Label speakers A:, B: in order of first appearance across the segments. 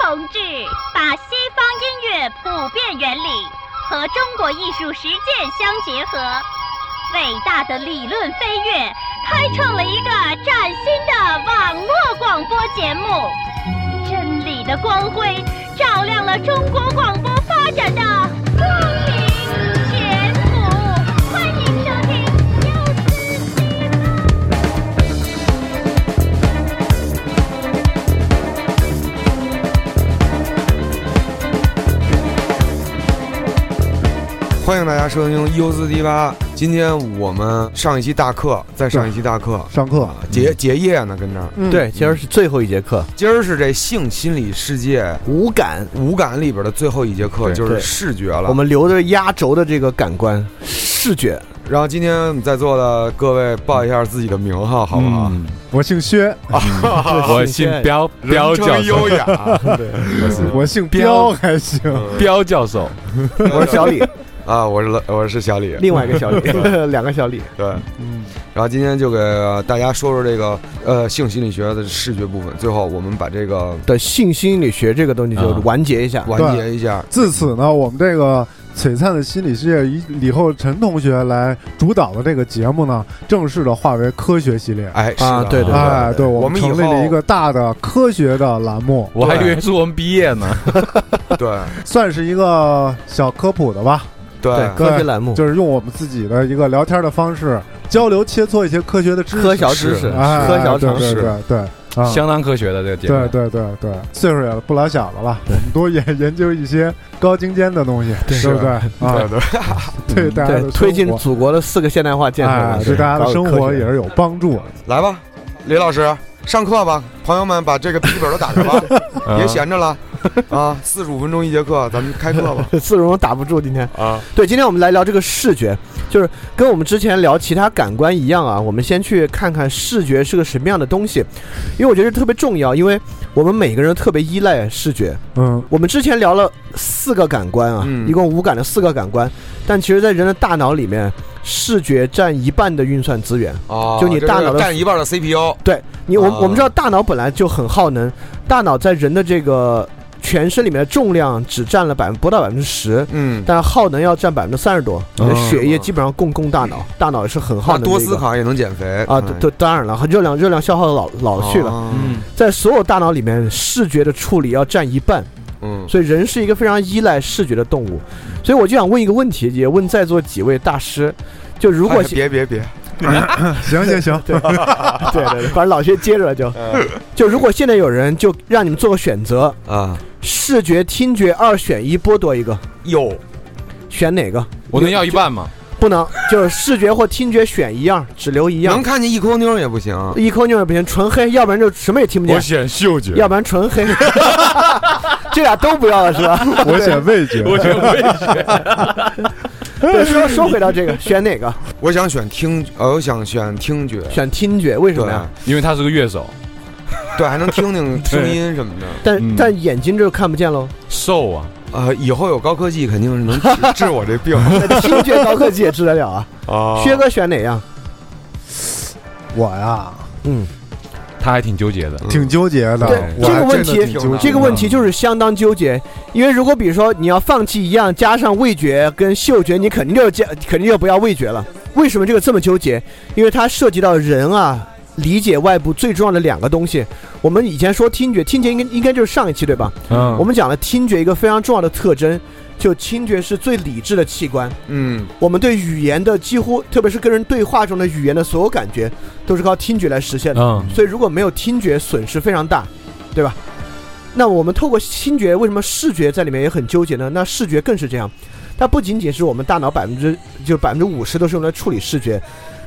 A: 同志把西方音乐普遍原理和中国艺术实践相结合，伟大的理论飞跃，开创了一个崭新的网络广播节目。真理的光辉照亮了中国广播发展的光明前途。欢迎收听优思新闻。
B: 欢迎大家收听优思迪吧。今天我们上一期大课，再上一期大课，
C: 上课
B: 啊，结结业呢，跟这儿。
C: 嗯，
D: 对，今儿是最后一节课，
B: 今儿是这性心理世界
D: 无感，
B: 五感里边的最后一节课，
D: 对
B: 就是
D: 对
B: 视觉了。
D: 我们留着压轴的这个感官，视觉。
B: 然后今天在座的各位报一下自己的名号，好不好？
E: 嗯
C: 我姓薛，
E: 我姓彪，彪
B: 人
E: 教
B: 称优
E: 授，
B: 雅，嗯
C: 我姓彪还行，
E: 彪教授，
D: 我是小 李，
B: 啊，我是老我是小李。
D: 另外一个小李， 两个小李。
B: 对，嗯。然后今天就给大家说说这个呃性心理学的视觉部分，最后我们把这个
D: 的性心理学这个东西就
E: 啊
D: 完结一下，
B: 完结一下。
C: 自此呢，我们这个璀璨的心理世界以李厚辰同学来主导的这个节目呢，正式的划为科学系列。
B: 哎，是的
D: 啊对对
C: 哎，对，
B: 我
C: 我
B: 们
C: 们
B: 以
C: 成立
B: 后
C: 了一个大的科学的栏目，
E: 我还以为是我们毕业呢。
B: 对
C: 算是一个小科普的吧，
B: 对
D: 对科学栏目，
C: 就是用我们自己的一个聊天的方式交流切磋一些科学的知识，
D: 科学知
B: 是
D: 识，
C: 哎，
D: 科学
C: 对
D: 常
C: 对
D: 识。
C: 对对，啊
E: 相当科学的这个节目，
C: 对对对对，岁数也不老小了吧？我们多研 研究一些高精尖的东西，对不对？
B: 对
C: 啊，
B: 对，
C: 对大家的
D: 对，
C: 生
D: 推进
C: 活
D: 祖国的四个现代化建设
C: 哎
D: 呢，
C: 对大家的生活也是有帮助。
B: 来吧，李老师上课吧，朋友们把这个笔记本都打开吧，
E: 嗯
B: 别闲着了啊！四十五分钟一节课，咱们开 课吧
D: 四荣打不住今天。
B: 啊！
D: 对，今天我们来聊这个视觉，就是跟我们之前聊其他感官一样啊，我们先去看看视觉是个什么样的东西，因为我觉得这特别重要，因为我们每个人特别依赖视觉。
C: 嗯，
D: 我们之前聊了四个感官啊，
B: 嗯
D: 一共五感的四个感官，但其实，在人的大脑里面，视觉占一半的运算资源。
B: 啊，
D: 就你大脑的
B: 这是占一半的 CPU，
D: 对你，我、
B: 啊
D: 我们知道大脑本来就很耗能，大脑在人的这个全身里面的重量只占了百分不到百分之十。
B: 嗯，
D: 但是耗能要占百分之三十多，你的血液基本上供供大脑，大脑也是很耗
B: 哦嗯那
D: 能的一
B: 多
D: 个。
B: 思考也嗯能减肥
D: 啊，对，对，当然了，热量热量消耗得老老去了，
B: 了，
E: 嗯，
D: 在所有大脑里面，视觉的处理要占一半，
B: 嗯
D: 所以人是一个非常依赖视觉的动物。所以我就想问一个问题，也问在座几位大师，就如 果
B: 哎别别别，
C: 行行行，
D: 对 对对，对反正老薛接着了就 就如果现在有人就让你们做个选择，
B: 啊，
D: 视觉、听觉二选一，剥夺一个，
B: 有
D: 选哪个？
E: 我能要一半吗？
D: 不能，就是视觉或听觉选一样，只留一
B: 能
D: 样。哎
B: 看见一颗妞也不行，
D: 一抠就是不行，纯黑，要不然就什么也听不见。
E: 选嗅觉
D: 要不然纯黑，这俩都不要了是吧？
C: 我选味觉，
E: 我觉得味觉，
D: 对，说说回到这个，选哪个？
B: 我想选听，呃，我想选听觉，
D: 选听觉，为什
B: 对
D: 么呀？
E: 因为他是个乐手，
B: 对，还能听 听声音什么的。
D: 但
E: 嗯
D: 但眼睛就看不见喽。
E: 瘦啊，
B: 啊，以后有高科技肯定是能治治我这病
D: 听觉高科技也治得了 啊。
E: 哦
B: 啊
D: 薛，哥选哪样？
C: 我呀
D: 嗯，
E: 他还挺纠结的。
B: 嗯
C: 挺纠结的
D: 对，
C: 我
D: 这个
C: 还
D: 问
C: 真的
D: 题
C: 挺
E: 嗯
C: 纠结的
D: 这个问题就是相当纠结，因为如果比如说你要放弃一样，加上味觉跟嗅觉，你肯定就加，肯定就不要味觉了。为什么这个这么纠结？因为它涉及到人啊理解外部最重要的两个东西。我们以前说听觉，听觉应该应该就是上一期对吧？
E: 嗯
D: 我们讲了听觉一个非常重要的特征，就听觉是最理智的器官。
B: 嗯，
D: 我们对语言的几乎，特别是跟人对话中的语言的所有感觉，都是靠听觉来实现的。
E: 嗯，
D: 所以如果没有听觉，损失非常大，对吧？那我们透过听觉，为什么视觉在里面也很纠结呢？那视觉更是这样，它不仅仅是我们大脑百分之就百分之五十都是用来处理视觉，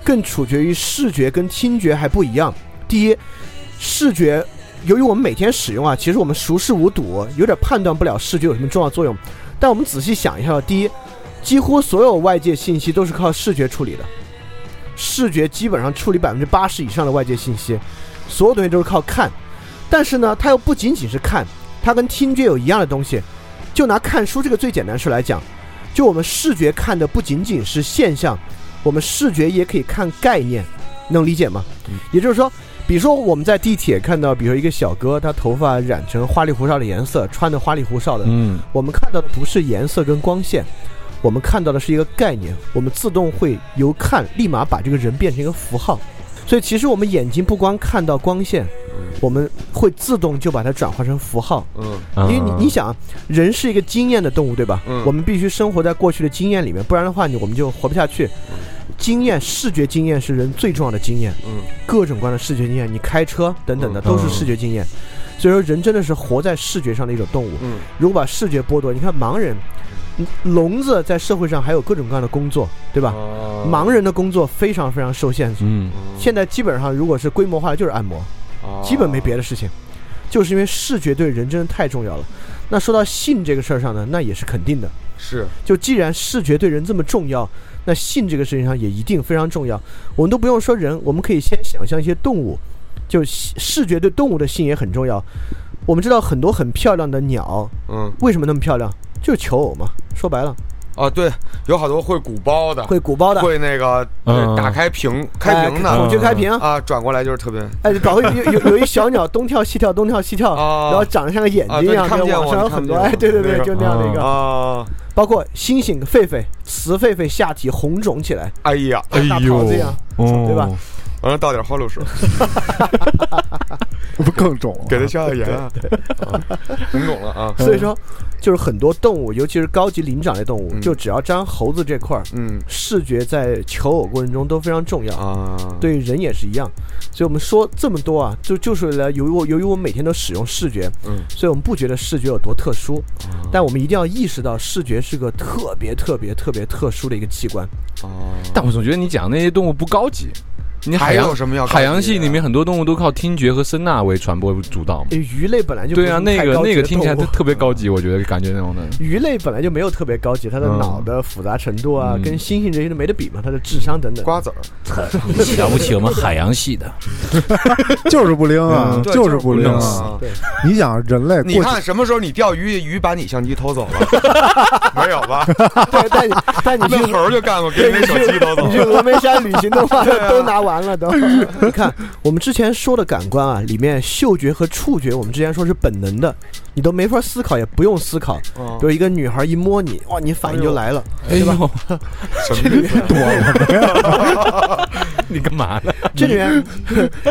D: 更处决于视觉跟听觉还不一样。第一，视觉由于我们每天使用啊，其实我们熟视无睹，哦有点判断不了视觉有什么重要作用。但我们仔细想一下，第一，几乎所有外界信息都是靠视觉处理的，视觉基本上处理百分之八十以上的外界信息，所有东西都是靠看。但是呢，它又不仅仅是看，它跟听觉有一样的东西。就拿看书这个最简单的事来讲，就我们视觉看的不仅仅是现象，我们视觉也可以看概念，能理解吗？也就是说，比如说我们在地铁看到，比如说一个小哥，他头发染成花里胡哨的颜色，穿的花里胡哨的，
E: 嗯，
D: 我们看到的不是颜色跟光线，我们看到的是一个概念，我们自动会由看立马把这个人变成一个符号。所以其实我们眼睛不光看到光线，我们会自动就把它转化成符号。
B: 嗯
D: 因
E: 因
D: 为你你想啊，人是一个经验的动物，对吧？
B: 嗯
D: 我们必须生活在过去的经验里面，不然的话你我们就活不下去。经验，视觉经验是人最重要的经验，
B: 嗯
D: 各种各样的视觉经验，你开车等等的
E: 嗯
D: 都是视觉经验。所以说，人真的是活在视觉上的一种动物。
B: 嗯
D: 如果把视觉剥夺，你看盲人，聋子在社会上还有各种各样的工作，对吧？
B: 啊
D: 盲人的工作非常非常受限制。
E: 嗯
D: 现在基本上如果是规模化的，就是按摩，
B: 哦
D: 基本没别
B: 的。
D: 的事情，就是因为视觉对人真的太重要了。那说到性这个事儿上呢，那也是肯定的。
B: 是，
D: 就既然视觉对人这么重要，那性这个事情上也一定非常重要。我们都不用说人，我们可以先想象一些动物，就视视觉对动物的性也很重要。我们知道很多很漂亮的鸟，
B: 嗯
D: 为什么那么漂亮？就是求偶嘛，说白了，
B: 啊，对，有好多会鼓包的，
D: 会鼓包的，
B: 会那个
E: 嗯
B: 对打开屏开屏
D: 孔
B: 的
D: 雀开屏，
B: 啊，转过来就是特别
D: 哎，搞个有有有一小鸟东跳西跳，东跳西跳，
B: 啊
D: 然后长得像个眼睛一样，
B: 啊对你看不
D: 就
B: 见
D: 网
B: 我
D: 上有
B: 你看
D: 很
B: 不
D: 多，
B: 见我
D: 哎，对对对，
B: 那个
D: 就那样的一个，
B: 啊，
D: 包括猩猩、狒狒、雌狒狒下体红肿起来，
B: 哎呀，
E: 哎
D: 大
E: 呦
D: 袍子一样，
E: 哦
D: 对吧？
B: 完了倒点花露水，
C: 不更肿了？
B: 给他消消炎啊， 红肿了啊，
D: 所以说就是很多动物，尤其是高级灵长类动物，
B: 嗯
D: 就只要沾猴子这块儿，
B: 嗯
D: 视觉在求偶过程中都非常重要。
B: 啊，，
D: 对人也是一样，所以我们说这么多啊，就就是为了由于我由于我每天都使用视觉，
B: 嗯，
D: 所以我们不觉得视觉有多特殊，
E: 嗯
D: 但我们一定要意识到视觉是个特别特别特别特殊的一个器官。
B: 啊，
E: 但我总觉得你讲那些动物不高级，你海
B: 还
E: 洋
B: 有什么要
E: 海洋系
B: 高级的
E: 里面很多动物都靠听觉和声呐为传播主导嘛。
D: 呃鱼类本来就不
E: 对
D: 是
E: 啊，
D: 什么
E: 那
D: 太
E: 个
D: 高级
E: 那
D: 的
E: 个听起来
D: 动
E: 特
D: 物
E: 特别高级，我觉得感觉那种的。
D: 鱼类本来就没有特别高级，它的
E: 嗯
D: 脑的复杂程度啊，
E: 嗯
D: 跟猩猩这些都没得比嘛，它的智商等等。
B: 瓜子儿，
E: 瞧不起我们海洋系的，
C: 就是不灵啊，
E: 嗯
B: 对
C: 就是不灵
E: 就是
C: 啊！
B: 啊。
D: 对，
C: 你想人类
B: 你
C: 过去
B: 看什么时候你钓鱼，鱼把你相机偷走了？没有吧？
D: 对，但你 但 你
B: 那
D: 去
B: 猴儿就干过，给那手机偷走
D: 你去
B: 了。
D: 峨眉山旅行的话，
B: 对啊
D: 都拿完了都。 你看，我们之前说的感官啊，里面嗅觉和触觉，我们之前说是本能的，你都没法思考，也不用思考。
B: 啊
D: 比如一个女孩一摸你，哇，你反应就来了。
E: 哎呦，
B: 什么意思？
C: 躲了，
E: 你干嘛呢？
D: 这里 面，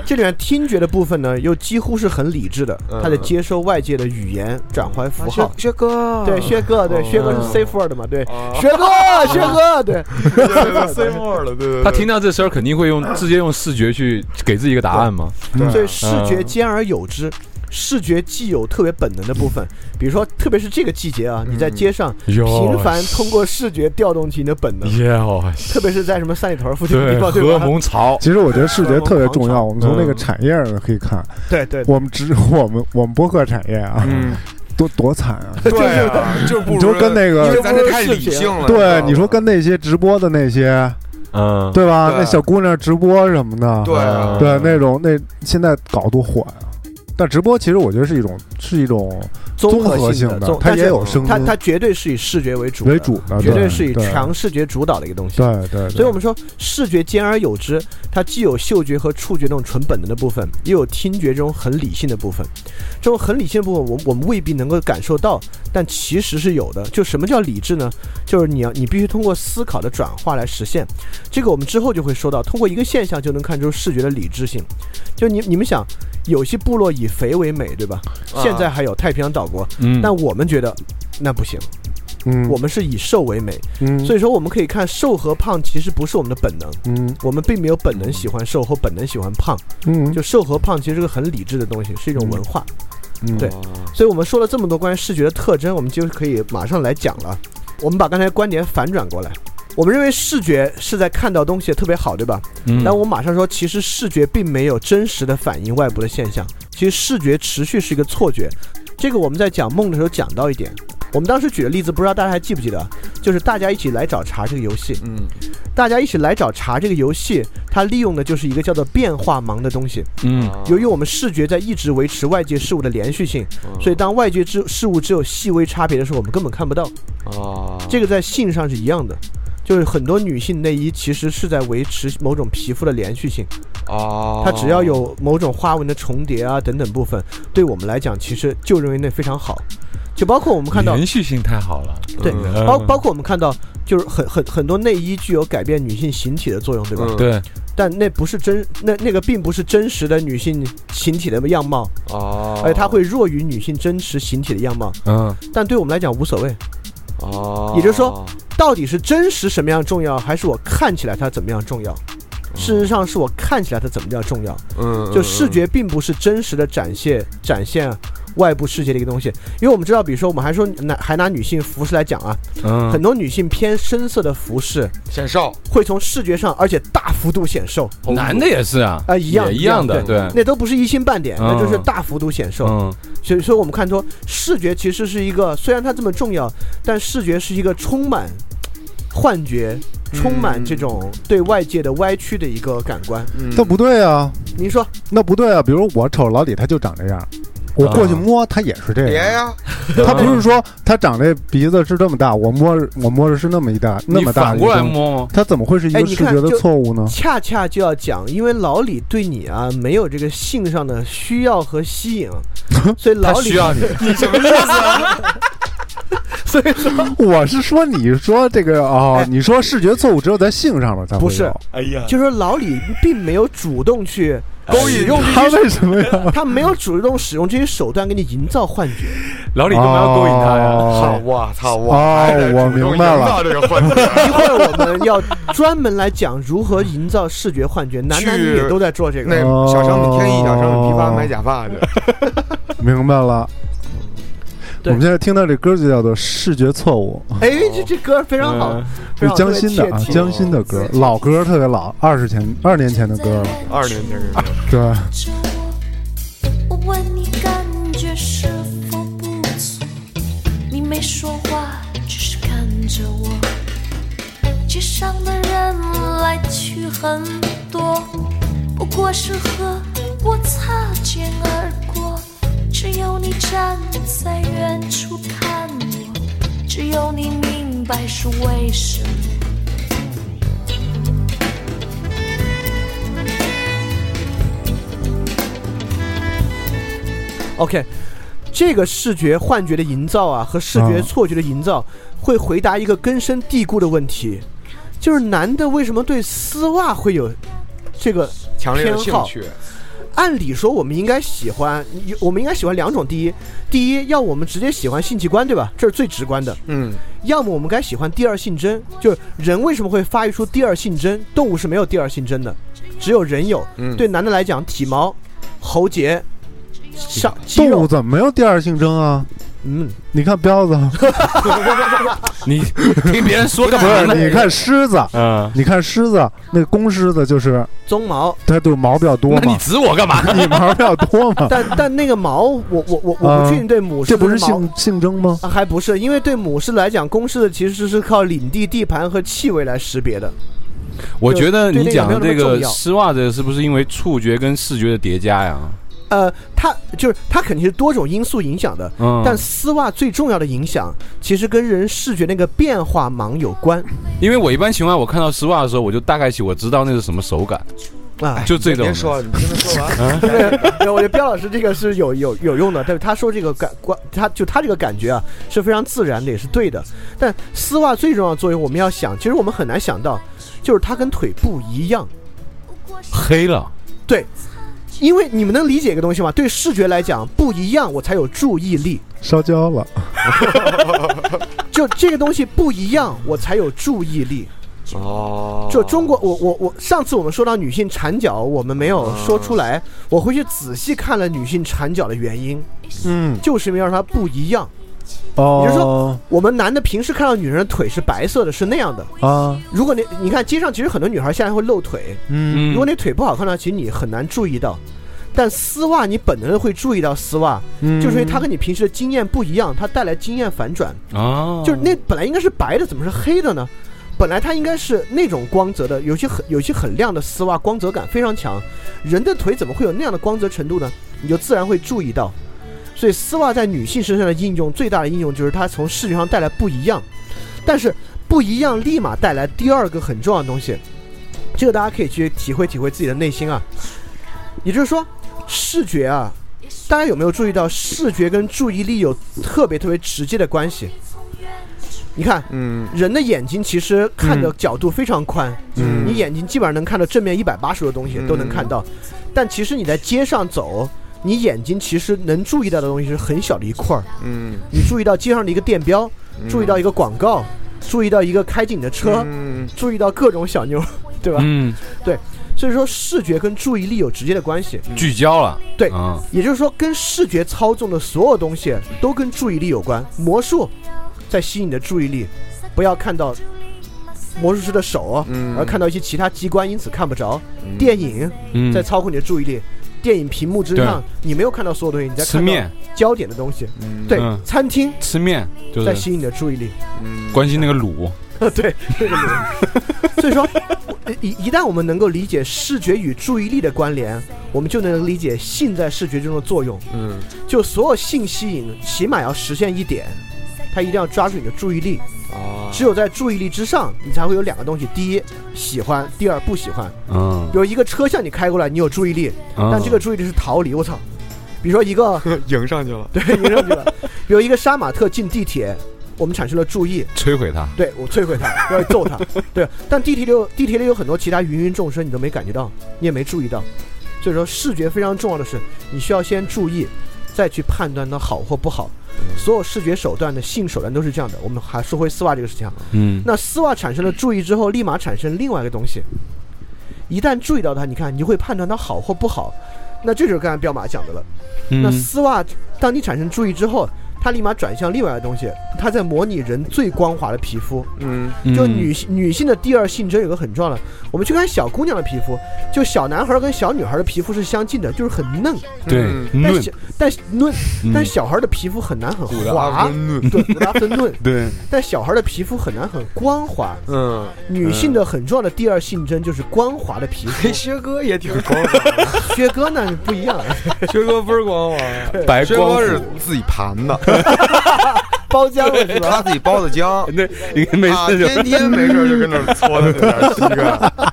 D: 这里面听觉的部分呢，又几乎是很理智的，
B: 嗯
D: 它得接收外界的语言，转换符号。啊
B: 薛哥
D: 对，薛哥，啊对，
B: 哦
D: 薛哥是 safe word 嘛，对，
B: 哦
D: 薛哥，薛哥，对，
B: 对对对 C more 了，对对。对
E: 他听到这声儿肯定会用
D: 嗯
E: 直接用视觉去给自己一个答案嘛。
B: 对
C: 嗯
D: 所以视觉兼而有之。视觉既有特别本能的部分，比如说，特别是这个季节啊，你在
C: 嗯
D: 街上
E: 哟
D: 频繁通过视觉调动起你的本能，
E: 哟，
D: 嗯特别是在什么三里屯附近的
E: 对，
D: 地方，
E: 荷
D: 对
E: 尔
D: 吧？
E: 蒙潮，
C: 其实我觉得视觉特别重要。
D: 嗯
C: 我们从那个产业上可以看，
D: 对对，
C: 我们只我们我们播客产业啊，
B: 嗯，
C: 多多惨啊！
B: 对啊，就是不
C: 你
B: 如
C: 说跟那
B: 因
C: 个
B: 为咱这太理性了。知道
C: 对，
B: 吗
C: 你说跟那些直播的那些，
E: 嗯，
C: 对吧？
B: 对
C: 那小姑娘直播什么的，
B: 对
D: 嗯
B: 啊
C: 对那种那那现在搞多火呀！但直播其实我觉得是一种是一种综合
D: 合性
C: 的
D: 综，
C: 它
D: 但
C: 也
D: 是
C: 有声音
D: 它它绝对是以视觉为主的
C: 为主的，
D: 绝对是以
C: 对
D: 强视觉主导的一个东西。
C: 对对，
D: 所以我们说，视觉兼而有之，它既有嗅觉和触觉那种纯本能的部分，也有听觉这种很理性的部分。这种很理性的部分，我我们未必能够感受到，但其实是有的。就什么叫理智呢？就是你要你必须通过思考的转化来实现。这个我们之后就会说到，通过一个现象就能看出视觉的理智性。就你你们想，有些部落以肥为美，对吧？
B: 啊
D: 现在还有太平洋岛国，
E: 嗯，
D: 但我们觉得那不行，
C: 嗯
D: 我们是以瘦为美。
C: 嗯
D: 所以说，我们可以看瘦和胖其实不是我们的本能。
C: 嗯
D: 我们并没有本能喜欢瘦或本能喜欢胖，
C: 嗯
D: 就瘦和胖其实是个很理智的东西，是一种文化。
C: 嗯
D: 对所以我们说了这么多关于视觉的特征，我们就可以马上来讲了。我们把刚才观点反转过来，我们认为视觉是在看到东西特别好，对吧？
E: 嗯
D: 但我马上说，其实视觉并没有真实的反映外部的现象，其实视觉持续是一个错觉。这个我们在讲梦的时候讲到一点，我们当时举的例子，不知道大家还记不记得，就是大家一起来找茬这个游戏。
B: 嗯
D: 大家一起来找茬这个游戏，它利用的就是一个叫做变化盲的东西。
E: 嗯
D: 由于我们视觉在一直维持外界事物的连续性，所以
B: 以
D: 当外界之事物只有细微差别的时候，我们根本看不到。
B: 啊
D: 这个在性上是一样的，就是很多女性内衣其实是在维持某种皮肤的连续性，
B: 哦，
D: 它只要有某种花纹的重叠啊等等部分，对我们来讲其实就认为那非常好。就包括我们看到
E: 延续性太好了，
D: 对
B: 嗯
E: 嗯
D: 包包括我们看到，就是很很很多内衣具有改变女性形体的作用，对吧？
B: 嗯
E: 对，
D: 但那不是真，那那个并不是真实的女性形体的样貌，
B: 哦，
D: 而且哎它会弱于女性真实形体的样貌。
E: 嗯，
D: 但对我们来讲无所谓，
B: 哦，
D: 也就是说到底是真实什么样重要，还是我看起来它怎么样重要？事实上是我看起来它怎么样重要。
B: 哦嗯，嗯，
D: 就视觉并不是真实的展现展现外部世界的一个东西，因为我们知道，比如说我们还说拿还拿女性服饰来讲啊，
E: 嗯
D: 很多女性偏深色的服饰
B: 嗯显瘦，
D: 会从视觉上而且大幅度显瘦，
E: 男的也是啊，
D: 啊一样
E: 也一
D: 一样
E: 样的，
B: 对
E: 对，
D: 那都不是一星半点，
E: 嗯
D: 那就是大幅度显瘦。
E: 嗯，
D: 所以说我们看说视觉其实是一个，虽然它这么重要，但视觉是一个充满幻觉。
E: 嗯
D: 充满这种对外界的歪曲的一个感官，
B: 嗯
C: 但不对啊，
D: 您说
C: 那不对啊。比如我瞅老李他就长这样，我
D: 啊
C: 过去摸他也是这
B: 别
C: 样。
B: 呀，
C: 他不是说他长这鼻子是这么大，我摸我摸着是那么一大那
E: 你
C: 么大
E: 反
C: 一
E: 过来
C: 个，
E: 摸吗？
C: 他怎么会是一
D: 哎
C: 个
D: 你
C: 视
D: 看
C: 觉的
D: 就
C: 错误呢？
D: 恰恰就要讲，因为老李对你啊没有这个性上的需要和吸引，所以
E: 他
D: 老李
E: 需 要你，
D: 所以说
C: 我是说，你说这个哦
D: 哎，
C: 你说视觉错误只有在性上面才会
D: 不是
C: 有
F: 哎呀，哎
D: 就说老李并没有主动去
F: 勾
D: 使
F: 引
D: 用
C: 他为什么要
D: 他没有主动使用这些手段给你营造幻觉，
E: 老李干嘛要勾引他呀？
C: 哦
B: 操，我操，我
C: 哦
D: 哎
B: 还得
C: 我
B: 主动
C: 明白了
B: 营造这个幻觉，
D: 一 会儿我们要专门来讲如何营造视觉幻觉，男男女
B: 去
D: 女都在做这
B: 那
D: 个。
B: 小商品天意，小商品批发买假发去，
C: 明白了？我
D: 对
C: 们现在听到这歌就叫做《视觉错误
D: 哎，这这歌非常好
E: 嗯，》，
D: 非常好
C: 是江心的
D: 特
C: 啊江心的歌，
D: 别，切题
C: 老歌特别老，二十前二年前的歌了。
B: 二十年前给你
C: 对，
G: 我问你感觉是否不错，你没说话，只是看着我。街上的人来去很多，不过是和我擦肩而过。只有你站在远处看我，只有你明白是为什么。
D: OK，这个视觉幻觉的营造啊，和视觉
C: 嗯
D: 错觉的营造，会回答一个根深蒂固的问题，就是男的为什么对丝袜会有这个？
B: 强烈的
D: 偏
B: 兴
D: 好
B: 趣，
D: 按理说我们应该喜欢，有我们应该喜欢两种：第一，第一要我们直接喜欢性器官，对吧？这是最直观的；
B: 嗯，
D: 要么我们该喜欢第二性征，就是人为什么会发育出第二性征？动物是没有第二性征的，只有人有。
B: 嗯
D: 对男的来讲，体毛、喉结、上肌
C: 嗯动物
D: 肉，
C: 怎么没有第二性征啊？
D: 嗯，
C: 你看彪 子，
E: 你 听别人说干
C: 不
E: 嘛呢？
C: 是？你看狮子，
E: 嗯，
C: 你看狮子，那个公狮子就是
D: 鬃毛。
C: 它就毛比较多
E: 那
C: 嘛
E: 你，指我干嘛？
C: 你毛比较多嘛，
D: 但 但那个毛，我我我我
C: 啊
D: 不确定对母狮
C: 这
D: 子
C: 不是
D: 毛
C: 性性征吗？
D: 啊，还不是，因为对母狮来讲，公狮子其实是靠领地、地盘和气味来识别的。
E: 我觉得你讲的这
D: 对那个没有那么
E: 个
D: 重要
E: 丝袜子是不是因为触觉跟视觉的叠加呀？
D: 呃，它就是它肯定是多种因素影响的，
E: 嗯，
D: 但丝袜最重要的影响其实跟人视觉那个变化盲有关
E: 因为我一般情况下我看到丝袜的时候，我就大概起我知道那是什么手感，
D: 啊。
E: 就这种
B: 别
E: 的。
B: 说了，你听他说完，
D: 对，我觉得彪老师这个是有有有用的，但是他说这个感观，他就他这个感觉啊是非常自然的，也是对的。但丝袜最重要的作用，我们要想，其实我们很难想到，就是它跟腿部一样。
E: 黑了，
D: 对，因为你们能理解一个东西吗？对视觉来讲不一样，我才有注意力。
C: 烧焦了，
D: 就这个东西不一样，我才有注意力。
B: 哦，
D: 就中国，我我我，上次我们说到女性缠脚，我们没有说出来，我回去仔细看了女性缠脚的原因，
C: 嗯，
D: 就是因为让它不一样。
C: 哦，
D: 也就是说我们男的平时看到女人的腿是白色的，是那样的。
C: 啊，
D: 如果你你看街上，其实很多女孩现在会露腿，
C: 嗯，
E: 嗯
D: 如果你腿不好看呢，其实你很难注意到。但丝袜，你本能的会注意到丝袜，
C: 嗯
D: 就是因为它跟你平时的经验不一样，它带来经验反转。
E: 啊，
D: 就是那本来应该是白的，怎么是黑的呢？本来它应该是那种光泽的，有些很有些很亮的丝袜，光泽感非常强。人的腿怎么会有那样的光泽程度呢？你就自然会注意到。所以丝袜在女性身上的应用最大的应用就是它从视觉上带来不一样，但是不一样立马带来第二个很重要的东西，这个大家可以去体会体会自己的内心啊。也就是说，视觉啊，大家有没有注意到，视觉跟注意力有特别特别直接的关系？你看，
B: 嗯
D: 人的眼睛其实看的角度非常宽，
B: 嗯
D: 你眼睛基本上能看到正面一百八十的东西
B: 嗯
D: 都能看到，但其实你在街上走，你眼睛其实能注意到的东西是很小的一块儿。
B: 嗯，
D: 你注意到街上的一个电标，注意到一个广告，注意到一个开紧的车，
B: 嗯
D: 注意到各种小妞，对吧？
E: 嗯，
D: 所以说视觉跟注意力有直接的关系，
E: 聚焦了，
D: 对
E: 嗯，
D: 也就是说跟视觉操纵的所有东西都跟注意力有关。魔术在吸引你的注意力，不要看到魔术师的手啊，
B: 嗯
D: 而看到一些其他机关，因此看不着。电影
E: 嗯，
D: 在操控你的注意力，电影屏幕之上你没有看到所有东西，你在
E: 吃
D: 看到
E: 面，
D: 焦点的东西。
B: 嗯
D: 对
E: 嗯，
D: 餐厅
E: 吃面就
D: 在
E: 是
D: 吸引你的注意力。
B: 嗯
E: 关心那个卤，
D: 对，这个没有 所以说，我一一旦我们能够理解视觉与注意力的关联，我们就能理解性在视觉中的作用。
B: 嗯
D: 就所有性吸引，起码要实现一点，它一定要抓住你的注意力。
B: 啊，
D: 只有在注意力之上，你才会有两个东西：第一，喜欢；第二，不喜欢。
E: 嗯
D: 比，如一个车向你开过来，你有注意力，
E: 啊
D: 但这个注意力是逃离。我操！比如说一个 ，
B: 迎上去了
D: 对迎上去了，比如一个杀马特进地铁，我们产生了注意，
E: 摧毁它，
D: 对我摧毁他，我要揍 他。对，但地铁里有地铁里有很多其他芸芸众生，你都没感觉到，你也没注意到。所以说，视觉非常重要的是，你需要先注意，再去判断它好或不好。
E: 嗯
D: 所有视觉手段的性手段都是这样的。我们还说回丝袜这个事情啊，
E: 嗯，
D: 那丝袜产生了注意之后，立马产生另外一个东西。一旦注意到它，你看你就会判断它好或不好。那这就是刚才彪马讲的了。那
E: 嗯
D: 丝袜，当你产生注意之后，它立马转向另外一个东西，它在模拟人最光滑的皮肤。
B: 嗯
D: 就女性女性的第二性征有个很重要的，我们去看小姑娘的皮肤，就小男孩跟小女孩的皮肤是相近的，就是很嫩，
E: 对
B: 嗯
D: 但
E: 嫩
D: 小，但嫩，但
E: 嗯
D: 小孩的皮肤很难很
B: 古的啊阿
D: 滑
B: 芙，嫩，
D: 对，古拉芬嫩，
E: 对，
D: 但小孩的皮肤很难很光滑。
B: 嗯，，
D: 女性的很重要的第二性征就是光滑的皮肤
B: 薛哥也挺嗯光滑，
D: 薛哥呢不一样， 啊
B: 薛哥不是光滑，
E: 白
B: 薛
E: 光
B: 哥哎是
E: 子，
B: 自己盘 的，
D: 包浆了是吧？
B: 他自己包的 浆。
E: 那你没
B: 啊，
E: 事就
B: 天天没事就跟那儿搓的那点儿膝盖，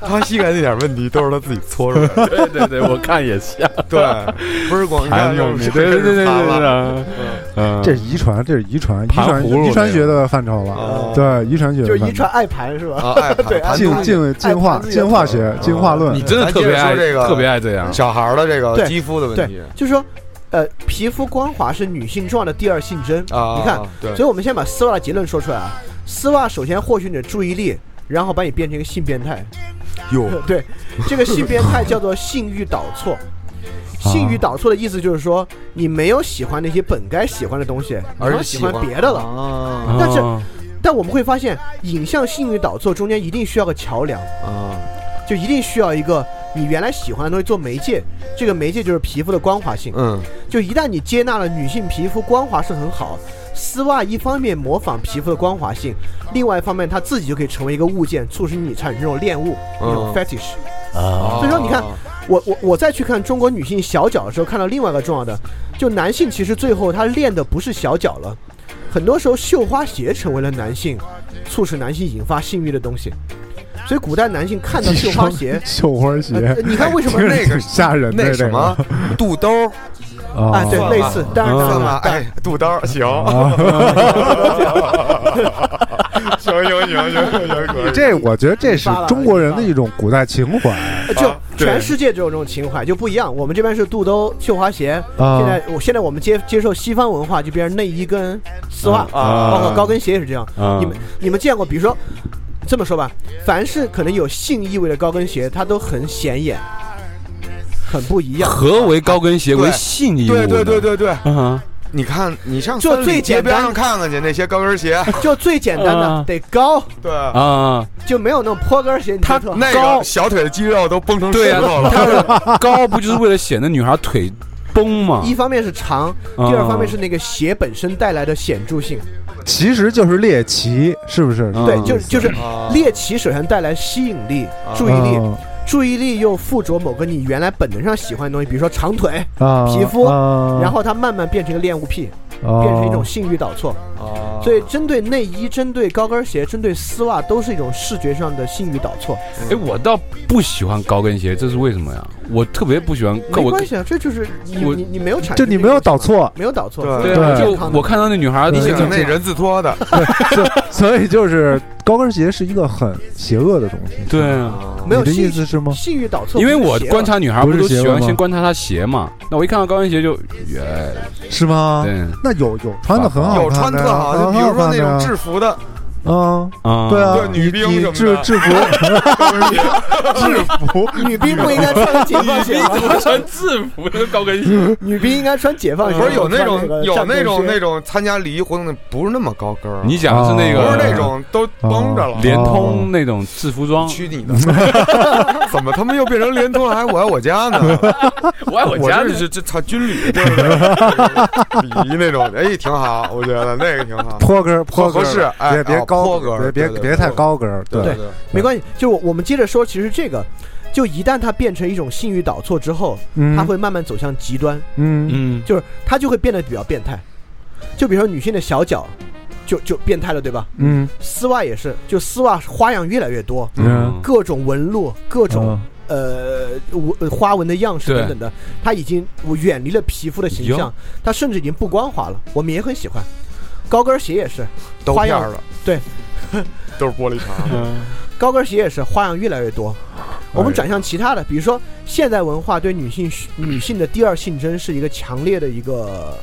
B: 他膝盖那点儿问题都是他自己搓出来 的。
E: 对对对，我看也像，
B: 对，不是光看
E: 有
B: 就是
E: 对对对对对
B: 盘了
E: 对，嗯，
C: 这是遗传，这是遗传，遗
E: 盘
C: 传
E: 葫芦
C: 遗传
E: 那
C: 学
E: 个
C: 的范畴了
B: 哦。
C: 对，遗传学 的
D: 就遗
C: 范畴
D: 传。爱盘是吧？
B: 啊，爱盘
D: 对
B: 盘
C: 进
B: 东西
C: 进进化
D: 爱盘子也哦
C: 进化
D: 疼
C: 学进化论
E: 你，真的特别爱
B: 咱接着说这个
E: 特别爱这样，
B: 小孩儿的这个
D: 对
B: 肌肤的问题
D: 对，就是说，呃，皮肤光滑是女性重要的第二性征。
B: 啊，
D: 你看，
B: 对，
D: 所以我们先把丝袜的结论说出来啊。丝袜首先获取你的注意力，然后把你变成一个性变态。
B: 哟，
D: 对，这个性变态叫做性欲导 错。性欲导错的意思就是说，你没有喜欢那些本该喜欢的东西，
B: 而
D: 啊你
B: 是啊
D: 喜欢别的了。
B: 了
E: 嗯
D: 但是但我们会发现，影像性欲导错中间一定需要个桥梁，
B: 啊，
D: 就一定需要一个你原来喜欢的东西做媒介。这个媒介就是皮肤的光滑性。
B: 嗯
D: 就一旦你接纳了女性皮肤光滑是很好，丝袜一方面模仿皮肤的光滑性，另外一方面它自己就可以成为一个物件，促使你产生这种恋物，一种
B: 嗯
D: fetish。
B: 啊，
D: 所以说你看我我我再去看中国女性小脚的时候，看到另外一个重要的，就男性其实最后他练的不是小脚了，很多时候绣花鞋成为了男性促使男性引发性欲的东西，所以古代男性 看到
C: 一
D: 绣花
C: 双，
D: 鞋
C: 绣花鞋
D: 呃，你看为什 么
B: 不是那个
C: 吓人的
B: 那
C: 这
B: 什
C: 个
B: 么 肚兜儿
D: 啊
C: 啊？
D: 对
B: 算
D: 类
B: 吧
D: 似，当然
B: 算
D: 当
B: 吧
D: 然，
B: 哎，肚兜儿行，行行行行行，可以
C: 这我觉得这是中国人的一种古代情怀
D: 呃就
B: 对
D: 全世界只有这种情怀，就不一样。我们这边是肚兜、绣花鞋，
C: 啊
D: 现在我现在我们接接受西方文化，就变成内衣跟丝袜，
B: 啊
D: 包括高跟鞋也是这样。
E: 啊
D: 你们你们见过？比如说，这么说吧，凡是可能有性意味的高跟鞋，它都很显眼，很不一 样。
E: 何为高跟鞋
B: 对
E: 为性义务？
B: 对对对，对对，
E: 啊，
B: 你看你上
D: 就
B: 三里
D: 最
B: 街
D: 简
B: 边
D: 单
B: 上看看去，那些高跟 鞋，
D: 就最简单的
E: 啊，
D: 得高，
B: 对，
E: 啊，
D: 就没有那种坡跟鞋。它
B: 那
E: 高
B: 个小腿的肌肉都绷成
E: 对
B: 石
E: 呀
B: 头，了，
E: 他的啊高不就是为了显得女孩腿崩吗？
D: 一方面是长，
E: 啊
D: 第二方面是那个鞋本身带来的显著性。
C: 其实就是猎奇，是不是？
E: 嗯
D: 对，就就是
B: 啊
D: 猎奇首先带来吸引力、注意力，
C: 啊
D: 注意力又附着某个你原来本能上喜欢的东西，比如说长腿，
C: 啊
D: 皮肤
C: 啊
D: 然后它慢慢变成一个恋物癖，
C: 啊
B: 啊哦
D: 变成一种性欲导错。所以针对内衣、针对高跟鞋、针对丝袜，都是一种视觉上的性欲导错。
E: 哎，我倒不喜欢高跟鞋，这是为什么呀？我特别不喜欢，
D: 没
E: 我
D: 关系啊，这就是你
E: 我
D: 你你没有产生
C: 就你没有导错，
D: 没有导错，
B: 对
E: 对
D: 所以
E: 啊，
D: 是
E: 就
D: 健康的
E: 我看到那女孩儿，
C: 对
E: 你
B: 毕
E: 想
B: 竟那人字拖的，
C: 所以就是高跟鞋是一个很邪恶的东西。
E: 对啊，
D: 没有
C: 你的
D: 性
C: 意思是吗？
D: 性欲导错，
E: 因为
D: 不
E: 我
D: 是邪恶
E: 观察女孩儿
C: 不是
E: 都
C: 鞋
E: 喜欢
C: 吗
E: 先观察她鞋嘛，那我一看到高跟鞋就，嗯耶，
C: 是吗？
E: 对
C: 那有有穿的很好
B: 有穿
C: 看的呀，
B: 特好，就比如说那种制
C: 制
B: 服的，
C: 嗯，
E: 啊，
C: 对啊
B: 对，女兵
C: 你
B: 什
C: 你
B: 么
C: 制
B: 的
C: 制服制服，
D: 女兵不应该穿解放鞋啊吗？
E: 穿制服的高跟 鞋，
D: 女兵应该穿解放鞋，
B: 不是哦有那
D: 穿
B: 种
D: 个
B: 有
D: 战
B: 那
D: 斗
B: 种
D: 靴
B: 那种参加礼仪活动的，不是那么高跟儿啊，
E: 你讲的是那
B: 不
E: 个哦
B: 是那种都绷着了，
E: 联通那种制服
D: 哦
E: 装，
B: 去你的！ 怎么他们又变成联通了？还我爱我家呢？
E: 我爱我
B: 我
E: 家
B: 这
E: 的
B: 是这操军旅，对不对？ 礼仪那种，哎，挺好，我觉得那个挺好。
C: 坡跟儿坡跟
B: 合
C: 儿
B: 适，哎，
C: 别别
B: 啊
C: 高
B: 坡
C: 跟
B: 格
C: 儿，
B: 儿，
C: 别
B: 对
C: 别别太。高跟儿，
B: 对对
C: 对，
B: 对，
D: 没关系，就我我们接着说，其实这个，就一旦它变成一种性欲导错之后，
C: 嗯
D: 它会慢慢走向极端，
C: 嗯
E: 嗯，
D: 就是它就会变得比较变态。就比如说女性的小脚，就就变态了，对吧？
C: 嗯
D: 丝袜也是，就丝袜花样越来越多，
C: 嗯
D: 各种纹路，各种
C: 嗯，
D: 呃纹花纹的样式
E: 对
D: 等等的，它已经远离了皮肤的形象
E: 哟，
D: 它甚至已经不光滑了。我们也很喜欢，高跟鞋也是，
B: 都
D: 花
B: 片
D: 样
B: 儿了，
D: 对，
B: 都是玻璃 碴。
D: 高跟鞋也是花样越来越多。我们
C: 哎
D: 转向其他的，比如说现代文化对女性女性的第二性征是一个强烈的一个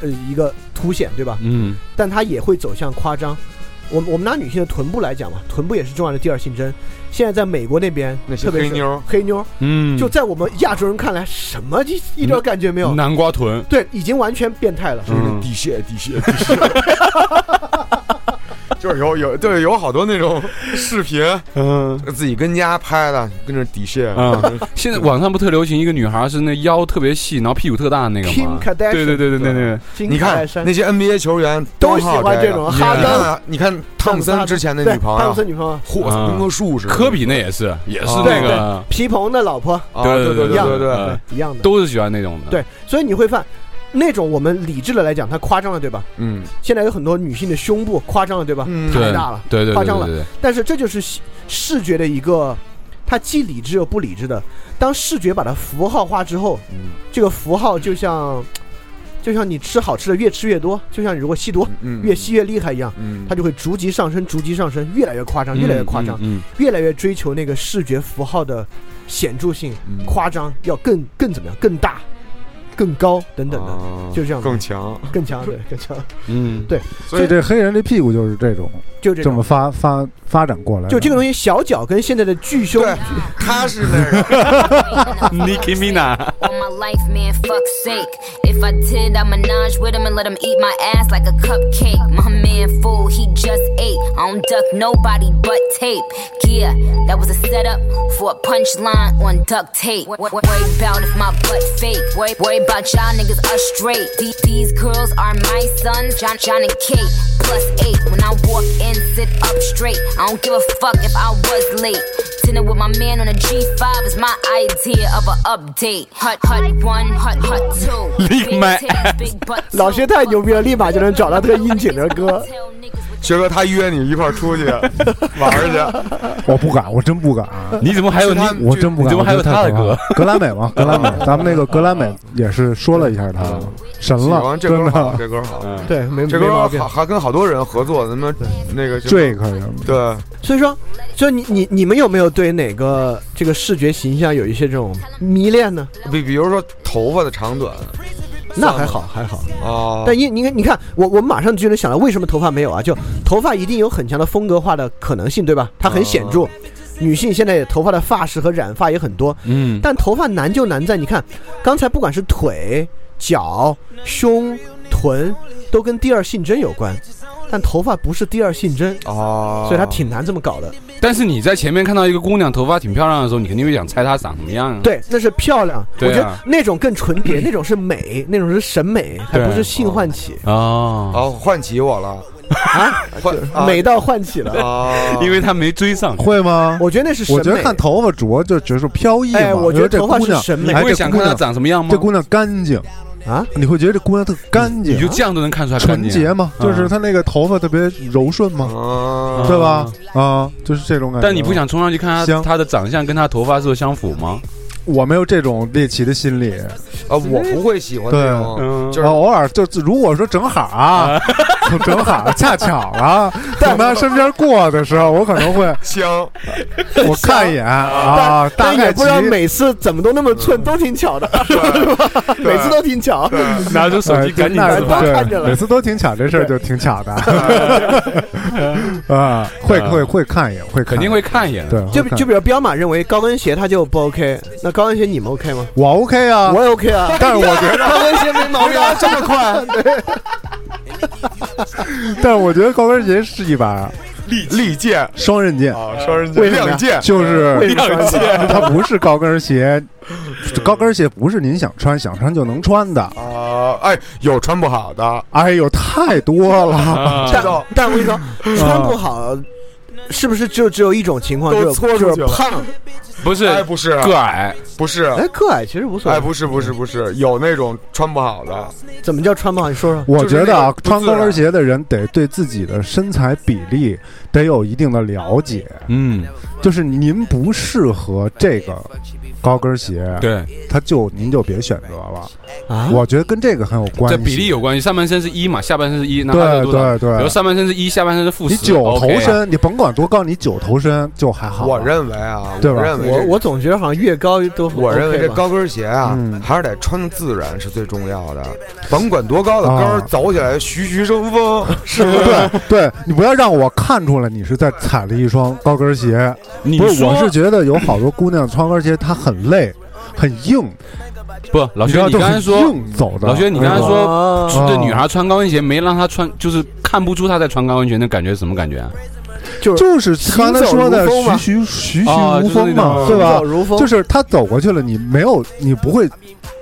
D: 呃一个凸显，对吧？
E: 嗯，
D: 但它也会走向夸张。我们我们拿女性的臀部来讲嘛，臀部也是重要的第二性征。现在在美国那边，
B: 那些
D: 特别是
B: 黑妞儿
D: 黑妞儿，
E: 嗯，
D: 就在我们亚洲人看来，什么一一点感觉没
B: 嗯
D: 有。
E: 南瓜臀，
D: 对，已经完全变态了。
E: 嗯
B: 底线底线 底线，就是有有对有好多那种视频，
D: 嗯，
B: 自己跟家拍的，跟那底线。
E: 嗯，现在网上不特流行一个女孩是那腰特别细，然后屁股特大的那个
D: Kim
E: 吗？
D: Kardashian
E: 对对对对对对，
D: 金
B: 你
D: 凯
B: 看
D: 莱山
B: 那些 NBA 球员
D: 都喜
B: 好
D: 欢
B: 这
D: 这种
B: 个
D: 哈
B: 你
D: 登
B: 看啊你看汤姆森之前的
D: 对
B: 女朋
D: 汤姆
B: 友，
D: 森女朋友，
B: 嚯，
E: 啊
B: 跟棵树似的。
E: 科比那也是，也是
B: 啊
E: 那个，
D: 皮蓬的老婆
B: 啊，
E: 对
B: 对
E: 对
B: 对对
E: 对
B: 对，
E: 呃
D: 一样的。啊
E: 都是喜欢那种的。，
D: 对，所以你会发，那种我们理智的来讲，它夸张了，对吧？
B: 嗯，
D: 现在有很多女性的胸部夸张了，对吧？
B: 嗯
E: 对
D: 太大了
E: 对对对
D: 夸张
E: 对
D: 了
E: 对对，
D: 但是这就是视视觉的一个，它既理智又不理智的。当视觉把它符号化之后，
B: 嗯
D: 这个符号就像，就像你吃好吃的越吃越多，就像你如果吸毒
B: 嗯
D: 越吸越厉害一样，
B: 嗯，
D: 它就会逐级上升，逐级上升，越来越夸张，越来越夸张，
E: 嗯，嗯
D: 越来越追求那个视觉符号的显著性，
B: 嗯
D: 夸张要更更怎么样，更大，更高等等的。
B: 啊
D: 就这样
B: 更强。
D: 更强，对，更强，
E: 嗯，
D: 对
C: 所以这黑人这屁股就是这种
D: 就
C: 这
D: 这种
C: 么。发发发展过来的，
D: 就这个东西，小脚跟现在的巨胸，
B: 对，他是那个
E: Nicki Minaj，
F: on my life, man, fuck's sake. If I did, I'd menage with him and let him eat my ass like a cupcake. My man, fool, he just ate. I don't duck nobody but tape. Yeah, that was a setup for a punchline on duct tape. Wor- wor- Worry about if my butt fake. Worry, worry about y'all niggas are straight. These, these girls are my sons, John, John and Kate. Plus eight, when I walk in, sit up straight. I don't give a fuck if I was late. Dinner with my man on a G5 is my idea of an update. Hut, hut one, hut, hut two.
E: Leave
F: Big
E: my
F: titties,
E: ass.
F: big butt
D: 老薛太牛逼了，立马就能找到这个应景的
F: too.
D: 歌。
F: Tell niggas what
B: 学哥，他约你一块儿出去玩儿去，
C: 我不敢，我真不敢，啊
E: 你怎么还有
B: 是
E: 你
B: 他？
C: 我真不
E: 嗯你
C: 敢。
E: 怎么还
C: 我觉
E: 有
C: 得
E: 他的
C: 太可
E: 歌啊
C: 怕了？格莱美嘛，格莱 美，咱们那个格莱美也是说了一下他，神
B: 喜
C: 了，
B: 欢这
C: 真
B: 歌好，
C: 的
B: 这歌好，
E: 嗯
D: 对，没
B: 这
D: 没毛
B: 歌
D: 病
B: 好，。还跟好多人合作，什么那个什么
C: ，Drake 什么的，
B: 对，
D: 所以说，所以你你你们有没有对哪个这个视觉形象有一些这种迷恋呢？
B: 比比如说头发的长短
D: 那还好还好，
B: 啊，
D: 但因你看你看我我马上就能想到为什么头发没有啊？就头发一定有很强的风格化的可能性，对吧？它很显
B: 哦
D: 著。女性现在也头发的发饰和染发也很多，
E: 嗯，
D: 但头发难就难在你看，刚才不管是腿、脚、胸、臀，都跟第二性征有关，但头发不是第二性征，
B: 啊，
D: 所以它挺难这么搞的。
E: 但是你在前面看到一个姑娘头发挺漂亮的时候，你肯定会想猜她长什么样啊？
D: 对，那是漂亮，我
E: 对啊
D: 觉得那种更纯洁，那种是美，那种是审美，还
E: 对
D: 不是性唤起
E: 哦，
B: 哦，唤起我了，
D: 啊，
B: 唤啊
D: 美到唤起了。
B: 啊，
E: 因为她没追上，
C: 会吗？
D: 我觉得那是审
C: 我
D: 美。
C: 觉得看头发着就只是飘逸嘛，
D: 哎我觉得
C: 这
D: 头发
C: 姑
D: 是
C: 娘
D: 审美
E: 你
C: 哎
E: 会
C: 这
E: 想
C: 姑
E: 看她
C: 娘
E: 长什么样吗？
C: 这姑娘干净，
D: 啊，
C: 你会觉得这姑娘特干净啊
E: 你就、这样都能看出来干
C: 纯
E: 净
C: 洁嘛，
E: 啊
C: 就是她那个头发特别柔顺嘛，
B: 啊，
C: 对吧？啊，就是这种感觉。
E: 嗯但你不，想冲上去看他
C: 香
E: 他的长相跟他头发是否相符吗？
C: 我没有这种猎奇的心理，
B: 啊，我不会喜欢
C: 对
B: 那种，就是
C: 啊偶尔就是如果说正好啊， 正好恰巧啊，从他身边过的时候，我可能会
B: 香。
C: 我看一眼啊，大
D: 但
C: 概
D: 也不知道
C: 其
D: 每次怎么都那么寸，都挺巧的，每次都挺巧。
E: 拿出手
C: 哎
E: 机
C: 对
E: 赶紧
C: 那
E: 自拍。
D: 看着
C: 对，
D: 了
C: 每次都挺巧，这事儿就挺巧的啊，会会会看一眼，会看
E: 肯定会看一眼的。
C: 对，
D: 就
C: 会看
D: 就比如彪马认为高跟鞋他就不 OK，那高跟鞋你们 OK 吗？
C: 我 OK 啊，
D: 我也 OK 啊，
C: 但是我 觉得，
D: 高跟鞋没毛病，啊这么 快。
C: 但是我觉得高跟鞋是一把
B: 利利剑
C: 双刃剑，
B: 啊，双刃
D: 为
B: 剑，
D: 什么呀
B: 亮剑，
C: 就是
E: 亮剑，
C: 它不是高跟鞋，高跟鞋不是您想穿想穿就能穿的。
B: 啊，哎，有穿不好的，
C: 哎呦，太多了，
E: 啊
B: 知道
D: 但我跟你说，穿不好，是不是就只有一种情况，
B: 都
D: 就是
B: 搓出
D: 就是
B: 去了
D: 胖？
E: 不是啊
B: 哎，不是，
E: 个矮，
B: 不是，
D: 哎，个矮其实无所谓。
B: 哎，不是，不是，不是，有那种穿不好的，
D: 怎么叫穿不好？你说说。
C: 我觉得啊，
B: 就是那个不
C: 穿
B: 自然
C: 高跟鞋的人得对自己的身材比例得有一定的了解，
E: 嗯，
C: 就是您不适合这个高跟鞋，
E: 对，
C: 他就您就别选择了。
D: 啊
C: 我觉得跟这个很有关
E: 这
C: 系，
E: 比例有关系。上半身是一嘛，下半身是一，那
C: 对
E: 他是多少？
C: 对对
E: 比如上半身是一，下半身是负十。
C: 你九头
E: OK 啊，
C: 身，你甭管多高，你九头身就还好。
B: 我认为啊，
C: 对吧
B: 我认为
D: 我
B: 这
D: 我总觉得好像越高都
B: 我认为
D: OK
B: 这
D: 吧
B: 高跟鞋啊
C: 嗯，
B: 还是得穿的自然是最重要的，甭管多高的跟儿
C: 啊，
B: 走起来徐徐生 风，是不是？
C: 对对，你不要让我看出来你是在踩了一双高跟鞋。
E: 你
C: 不是，
E: 说
C: 我是觉得有好多姑娘穿高跟鞋她很累，很硬。
E: 不，老
C: 你知
E: 薛，
C: 道
E: 你
C: 就
E: 刚
C: 很
E: 才说，
C: 硬走的，嗯
E: 老薛你刚才
C: 那种
E: 说
D: 啊
E: 这女孩穿高跟鞋没让她穿，就是看不出她在穿高跟鞋，那感觉是什么感觉啊？
C: 就是刚才说的
D: 行走如风嘛
C: 徐徐徐徐
E: 啊
C: 如风嘛，
E: 就是
C: 对
E: 那
C: 吧
D: 走？如风，
C: 就是她走过去了，你没有，你不会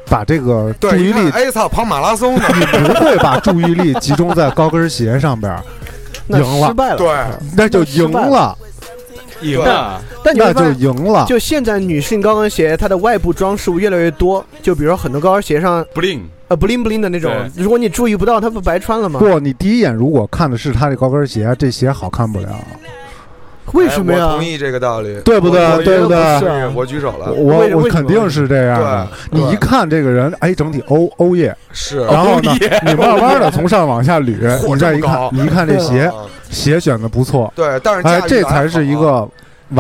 C: 把这个注
B: 对，
C: 意
B: 一看
C: 力，
B: 哎操，跑马拉松 呢，
C: 你不会把注意力集中在高跟鞋上边儿，
D: 那
C: 赢了
D: 失败了。
B: 对，
C: 那就赢了，
E: 赢
B: 了，
D: 但你
C: 那
D: 会发
C: 就
D: 现
C: 赢了。
D: 就现在女性高跟鞋，它的外部装饰物越来越多，就比如说很多高跟鞋上
E: 不灵。
D: 呃 bling bling 的那种，如果你注意不到，它不白穿了吗？
C: 不，你第一眼如果看的是她这高跟鞋，这鞋好看不了，
D: 为什么
B: 哎我
D: 呀
B: 同？意这个道理，
C: 对不对
B: 我我
C: 对不对
B: 我举手了我举手
C: 我
B: 了，
C: 我
D: 为什么
C: 我肯定是这样的。
B: 对对
C: 你一看这个人，哎，整体欧欧耶，
B: 是
C: 然后呢，你慢慢的从上往下捋，
B: 嚯
C: 啊你再
B: 这
C: 一
B: 么
C: 看
B: 高，
C: 你一看这鞋，
B: 啊
C: 鞋选的不错，
B: 对，但是
C: 哎
B: 驾，驭
C: 这
B: 得还
C: 才是一
B: 好啊
C: 个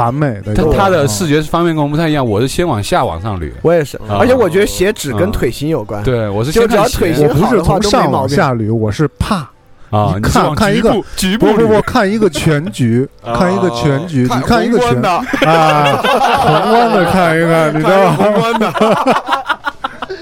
C: 完美的一
E: 她
C: 个。
E: 她的
C: 嗯
E: 视觉方面跟我们不太一样，我是先往下往上捋。
D: 我也是，
B: 嗯
D: 而且我觉得鞋只跟腿型有关。
E: 对，我是
D: 就
E: 先
D: 只要
E: 看鞋
D: 腿型
C: 我不是从上往下捋，我是怕
E: 啊，
C: 你
E: 你是
C: 看
E: 往
C: 看
E: 局
C: 一个
E: 部局部
C: 不不不
E: 捋啊
C: 看一个全 局，看一个全局，你看一个
B: 宏观
C: 全
B: 的，
C: 啊，宏观的看 一看，你知道
B: 看宏
C: 吗？
B: 观的，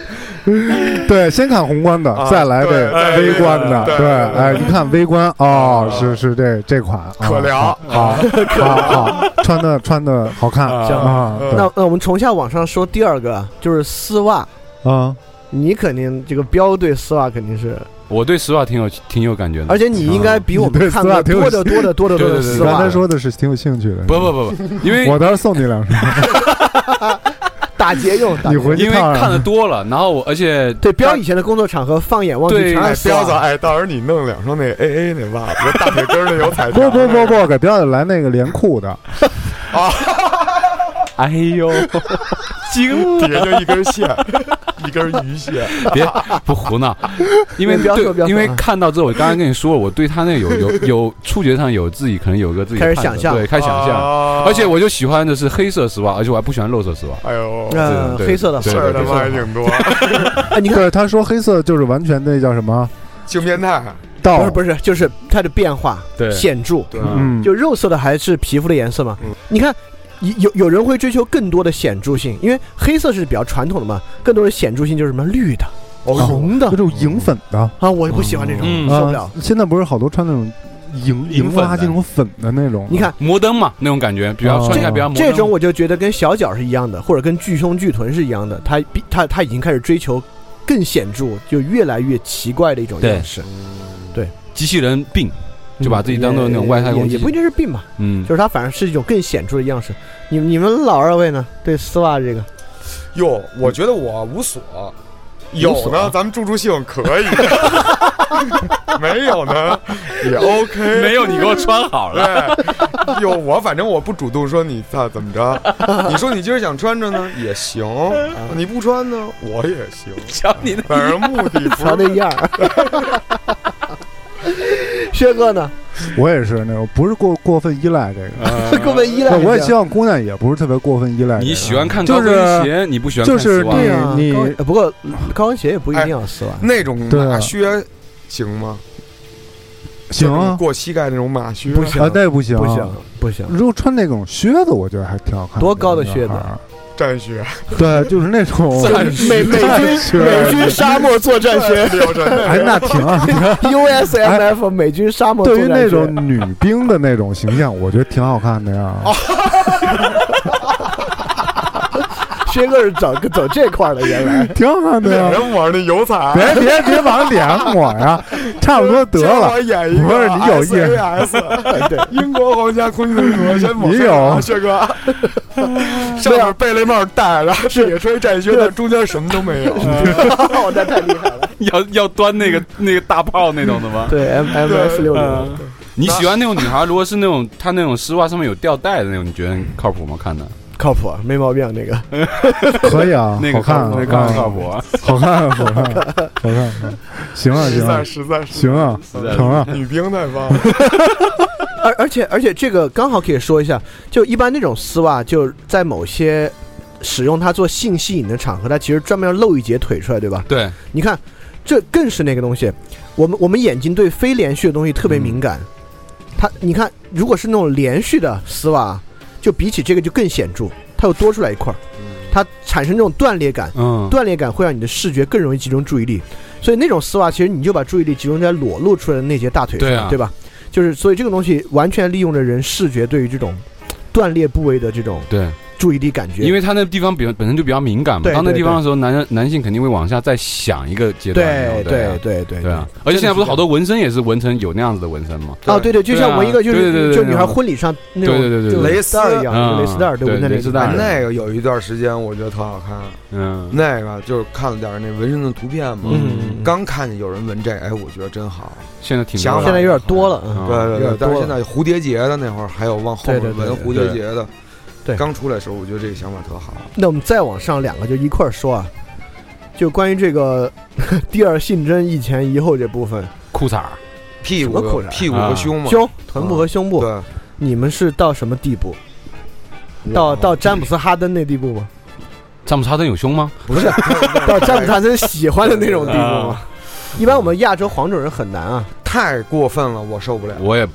C: 对，先看宏观的，
B: 啊
C: 再来
B: 对
C: 这
B: 哎
C: 微观的，
B: 对
C: 对，哎，一看微观哦，
B: 啊
C: 是是这这款啊
B: 可聊
C: 好好好好，穿的穿的好看
E: 啊
C: 啊，对
D: 那那我们从下往上说，第二个就是丝袜，
C: 啊，
D: 你肯定这个彪对丝袜肯定是，
E: 我对实话挺有挺有感觉的，
D: 而且你应该比我
C: 你
D: 们
C: 对
D: 看
C: 丝
D: 过
C: 袜挺有
D: 多得多得多得多的
E: 对对对
D: 丝
C: 你刚
D: 袜
C: 才，说的是挺有兴 趣的，
E: 不不不不，因为
C: 我到时候送你两双，
D: 打劫用。打
C: 你
D: 劫
C: 回去啊
E: 因为
C: 烫
E: 看
C: 上
E: 的。多了，然后我而且
D: 对彪以前的工作场合，放眼望去
E: 对
D: 全
B: 哎，
D: 是丝啊
B: 彪子，
D: 袜。
B: 哎，到时候你弄两双那 A A 那袜子，大腿根儿那有彩条
C: 不
B: 的，
C: 不不不，给彪子来那个连裤的，
E: 哎呦， 惊
B: 底下就一根线，一根鱼线，
E: 别不胡闹，因为
D: 不要说不要说
E: 对，因为
D: 啊
E: 看到之后，我刚刚跟你说了，我对他那有有 有触觉上有自己可能有个自己的
D: 开始
E: 判断
D: 想象哦
E: 对，开始想象，
B: 啊
E: 而且我就喜欢的是黑色丝袜，而且我还不喜欢肉色丝袜。
B: 哎呦，
D: 嗯，
E: 对对
D: 黑色的
E: 对
B: 事
E: 对
B: 儿
E: 对
B: 他
E: 对
B: 妈还挺多，
E: 嗯
D: 哎，你看，
C: 对，他说黑色就是完全那叫什么
B: 性变态，
C: 道，
D: 不是不是，就是它的变化
E: 对
D: 显著，
B: 对
C: 嗯，
D: 就肉色的还是皮肤的颜色嘛
B: 嗯。
D: 你看，有有有人会追求更多的显著性，因为黑色是比较传统的嘛，更多的显著性就是什么绿的、红的
C: 哦就这种银粉的，
D: 啊，我就不喜欢这种，
E: 哦嗯
D: 受不了
C: 啊。现在不是好多穿那种银
E: 银
C: 银
E: 粉
C: 垃圾那
E: 的
C: 种粉的那种，
D: 你看
E: 摩登嘛，那种感觉，比较
C: 哦
E: 穿起来比较摩登。
D: 这种，我就觉得跟小脚是一样的，或者跟巨胸巨臀是一样的，它比它它已经开始追求更显著，就越来越奇怪的一种
E: 对
D: 样式，
E: 机器人病，就把自己当做那种
D: 也
E: 外太空
D: 也
E: 机
D: 也
E: 器
D: 不一。定是病吧，
E: 嗯
D: 就，是它反而是一种更显著的样式。你你们老二位呢？对丝袜这个，
B: 哟，我觉得我无所，有呢，咱们助助兴可以， 没有呢也 OK。
E: 没有你给我穿 好了，
B: 对，有我反正我不主动说你咋怎么着，你说你今儿想穿着呢也 行，你不穿呢我也行，
E: 瞧你的。
B: 反正目的
D: 瞧
B: 不
D: 那
B: 是
D: 样儿。 薛哥呢？
C: 我也是那种不是过过分依赖这个，
D: 过分依赖
C: 对
D: 一下，
C: 呃我也希望姑娘也不是特别过分依赖这个。
E: 啊你喜欢看
C: 就
E: 高
C: 是
E: 跟鞋，你不喜欢
C: 就
E: 看
C: 是
E: 丝袜
C: 那
D: 对
C: 样
D: 啊，
C: 你
D: 高呃不过高跟鞋也不一定要丝袜。
B: 那种
C: 对啊
B: 马靴行吗？
C: 行
B: 就是
C: 啊，
B: 过膝盖那种马靴
D: 不行
C: 啊，那不行，
D: 不行。，不行，
C: 如果穿那种靴子，我觉得还挺好看的。啊
D: 多高的靴子
C: 女孩儿？
B: 战靴，
C: 对，就是那种
E: 战靴
D: 美美
C: 战
D: 军
C: 靴
D: 美军沙漠作战靴
B: 标准。
C: 哎，那挺好看。
D: ，USMF 美军沙漠作
C: 对于
D: 战靴。
C: 那种女兵的那种形象，我觉得挺好看的呀。
D: 薛哥是走走这块儿的，原来
C: 挺好看的
B: 两
C: 呀。
B: 人玩那油彩，
C: 啊别别别往脸上抹呀，差不多得
B: 先
C: 了
B: 我。演一个，
C: 不是你有意
B: S，对，英国皇家空军组先抹
C: 你
B: 身上啊
C: 有
B: 薛哥， 上面贝雷帽戴，然后铁锤战靴，但中间什么都没有。
D: 我那太厉害了。
E: 要要端那个那个大炮那种的吗？
D: 对，M M S 六零，
E: 嗯，你喜欢那种女孩，如果是那种她那种丝袜上面有吊带的那种，你觉得靠谱吗？看的
D: 靠谱，啊没毛病。那个
C: 可以啊，
E: 那
C: 好
E: 个
C: 看啊，
E: 靠谱那个靠谱啊，
C: 好看，好看，好看，好看，好看行啊，
B: 实
C: 行
B: 在
C: 啊，
B: 实在是
C: 行啊，成啊，
B: 女兵太 棒了，
D: 而而且而且这个刚好可以说一下，就一般那种丝袜，就在某些使用它做性吸引的场合，它其实专门要露一截腿出来，对吧？
E: 对，
D: 你看，这更是那个东西。我们我们眼睛对非连续的东西特别敏感，它你看，如果是那种连续的丝袜，就比起这个就更显著，它又多出来一块儿，它产生这种断裂感，
E: 嗯，
D: 断裂感会让你的视觉更容易集中注意力，所以那种丝袜其实你就把注意力集中在裸露出来的那截大腿上，
E: 对啊
D: 对吧？就是所以这个东西完全利用着人视觉对于这种断裂部位的这种
E: 对，
D: 注意力感觉，
E: 因为她那地方比本身就比较敏感嘛，
D: 对
E: 到那
D: 对
E: 地方的时候，男人男性肯定会往下再想一个阶段
D: 对
E: 那种，啊
D: 对对对
E: 对啊，而且现在不是好多纹身也是纹成有那样子的纹身吗？
D: 啊，对对，就像我一个就
E: 对对对
D: 是
E: 对
D: 就女孩婚礼上那种
E: 对对对对
D: 就
B: 蕾
D: 带儿一样，
E: 丝
D: 就蕾丝带儿对
E: 嗯
D: 纹在
E: 对
D: 那
E: 蕾丝
D: 个
E: 带
B: 哎
E: 儿
B: 那个有一段时间我觉得特好看，
E: 嗯，
B: 那个就是看了点儿那纹身的图片嘛，
D: 嗯
B: 刚看见有人纹这，哎，我觉得真好。
E: 现在挺
B: 想
E: 多
B: 法
E: 的
D: 现在有点多了，嗯
E: 嗯
B: 对对
D: 有
B: 对
D: 点，
B: 但是
D: 多了
B: 现在蝴蝶结的那会儿还有往后面
D: 对对
B: 纹
D: 对
B: 蝴蝶结的，
D: 对
B: 刚出来的时候我觉得这个想法特好。
D: 那我们再往上两个就一块儿说啊，就关于这个 第二性征一前一后这部分，
E: 裤衩儿，
B: 屁股
D: 什么裤衩
B: 屁股和胸嘛，
D: 啊胸、臀部和胸部，
B: 对，
D: 你们是到什么地步？到
B: 啊
D: 到詹姆斯哈登那地步吗？
E: 詹姆斯哈登有胸吗？
B: 不是
D: 到詹姆斯哈登喜欢的那种地步吗
E: 啊？
D: 一般我们亚洲黄种人很难啊，
B: 太过分了，我受不了。
E: 我也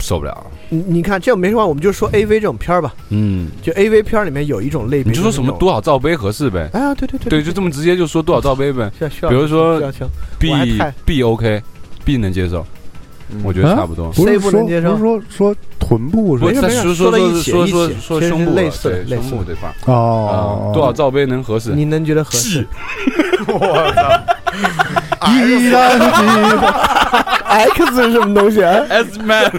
E: 受不了。
D: 你你看这没什么，我们就说 A V 这种片儿吧，
E: 嗯，
D: 就 A V 片儿里面有一种类别，
E: 你就说什么
D: 多？
E: 多少罩杯合适呗？
D: 哎呀，对对对
E: 对，就这么直接就说多少罩杯呗。
D: 需要需要，
E: 比如说
D: 需要需要
E: B
D: 啊我还太
E: B OK B 能接受，
B: 嗯
E: 我觉
D: 啊
E: 得差不多。
C: 不是
D: C
C: 说
D: 不能
C: 不
D: 接
C: 是
D: 受
C: 说说臀部是
E: 不
D: 没事
E: 是在
D: 没事
E: 说
D: 说
E: 说
D: 到一起
E: 说
D: 一
E: 说
D: 起
E: 说
D: 其实
E: 胸部
D: 类
E: 了
D: 似的
E: 对
D: 类
E: 胸
D: 似的
E: 部对吧？
C: 哦
E: 啊，多少罩杯能合适？
D: 你能觉得合适？
B: 我操，
C: 依然记得
D: X 是什么东西
E: S man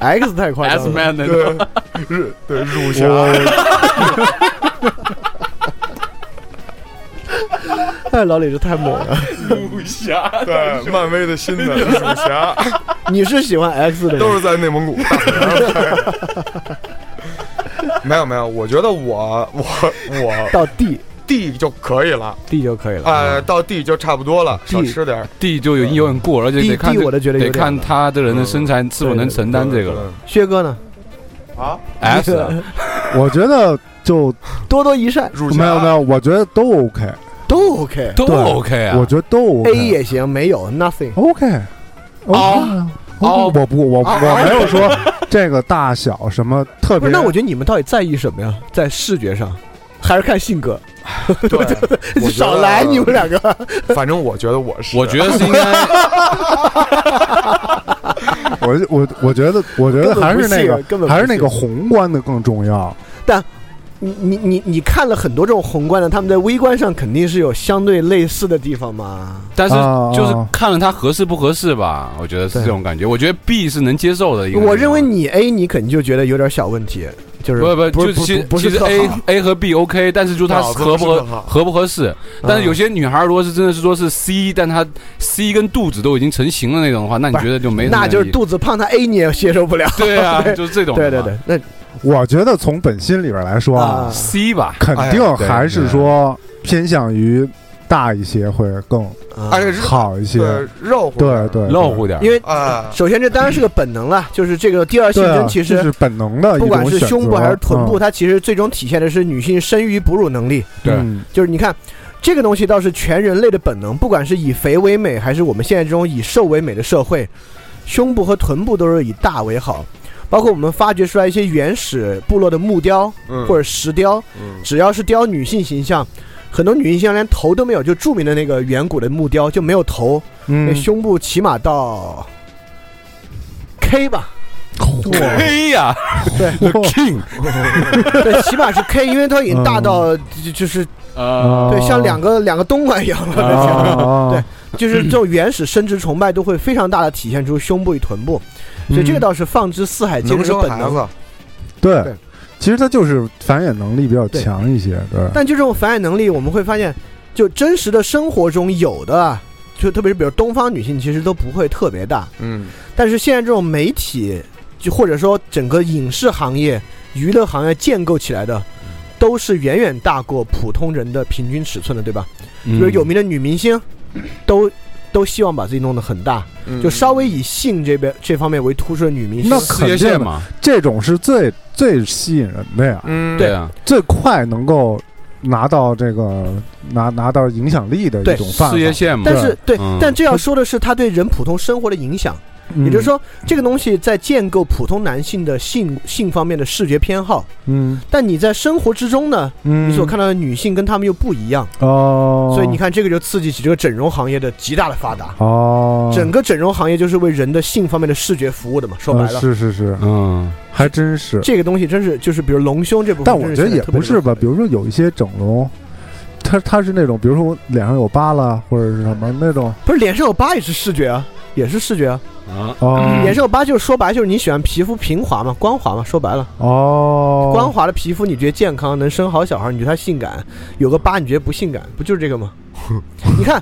D: ？X 太夸张
E: S
D: 了。
E: man 那种，
B: 日对乳
C: 我
B: 侠，
D: 哎，老李这太猛了。
B: 对漫威的新的乳侠，
D: 你是喜欢 X 的 人？
B: 都是在内蒙古。 大草原上拍的没有没有，我觉得我我我
D: 到 D
B: D 就可以了，
D: D 就可以
E: 啊
D: 了。
B: 呃，到 D 就差不多了，少
D: D
B: 吃点儿。
E: D 就有有点过了，而且
D: D
E: 得看
D: D 我都觉得有
E: 得
D: 点
E: 看他的人的身材是否
D: 对
E: 能
D: 对
E: 承担这个了。
B: 对
D: 薛哥呢？
E: S 啊
C: 我觉得就
D: 多多益善
B: 乳侠
C: 没有没有，我觉得都 OK，
D: 都 OK。
E: 都
C: 对
E: OK 啊
C: 我，觉得都
D: A
C: OK，OK，
D: 也行，没有 nothing。
E: 哦
C: OK，我不我
E: 哦
C: 我没有说这个大小什么特
D: 不
C: 别
D: 是，，那我觉得你们到底在意什么呀？在视觉上，还是看性格？
B: 对，我觉
D: 少
B: 得
D: 来你们两个。
B: 反正我觉得我是，
E: 我觉得是 应该
C: 我我我觉得我觉得还是那个
D: 根本不信根本不信
C: 还是那个宏观的更重要。
D: 你你你你看了很多这种宏观的，他们在微观上肯定是有相对类似的地方嘛。
E: 但是
D: 哦
C: 啊
E: 就是看了他合适不合适吧，我觉得是
D: 对
E: 这种感觉。我觉得 B 是能接受的一个。啊
D: 我认为你 A 你肯定就觉得有点小问题就是
E: 不不，
D: 不
E: 就是其
D: 不不
E: 其
D: 是
E: 实
D: 特
E: A
D: 好
E: A 和 B OK，但是就它
B: 脑子不
E: 合不
B: 是
E: 合
B: 很好
E: 合不合适。
D: 嗯
E: 但是有些女孩如果是真的是说是 C，但她 C 跟肚子都已经成型了那种的话，那你
D: 不是
E: 觉得就没什么
D: 那就是
E: 意义
D: 肚子胖，他 A 你也接受不了。
E: 对啊，
D: 对
E: 就是这种
D: 对
E: 的
D: 对
E: 嘛
D: 对，那
C: 我觉得从本心里边来说
D: 啊，
E: C 吧，
C: 肯定
B: 哎
E: 对
C: 还是
E: 对
C: 说偏向于大一些会更
B: 而且是
C: 好一些。
B: 对肉乎点
C: 对
B: 儿
C: 对，
E: 绕乎点儿，
D: 啊嗯因为
B: 啊，
D: 首先这当然是个本能了，就是这个第二性
C: 对啊，
D: 征其
C: 这
D: 实
C: 是本能的一
D: 不
C: 种选择，
D: 管是胸部还是臀部，
C: 嗯，
D: 它其实最终体现的是女性生育哺乳能力。
E: 对
C: 嗯
D: 就是你看，这个东西倒是全人类的本能，不管是以肥为美，还是我们现在这种以瘦为美的社会，胸部和臀部都是以大为好。包括我们发掘出来一些原始部落的木雕
B: 嗯
D: 或者石雕，
B: 嗯
D: 只要是雕女性形象，很多女性形象连头都没有，就著名的那个远古的木雕就没有头，那
C: 嗯，
D: 胸部起码到 K 吧，
E: 黑哎呀
C: 对
E: King，
D: 对，起码是 K，因为它已经大
B: 嗯
D: 到就就是
C: 哦
E: 呃，
B: 哦
D: 对，像两个两个东莞一样了。
C: 个
D: 对就 是这种原始生殖崇拜都会非常大的体现出胸部与臀部，所以这个倒是放之四海皆
B: 嗯能
D: 是
B: 生
D: 本
B: 孩
D: 能。
B: 子，
C: 对
D: 对
C: 其实它就是繁衍能力比较
D: 对
C: 强一些，对，
D: 但就这种繁衍能力，我们会发现，就真实的生活中有的啊，就特别是比如东方女性其实都不会特别大，
B: 嗯，
D: 但是现在这种媒体，就或者说整个影视行业、娱乐行业建构起来的。都是远远大过普通人的平均尺寸的，对吧？比
E: 嗯
D: 如有名的女明星，都都希望把自己弄得很大，
B: 嗯
D: 就稍微以性这边这方面为突出的女明星，
C: 那
E: 嗯事业
C: 肯定
E: 线
C: 的
E: 嘛，
C: 这种是最最吸引人的呀，
B: 嗯
E: 对啊，
C: 最快能够拿到这个拿拿到影响力的一
D: 对
C: 种办法
E: 事，业线嘛，
D: 但是对
E: 嗯，
D: 但这要说的是他对人普通生活的影响，
C: 嗯
D: 也就是，说，这个东西在建构普通男性的性性方面的视觉偏好，
C: 嗯
D: 但你在生活之中呢，
C: 嗯，
D: 你所看到的女性跟她们又不一样，
C: 哦，
D: 所以你看这个就刺激起这个整容行业的极大的发达。
C: 哦，
D: 整个整容行业就是为人的性方面的视觉服务的嘛，说白
C: 嗯
D: 了，
C: 是是是，
E: 嗯，
C: 还真是，
D: 这个东西真是就是，比如隆胸这部分，
C: 但我觉得也不是吧，比
D: 如
C: 如说有一些整容。他他是那种，比如说我脸上有疤了，或者是什么那种
D: 不是脸上有疤也是视觉啊，也是视觉啊，
E: 啊，
C: 哦
D: 脸上有疤就是说白就是你喜欢皮肤平滑嘛，光滑嘛，说白了。
C: 哦，
D: 光滑的皮肤你觉得健康，能生好小孩，你觉得他性感；有个疤你觉得不性感，不就是这个吗？你看，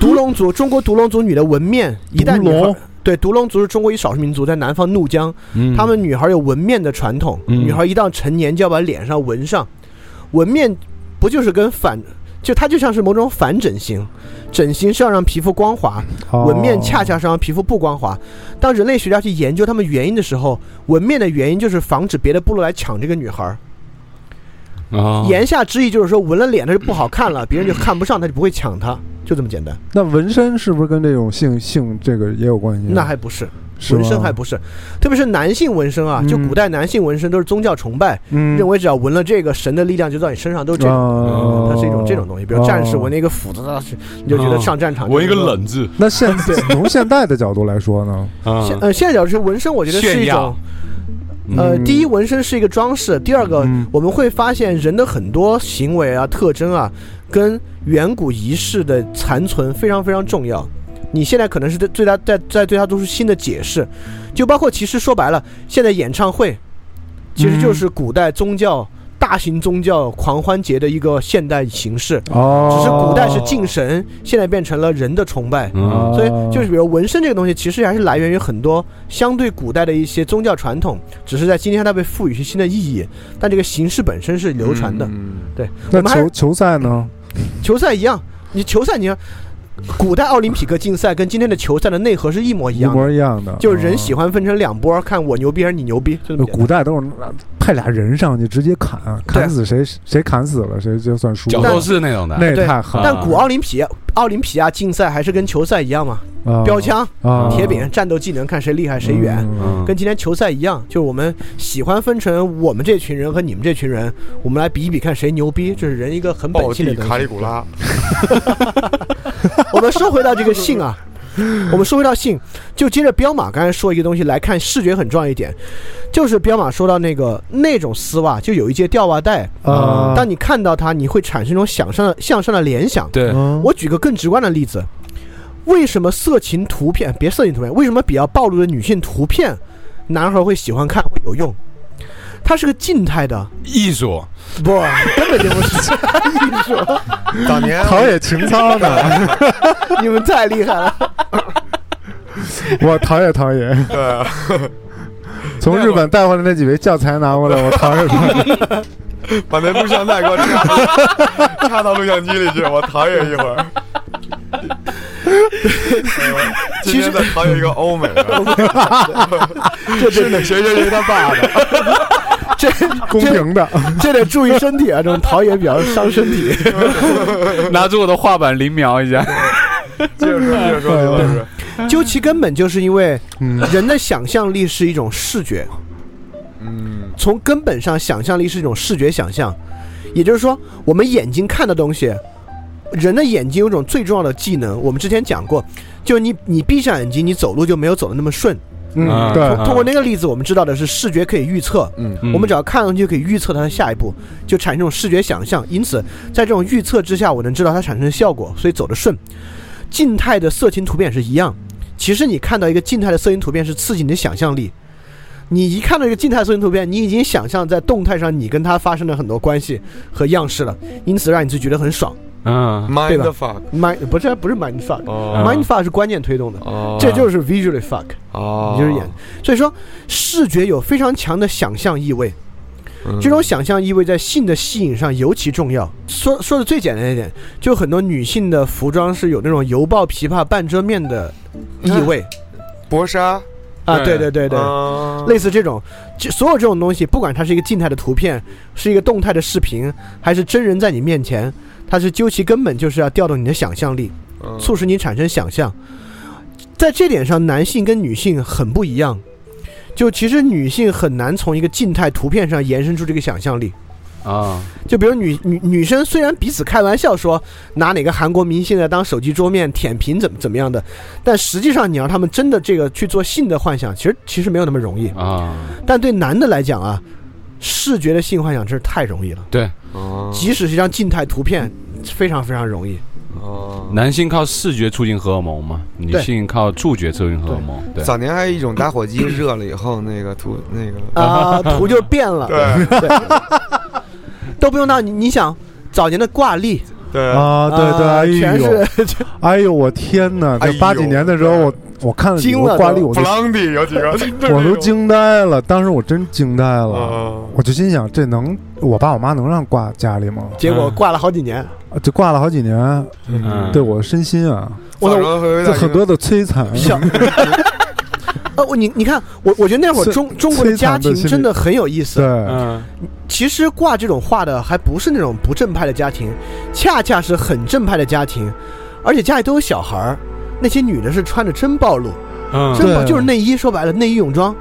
D: 独龙族，中国独龙族女的纹面，一旦
C: 独
D: 女
C: 龙
D: 孩对独龙族是中国一少数民族，在南方怒江，
E: 嗯
D: 他们女孩有纹面的传统，
E: 嗯
D: 女孩一到成年就要把脸上纹上，纹面不就是跟反，就它就像是某种反整形，整形是要让皮肤光滑，
C: 哦
D: 纹面恰恰是让皮肤不光滑。当人类学家去研究它们原因的时候，纹面的原因就是防止别的部落来抢这个女孩
C: 哦
D: 儿。
E: 啊
D: 言下之意就是说，纹了脸她就不好看了，别人就看不上她，就不会抢她，就这么简单。
C: 那纹身是不是跟这种性性这个也有关系啊？
D: 那还不是
C: 是
D: 纹身
C: 吗
D: 还不是，特别是男性纹身啊，
C: 嗯
D: 就古代男性纹身都是宗教崇拜，
C: 嗯
D: 认为只要纹了这个，神的力量就到你身上，都是这种。
C: 哦
D: 它是一种这种东西，比如战士
C: 哦
D: 纹了一个斧子，你就觉得上战场就
E: 纹一个
D: 能够。
E: 冷字
C: 那 现从现在的角度来说呢，
E: 啊
D: 现呃，现在角度是纹身，我觉得是
E: 炫
D: 一种
E: 耀
D: 呃，
C: 嗯
D: 第一，纹身是一个装饰；第二个
C: 嗯，
D: 我们会发现人的很多行为啊、特征啊，跟远古仪式的残存非常非常重要。你现在可能是对对它在在对它做出新的解释，就包括其实说白了，现在演唱会其实就是古代宗教大型宗教狂欢节的一个现代形式，
C: 哦，
D: 只是古代是敬神，现在变成了人的崇拜。
C: 啊
E: 嗯
D: 所以
C: 哦
D: 就是比如纹身这个东西，其实还是来源于很多相对古代的一些宗教传统，只是在今天它被赋予一些新的意义，但这个形式本身是流传的。
B: 嗯
C: 那
D: 我们还
C: 球球赛呢？
D: 球赛一样，你球赛你看，古代奥林匹克竞赛跟今天的球赛的内核是一模一
C: 一
D: 样的，
C: 模一样的，
D: 就是人喜
C: 欢。
D: 欢分成两波，看我牛逼还是你牛逼，就这么简单
C: 古代都是派俩人上去直接砍，砍死谁谁砍死了谁就算输
E: 角
C: 了
E: 斗，士那种的，
C: 那也
D: 对
C: 太狠
D: 但
C: 了。
D: 古奥林匹亚奥林匹亚竞赛还是跟球赛一样嘛，
C: 啊
D: 标枪、
C: 啊
D: 铁饼、战斗技能，看谁厉害谁远。
C: 嗯
D: 跟今天球赛一样，就是我们喜欢分成我们这群人和你们这群人，我们来比一比看谁牛逼，这是人一个很本
B: 暴
D: 性的
B: 地
D: 东
B: 卡里
D: 西。
B: 古 拉，
D: 我们说回到这个性啊，我们说回到性，就接着彪马刚才说一个东西来看，视觉很重要一点，就是彪马说到那个那种丝袜，就有一节吊袜带，
C: 啊，
D: 当你看到它，你会产生一种想上的向上的联想。
E: 对，
C: 嗯
D: 我举个更直观的例子，为什么色情图片别色情图片？为什么比较暴露的女性图片，男孩会喜欢看会有用？它是个静态的，
E: 艺术，
D: 不，根本就不是 艺术。
B: 早 年
C: 陶冶情操呢，
D: 你们太厉害了。
C: 我陶冶陶冶。
B: 对，
C: 从日本带回来那几位教材拿过来，我陶冶陶冶。
B: 把那录像带给我插插到录像机里去，我陶冶一会儿。今天再陶冶一个欧美 的，
D: 这
B: 是
D: 这
B: 哪谁谁谁他爸的？
D: 这
C: 公
D: 这
C: 平的，
D: 这得注意身体啊！这种陶冶比较伤身体。
E: 拿着我的画板临描一下。
B: 接着说，接着说，刘老师，
D: 究其根本，就是因为
C: 嗯，
D: 人的想象力是一种视觉，
B: 嗯，
D: 从根本上，想象力是一种视觉想象，也就是说，我们眼睛看的东西，人的眼睛有一种最重要的技能，我们之前讲过，就你你闭上眼睛，你走路就没有走的那么顺。
C: 嗯，
E: 嗯
C: 对，
E: 啊
D: 通过那个例子，我们知道的是视觉可以预测，
E: 嗯
D: 我们只要看上去就可以预测它的下一步，就产生这种视觉想象。因此，在这种预测之下，我能知道它产生的效果，所以走得顺。静态的色情图片也是一样，其实你看到一个静态的色情图片是刺激你的想象力。你一看到一个静态色情图片，你已经想象在动态上你跟它发生了很多关系和样式了，因此让你就觉得很爽。
E: 嗯，
B: ，mind
D: 对吧
B: the fuck，
D: mind 不是不是 mind fuck，mind、
B: 哦
D: fuck 是观念推动的，
B: 哦
D: 这就是 visually fuck。
B: 哦
D: 你就是演。所以说，视觉有非常强的想象意味，
B: 嗯
D: 这种想象意味在性的吸引上尤其重要。说说的最简单一点，就很多女性的服装是有那种犹抱琵琶半遮面的意味
B: 薄纱，
D: 啊，对
E: 对
D: 对对对。
B: 嗯
D: 类似这种，就所有这种东西，不管它是一个静态的图片，是一个动态的视频，还是真人在你面前，它是究其根本就是要调动你的想象力。
B: 嗯
D: 促使你产生想象。在这点上，男性跟女性很不一样。就其实女性很难从一个静态图片上延伸出这个想象力。
E: 啊，
D: 就比如女女女生虽然彼此开玩笑说拿哪个韩国明星来当手机桌面舔屏怎么怎么样的，但实际上你让他们真的这个去做性的幻想，其实其实没有那么容易。
E: 啊，
D: 但对男的来讲啊，视觉的性幻想真是太容易了，
E: 对，
B: 哦
D: 即使是一张静态图片，非常非常容易。
B: 哦
E: 男性靠视觉促进荷尔蒙嘛，女
D: 对
E: 性靠触觉促进荷尔蒙。对，
B: 早年还有一种打火机热了以后那个涂那个，
D: 啊、图就变了，
B: 对
D: 都不用到你你想早年的挂历
B: 对，
C: 啊，
D: 啊
C: 对对，哎
D: 全
C: 呦，
D: 是就
C: 哎呦，我天哪！
B: 哎
C: 那
B: 呦
C: 八几年的时候，我我看了几
D: 惊
C: 个
D: 了都
C: 挂历，我
B: 布
C: 就
B: 朗迪有几 个，
C: 我都惊呆了，当时我真惊呆了，
B: 了
C: 我就心想，这能我爸我妈能让挂家里吗？
D: 结果挂了好几年。
C: 啊就挂了好几年，
E: 嗯
C: 对我身心啊，
D: 我
B: 早
D: 操
B: 上会有
C: 这
B: 点
C: 很多的摧残。
D: 小，呃，我你你看，我我觉得那会儿
C: 摧
D: 中中国的家庭
C: 摧残的心理
D: 真的很有意思。
C: 对，
E: 嗯，
D: 其实挂这种画的还不是那种不正派的家庭，恰恰是很正派的家庭，而且家里都有小孩儿。那些女的是穿着真暴露，
E: 嗯
D: 真暴
C: 对
D: 就是内衣，说白了内衣泳装，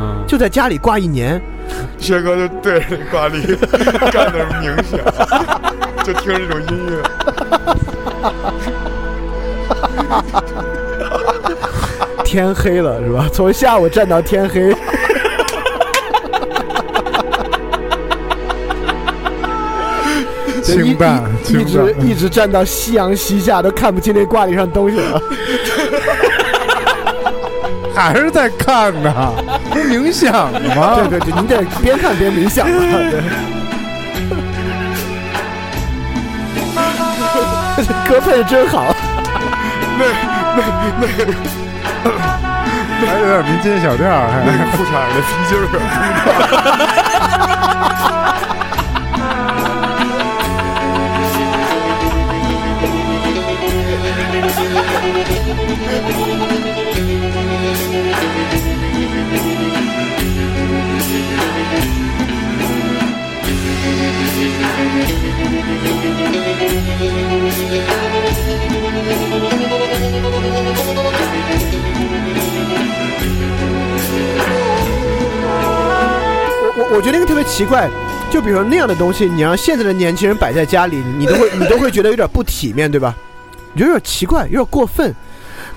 E: 嗯
D: 就在家里挂一年，
B: 薛哥就对着挂历 干的冥想， 就听这种音乐。
D: 天黑了是吧？从下午站到天黑。
C: 清淡，嗯
D: 一一
C: 清
D: 一直
C: 淡。
D: 一直站到夕阳西下，都看不清那挂历上东西了。
C: 还是在看呢，不是冥想吗？
D: 对对对，你得边看边冥想嘛。对这歌配的真好，
C: 还有点民间小调儿，
B: 那
C: 还
B: 个裤衩的皮筋儿，
D: 我我我觉得那个特别奇怪。就比如说那样的东西，你让现在的年轻人摆在家里，你都会你都会觉得有点不体面，对吧？有点奇怪，有点过分。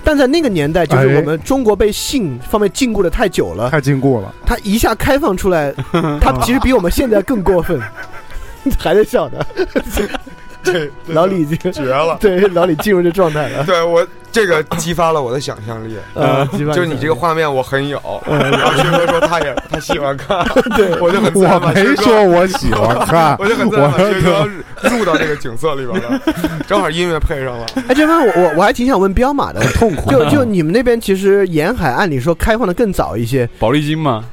D: 但在那个年代，就是
C: 哎
D: 我们中国被性方面禁锢的太久了，
C: 太禁锢了。
D: 他一下开放 出来，他其实比我们现在更过分。还在笑呢，
B: 对，
D: 老李已经。
B: 绝了
D: 对老李进入这状态了，
B: 对我这个激发了我的想象力，
E: 呃
D: 啊，
B: 就是你这个画面我很 有。然后薛哥说他也他喜欢看，对我就很自然
C: 我
B: 把
C: 没
B: 薛
C: 说
B: 哥，
C: 我喜欢 看，
B: 我就很自然把薛
C: 说
B: 哥入到这个景色里边了，正好音乐配上了。
D: 哎，这边我我我还挺想问彪马的，
E: 痛苦啊
D: 就就你们那边其实沿海按理说开放的更早一些，
E: 宝丽金嘛，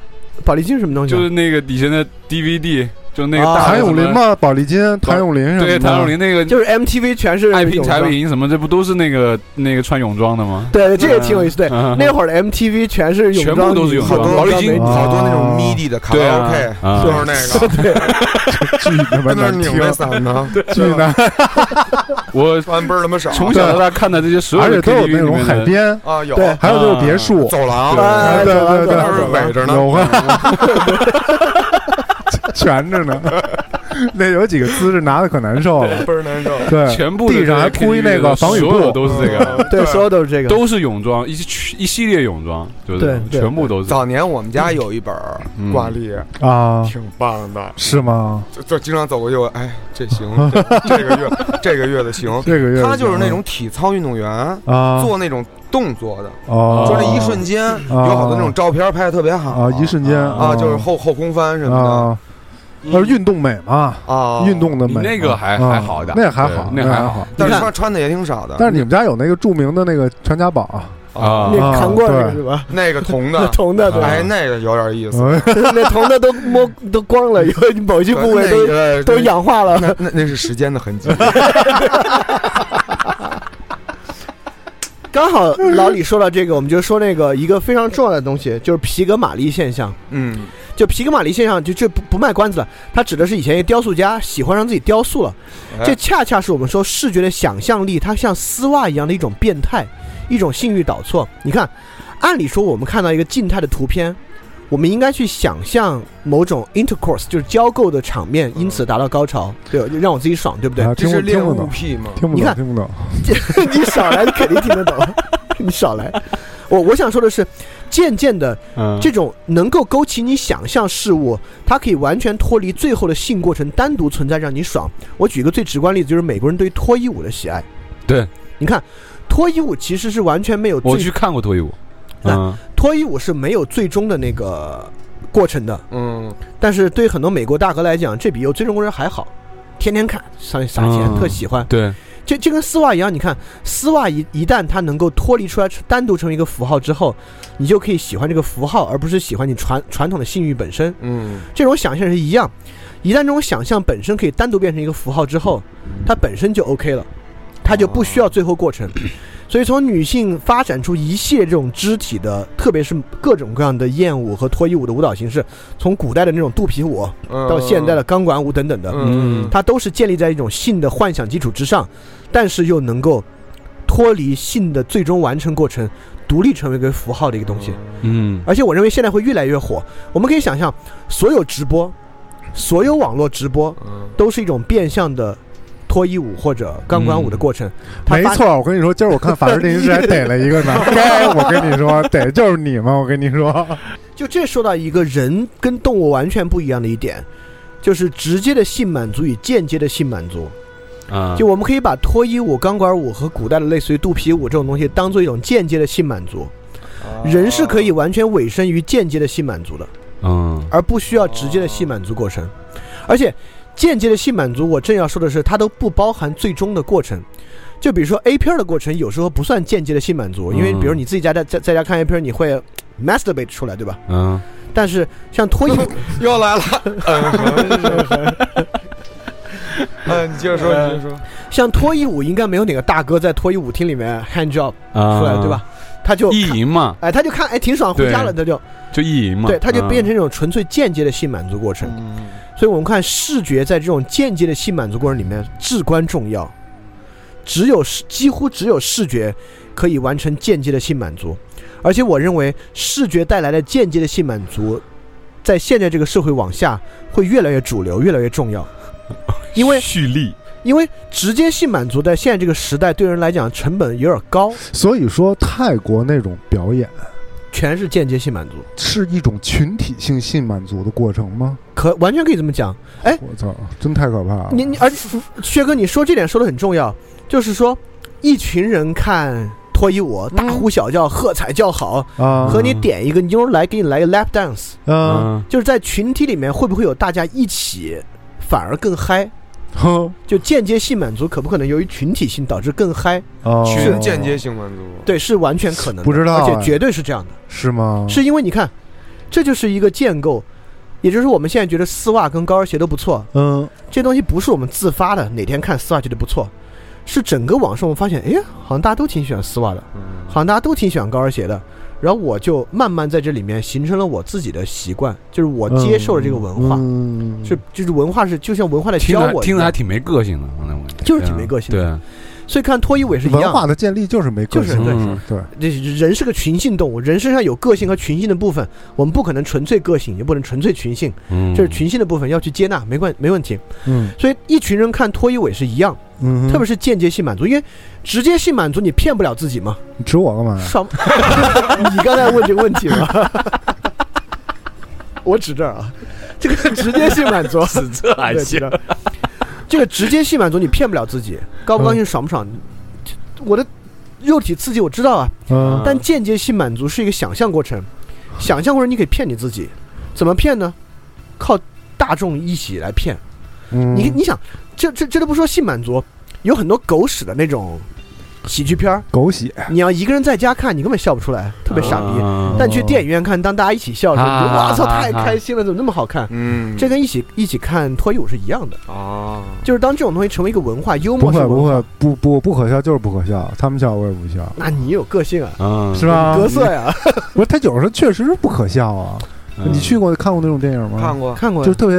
D: 宝丽金是什么东西啊？
E: 就是那个以前的 DVD，就那个
D: 啊
E: 大
C: 谭
E: 的
C: 咏
E: 什么
C: 麟？嘛，宝丽金、谭咏麟什么的，
E: 对，谭咏麟那个
D: 就是 MTV 全是
E: 爱拼
D: 泳
E: 才
D: 装，
E: 拼什么，这不都是那个那个穿泳装的吗？
D: 对，这个挺有意思。对，
E: 嗯
D: 那会儿的 MTV 全是泳
E: 全
D: 装女，
E: 部都是泳
B: 好
E: 装
B: 多
E: 宝丽金
D: 美女
C: 啊
B: 好多那种 MIDI 的卡
E: 对
B: 拉
E: 啊
B: OK，
E: 啊
B: 就是那个，
C: 巨他妈
B: 跟那儿
C: 难听
B: 拧，着伞呢，
C: 巨难，
E: 我
B: 完倍儿他妈少。
E: 从小到大看的这些所
C: 而
E: 有
C: 且
E: 的
C: 都有
E: KTV
C: 那
E: 里
C: 种
E: 面
C: 海
E: 的，
C: 边，
B: 啊，有
D: 对
C: 还有就是别
E: 啊
C: 墅，
B: 走廊，
D: 啊
C: 对对对
B: 都是围着呢。
C: 有啊，全着呢， 那有几个姿势拿的可难受了，
B: 倍儿难受。
C: 对，
E: 全部的
C: 地上还
E: 这些
C: 铺一
E: KTV
C: 那个
E: 的
C: 防雨
E: 所有
C: 布， 嗯
E: 都是
B: 嗯
E: 这个，
D: 对，所有都是这个。
E: 都是泳装，一系一系列泳装，就是这种
D: 对对
E: 全部都是。
B: 早年我们家有一本儿
E: 嗯
B: 挂历，
C: 啊，
B: 挺棒的，
C: 是吗？
B: 就就经常走过去，我哎，这行，这这个月这个月的行。
C: 这个月嗯
B: 他就是那种体操运动员，
C: 啊，
B: 做那种动作的，
C: 哦，
B: 就那一瞬间，有好多那种照片拍的特别好
C: 啊，一瞬间哦
B: 啊，就是后后空翻什么
C: 啊，呃，运动美嘛，
B: 的啊，
C: 运。动的
E: 你
C: 美嘛，
E: 那个还
C: 啊
E: 还好一点
C: 那还好，
E: 对那
C: 还
E: 还好
C: 好。
B: 但是
D: 你
B: 穿
D: 看
B: 穿的也挺少的，
C: 但是你们家有那个著名的那个传家宝啊，
E: 啊
D: 那
C: 啊
D: 扛棍儿那个
C: 对
D: 是吧？
B: 那个铜
D: 那
B: 的，
D: 铜的对吧？
B: 哎，那个有点意思，
C: 嗯
D: 那铜的都摸都光了，有某些部位
B: 那
D: 都
B: 个
D: 都氧化了。
B: 那那那是时间的痕迹，
D: 刚好老李说到这个，我们就说那个一个非常重要的东西，就是皮革马利现象。
B: 嗯，
D: 就皮革马利现象，就这不不卖关子了，它指的是以前一个雕塑家喜欢上自己雕塑了，
B: 哎
D: 这恰恰是我们说视觉的想象力，它像丝袜一样的一种变态，一种性欲导错。你看，按理说我们看到一个静态的图片，我们应该去想象某种 intercourse，就是交媾的场面，因此达到高潮，对，让我自己爽，对不对？
C: 啊
B: 这
C: 听
B: 是
C: 不
B: 恋
C: 听不
B: 物
C: 懂，
B: 癖吗？
C: 听不
D: 你
C: 懂，
D: 看
C: 听不懂。
D: 你少来，你肯定听得懂。 你少来，我我想说的是，渐渐的，
E: 嗯
D: 这种能够勾起你想象事物，它可以完全脱离最后的性过程单独存在，让你爽。我举一个最直观例子，就是美国人对于脱衣舞的喜爱。
E: 对，
D: 你看，脱衣舞其实是完全没有
E: 我
D: 最
E: 去看过脱衣舞，
D: 那
E: 嗯，
D: 脱衣舞是没有最终的那个过程的，
B: 嗯，
D: 但是对很多美国大哥来讲，这比有最终过程还好。天天看，撒撒钱，
E: 嗯
D: 特喜欢。
E: 对，
D: 这这跟丝袜一样，你看丝袜一一旦它能够脱离出来，单独成为一个符号之后，你就可以喜欢这个符号，而不是喜欢你传传统的性欲本身。
B: 嗯，
D: 这种想象是一样，一旦这种想象本身可以单独变成一个符号之后，它本身就 OK 了，它就不需要最后过程。所以从女性发展出一系列这种肢体的，特别是各种各样的艳舞和脱衣舞的舞蹈形式，从古代的那种肚皮舞到
B: 到
D: 现代的，钢管舞等等的，
B: 嗯，
D: 它都是建立在一种性的幻想基础之上，但是又能够脱离性的最终完成过程，独立成为一个符号的一个东西。
E: 嗯，
D: 而且我认为现在会越来越火。我们可以想象，所有直播，所有网络直播，
B: 嗯，
D: 都是一种变相的脱衣舞或者钢管舞的过程。
C: 嗯
D: 它
C: 没
D: 发，
C: 错，我跟你说，今儿我看法制进行时还逮了一个呢。该我跟你说，逮就是你们，我跟你说，
D: 就这说到一个人跟动物完全不一样的一点。就是直接的性满足与间接的性满足，
E: 啊，
D: 就我们可以把脱衣舞、钢管舞和古代的类似于肚皮舞这种东西当做一种间接的性满足。
E: 啊
D: 人是可以
B: 啊
D: 完全委身于间接的性满足的，
E: 嗯，
D: 而不需要直接的性满足过程。而且，间接的性满足，我正要说的是，它都不包含最终的过程。就比如说 A 片儿的过程，有时候不算间接的性满足，因为
E: 嗯
D: 比如你自己家在在在家看 A 片儿，你会 masturbate 出来，对吧？
E: 嗯，
D: 但是像脱 衣舞，
B: 又来 了， 嗯，你接着说，你接着说，
D: 像脱衣舞，应该没有哪个大哥在脱衣舞厅里面 hand job
E: 啊
D: 出来，对吧？？他就
E: 意淫嘛，
D: 哎，他就看哎挺爽，回家了，他就
E: 就意淫嘛，
D: 对，他就
E: 嗯
D: 变成一种纯粹间接的性满足过程。
B: 嗯，
D: 所以我们看视觉在这种间接的性满足过程里面至关重要，只有视几乎只有视觉可以完成间接的性满足，而且我认为视觉带来的间接的性满足，在现在这个社会往下会越来越主流，越来越重 要，因为
E: 嗯蓄力，
D: 因为直接性满足在现在这个时代对人来讲成本有点高，
C: 所以说泰国那种表演
D: 全是间接性满足，
C: 是一种群体性性满足的过程吗？
D: 可完全可以这么讲。
C: 我操，真太可怕了！
D: 你你，而且薛哥，你说这点说的很重要，就是说一群人看脱衣舞，大呼小叫、喝彩叫好，
C: 啊，
D: 和你点一个妞儿来给你来个 lap dance，
C: 啊，
E: 嗯，
D: 就是在群体里面会不会有大家一起反而更嗨？
C: 哼，
D: 就间接性满足可不可能由于群体性导致更嗨？
C: 哦
B: 嗯群间接性满足，
D: 对，是完全可能的，
C: 不知道
D: 而
C: 哎嗯
D: 且绝对是这样的。
C: 是吗？
D: 是因为你看，这就是一个建构，也就是我们现在觉得丝袜跟高跟鞋都不错，
C: 嗯，
D: 这东西不是我们自发的，哪天看丝袜觉得不错，是整个网上我们发现，哎，好像大家都挺喜欢丝袜的，
B: 嗯
D: 好像大家都挺喜欢高跟鞋的。然后我就慢慢在这里面形成了我自己的习惯，就是我哦接受了这个文化，
C: 嗯
D: 是就是文化是就像文化在
E: 听
D: 教
E: 着
D: 我一
E: 听着还
D: 样，
E: 挺没个性的，我认为
D: 就是挺没个性的
E: 对啊，
D: 所以看脱衣舞也是一
C: 文
D: 样，
C: 化的建立就是没个
D: 就是
C: 性，
D: 对
E: 嗯
C: 对，
D: 这人是个群性动物，人身上有个性和群性的部分，我们不可能纯粹个性，也不能纯粹群性，
E: 嗯，
D: 就是群性的部分要去接纳，没关没问题。
C: 嗯
D: 所以一群人看脱衣舞也是一样，
C: 嗯，
D: 特别是间接性满足，因为直接性满足你骗不了自己嘛。
C: 你指我干嘛呀？
D: 爽， 你刚才问这个问题吗？ 我指这儿啊，这个直接性满足，
E: 死这还
D: 对指
E: 哎行
D: 这，儿这个直接性满足你骗不了自己，高不高兴爽不爽，我的肉体刺激我知道啊，
C: 嗯
D: 但间接性满足是一个想象过程，想象过程你可以骗你自己，怎么骗呢？靠大众一起来骗。
C: 嗯，
D: 你你想，这这这都不说性满足，有很多狗屎的那种喜剧片儿，
C: 狗血，
D: 你要一个人在家看，你根本笑不出来，特别傻逼。
E: 啊
D: 但去电影院看，当大家一起笑的时候，你就
E: 啊
D: 哇操，
E: 啊
D: 太开心了，怎么那么好看？
B: 嗯
D: 这跟一起一起看脱衣舞是一样的，
B: 啊，
D: 就是当这种东西成为一个文化，幽
C: 不
D: 默是
C: 会
D: 文
C: 不
D: 化，
C: 会不不不可笑就是不可笑，他们笑我也不笑，
D: 那你有个性啊，
E: 嗯，
C: 是吧？
D: 格色呀，
C: 不是他有时候确实是不可笑啊。
E: 嗯
C: 你去过看过那种电影吗？
B: 看，过，
D: 看过
C: 就是特别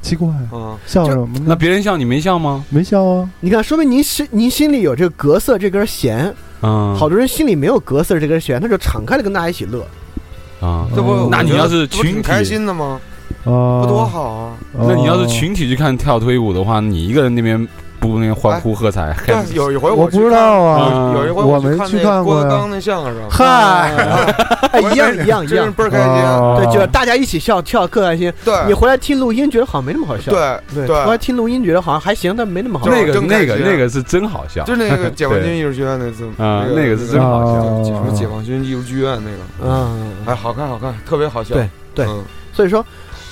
C: 奇怪，
B: 嗯，
C: 笑什么
E: 那
C: 呢？
E: 别人笑你没笑吗？
C: 没笑啊，
D: 你看，说明您心您心里有这个格色这根弦，
E: 嗯，
D: 好多人心里没有格色这根弦，他就敞开了跟大家一起乐。
E: 啊，
B: 这不，
E: 那你要是群体
B: 这不挺开心的吗？
C: 啊，
B: 不多好啊！
C: 哦。
E: 那你要是群体去看跳脱衣舞的话，你一个人那边不那边欢呼喝彩，还
B: 但有一回
C: 我
B: 去
C: 不知道
B: 看
C: 啊
B: 有有一回
C: 我
B: 去
C: 没
B: 看
C: 去
B: 那
C: 看过
B: 郭德
C: 呀
B: 纲那相声，
D: 嗨，哎，一样一样
B: 真
D: 一
B: 是
D: 样，
B: 倍儿开心。
C: 哦
D: 对，就是大家一起笑跳，更开心。你
C: 哎
B: 对
D: 回来听录音，觉得好像没那么好笑。
B: 对
D: 对，回来
B: 对，
D: 听录音觉得好像还行，但没那么好
B: 就
D: 笑。
E: 那个
B: 真开
E: 那
B: 心啊
E: 个那个是真好笑，
B: 就那个解放军艺术学院那次
E: 啊那个是真
B: 那
E: 好笑，
C: 哦
B: 解什么解放军艺术剧院那个，
D: 嗯，
B: 哎，好看好看，特别好笑。
D: 对对
B: 嗯
D: 所以说，